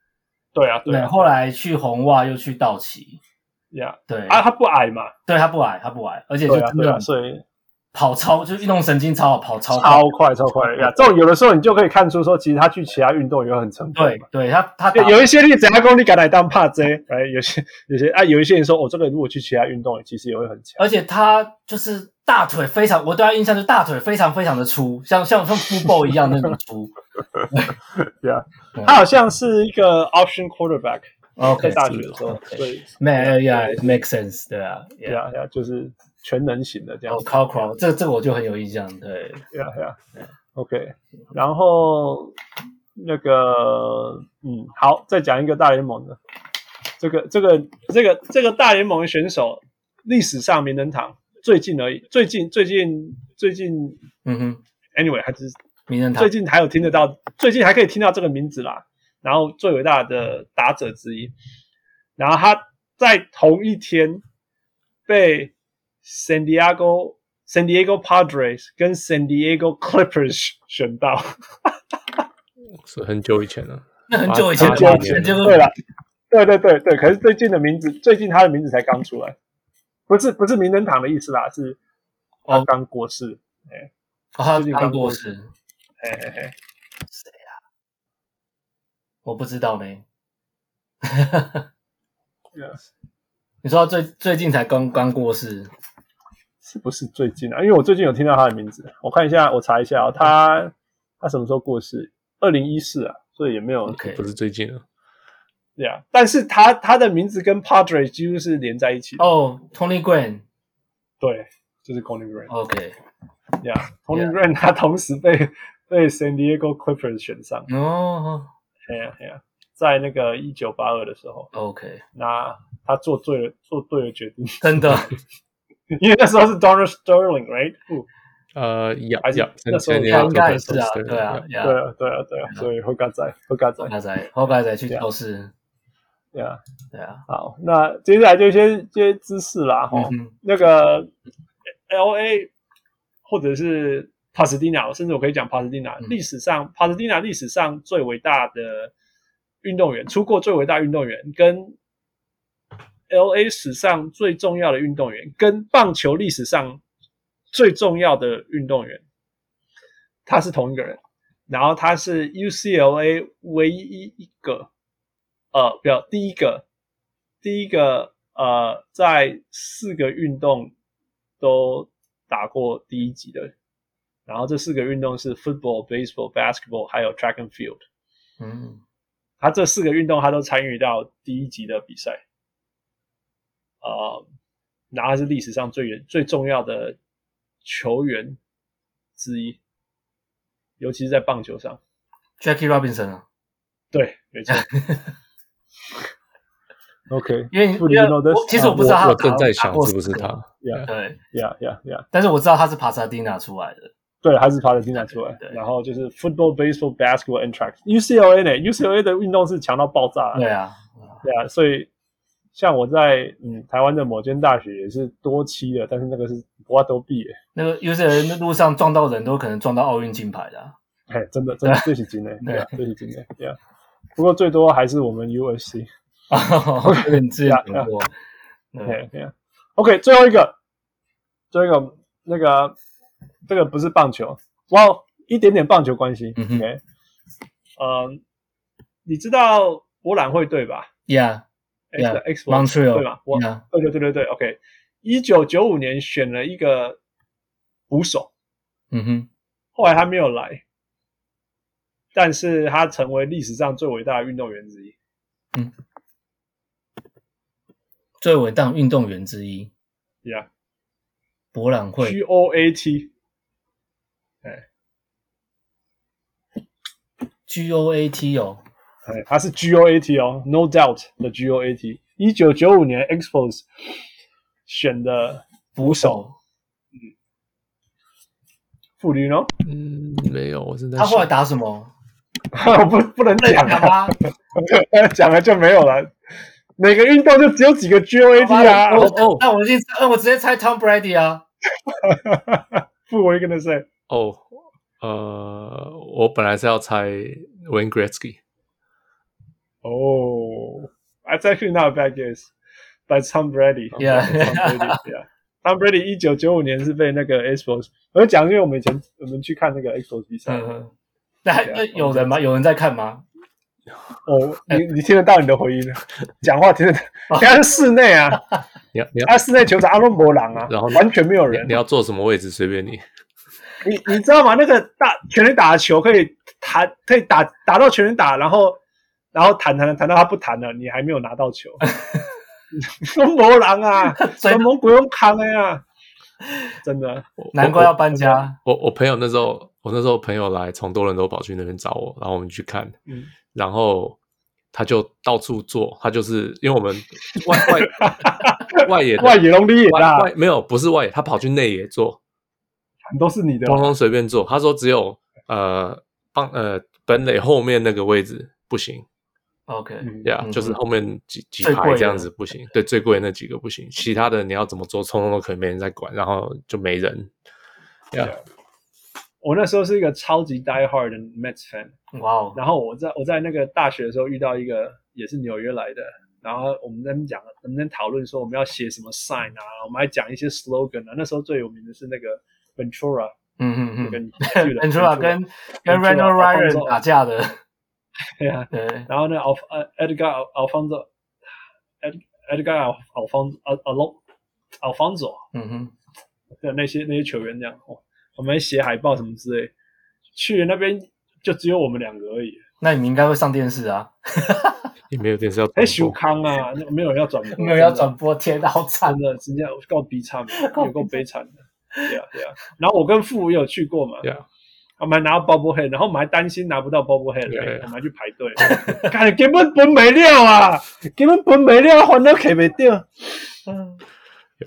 对啊，对，啊，后来去红袜又去道奇，呀，对啊，他不矮嘛，对他不矮，他不矮，而且就对啊，真对的啊，所以跑超，就是运动神经超好，跑超快。超快超快呀，这种有的时候你就可以看出说，其实他去其他运动也很成功对嘛。对，他他打有有一些例子，他功力敢来当帕 J，哎，有些有些啊，有一些人说，我、这个如果去其他运动，其实也会很强。而且他就是大腿非常，我对他印象就是大腿非常非常的粗，像像像 football 一样那种 粗。他好像是一个 option quarterback，在 OK，大学的时候，是对，啊，make yeah make sense，对啊对啊，对啊，就是全能型的这样哦子。 ，Carl Crow，这这个我就很有印象，对，呀呀，OK，然后那个，嗯，好，再讲一个大联盟的，这个这个这个这个大联盟的选手，历史上名人堂最近而已，最近最近最近嗯哼， ，anyway 还是名人堂最，近还有听得到，最近还可以听到这个名字啦。然后最伟大的打者之一，然后他在同一天被 San Diego San Diego Padres 跟 San Diego Clippers 选到，是很久以前了。那很久以前八很的久话，以前这啊对个了，对对对对，可是最近的名字，最近他的名字才刚出来，不是不是名人堂的意思啦，是哦刚过世，哦他最近刚刚过过世，嘿嘿嘿，我不知道呢。 Yes 你说他最最近才刚刚过世，是不是最近啊？因为我最近有听到他的名字，我看一下，我查一下哦，他他什么时候过世？二零一四啊，所以也没有 OK 不是最近了。对啊。但是他他的名字跟 Padre 几乎是连在一起的，哦，Tony Green，OK，对，就是 Conny Green，对啊，Conny Green 他同时被被 San Diego Clippers 选上，哦哎呀哎呀，在那个一九八二的时候，哦，OK，那他做对了做对了决定，真的， 因为那时候是 Donald Sterling，right？不呃，呀还是呀，那时候前年他应该也是啊，对啊，呀，对对啊，啊对啊对啊，所以后嘎仔后嘎仔后，盖仔，后盖仔去超市，对啊。对啊，好，那接下来就先这些知识啦，哈、嗯哼，那个 L A 或者是帕斯蒂纳，甚至我可以讲帕斯蒂纳嗯历史上帕斯蒂纳历史上最伟大的运动员，出过最伟大运动员，跟 L A 史上最重要的运动员，跟棒球历史上最重要的运动员，他是同一个人。然后他是 UCLA 唯一一个，呃，不要第一个，第一个呃，在四个运动都打过第一级的。然后这四个运动是 football、baseball、basketball，还有 track and field。嗯，他这四个运动他都参与到第一级的比赛，呃，然后他是历史上最远最重要的球员之一，尤其是在棒球上。 Jackie Robinson 啊，对，没 错。OK，因为不因为 you know this？我其实我不知道他我有我打正在想打过是不是四个他， Yeah 对，呀呀呀，但是我知道他是帕萨蒂纳出来的，对，还是帕拉蒂纳出来对，对然后就是 football、baseball、basketball and track。UCLA 呢？UCLA 的运动是强到爆炸，对啊，对啊，所以像我在嗯台湾的某间大学也是多期的，但是那个是我都毕业，那个有些人路上撞到人都可能撞到奥运金牌的啊， 哎，真的真的这是真的，对对啊，这是真的，对 啊。不过最多还是我们 USC，我有点之前讲过，嗯对对啊。OK，最后一个，最后一个那个这个不是棒球，哇，一点点棒球关系。嗯哼 OK，嗯，你知道波兰会队吧 Yeah, ？X Yeah， X 对吧 Montreal. 我 Yeah, 对对对对对，OK。一九九五年选了一个捕手，嗯哼，后来他没有来，但是他成为历史上最伟大的运动员之一。最伟大运动员之一， Yeah，博览会 G O A T， G O A T 哦，哎，他是 G O A T 哦，No doubt 的 G O A T。一九九五年 Expos 选的捕手，嗯妇女呢？ 嗯，没有，我是在他后来想打什么？我不不能讲好啊， 吧，讲了就没有了。每个运动就只有几个 G O A T 啊。我 哦那我已经，那我直接猜 Tom Brady 啊。不，我 gonna say 哦，呃，我本来是要猜 Wayne Gretzky，哦、oh,，That's actually not a bad guess by Tom Brady. Yeah. Tom Brady, yeah. Tom Brady 一九九五年是被那个 Expos，我就讲，因为我们以前我们去看那个 Expos 比赛。嗯哦、哼，那那有人吗？有人在看吗？哦你你听得到你的回音，啊讲话 听得到，人家是室内啊，你要你要啊室内球场阿伦伯朗啊，然后完全没有你人你。要坐什么位置随便你。你你知道吗？那个大全垒打的球可以弹，可以打打到全垒打，然后然后弹弹弹到他不弹了，你还没有拿到 球。中国狼啊，所以什么鬼用扛的呀？真的，我难怪要搬家。我我朋友那时候，我那时候朋友来从多伦多跑去那边找我，然后我们去看，嗯 然后他就到处坐，他就是因为我们外 外外野的外野龙里野外啦，外没有不是外野，他跑去内野坐，都是你的啊通通随便坐。他说只有呃棒呃本垒后面那个位置不行， OK，嗯呀、嗯就是后面几几最贵排的这样子不行，对，最贵的那几个不行，其他的你要怎么做，通通都可以没人在管，然后就没人。呀、我那时候是一个超级 die hard 的 Mets fan，哇哦，然后我在我在那个大学的时候遇到一个也是纽约来的，然后我们在那边讲，我们在讨论说我们要写什么 sign 啊，我们还讲一些 slogan 啊。那时候最有名的是那个 Ventura，嗯嗯跟嗯你去的 ，Ventura 跟跟 Ventura， Reno Ryan Alfonso 打架的，对啊，嗯 对，然后呢，Alf 呃 Edgar Alfonso Ed Edgar Alfonso Al Al Alfonso 嗯哼，的那些那些球员这样，哦，我们还写海报什么之类，去那边就只有我们两个而已，那你们应该会上电视啊，也没有电视要转播。哎，修康啊，那没有人要转播，没有要转播，天哪，好惨真的，真的直接够悲惨的，有够悲惨的。对啊，对啊。然后我跟父母也有去过嘛，对 啊，我们还拿到 bubble head，然后我们还担心拿不到 bubble head，对啊我们还去排队， 看根本分没了啊，根本分没了，还都开没 掉。嗯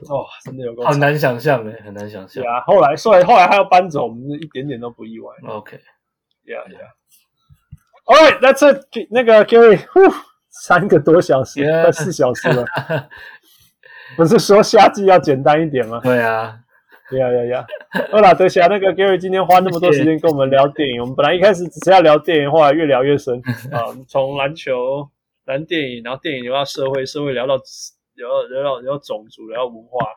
哦，真的有够 好惨。难想象哎，很难想象对。啊，后来，所以后来他要搬走，我们一点点都不意外。 OK， Yeah, yeah. All right, that's it. 那个 Gary，呼三个多小时， Yeah. 快四小 时了。不是说夏季要简单一点吗？对啊，呀呀呀！二老德霞，啊那 个 Gary 今天花那么多时间跟我们聊电影，我们本来一开始只是要聊电影，后来越聊越 深啊，我们从篮球、聊电影，然后电影聊到社会，社会聊到聊到聊到聊到种族，聊到文化，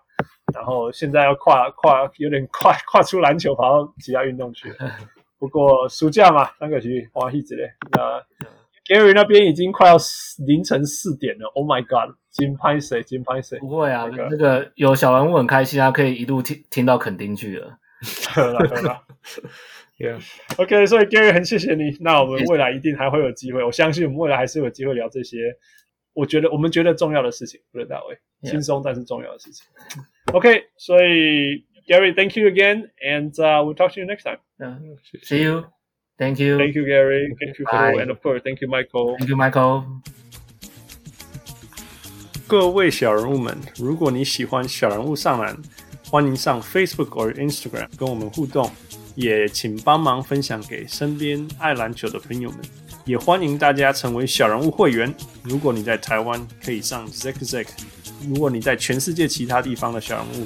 然后现在要跨跨有点跨跨出篮球，跑到其他运动去了。不过暑假嘛，三个区花一之类。那 Gary 那边已经快要凌晨四点了，Oh my God！金拍谁？金拍谁？不会啊，那个那个 有小人物很开心啊，可以一路听听到垦丁去了。喝了喝了。 Yeah. OK，所以 Gary 很谢谢你。那我嗯们未来一定还会有机会，我相信我们未来还是有机会聊这些，我觉得我们觉得重要的事情，不是大卫， Yeah. 轻松但是重要的事情。OK，所以 Gary，Thank you again，and、we'll talk to you next time. 嗯谢谢，See you，Thank you， Thank you, Gary. Thank you, Phil, Bye. and of course, thank you, Michael. Thank you，Michael。各位小人物们，如果你喜欢小人物上篮，欢迎上 Facebook 或 Instagram 跟我们互动，也请帮忙分享给身边爱篮球的朋友们。也欢迎大家成为小人物会员。如果你在台湾，可以上 Zack Zack；如果你在全世界其他地方的小人物，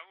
物上来。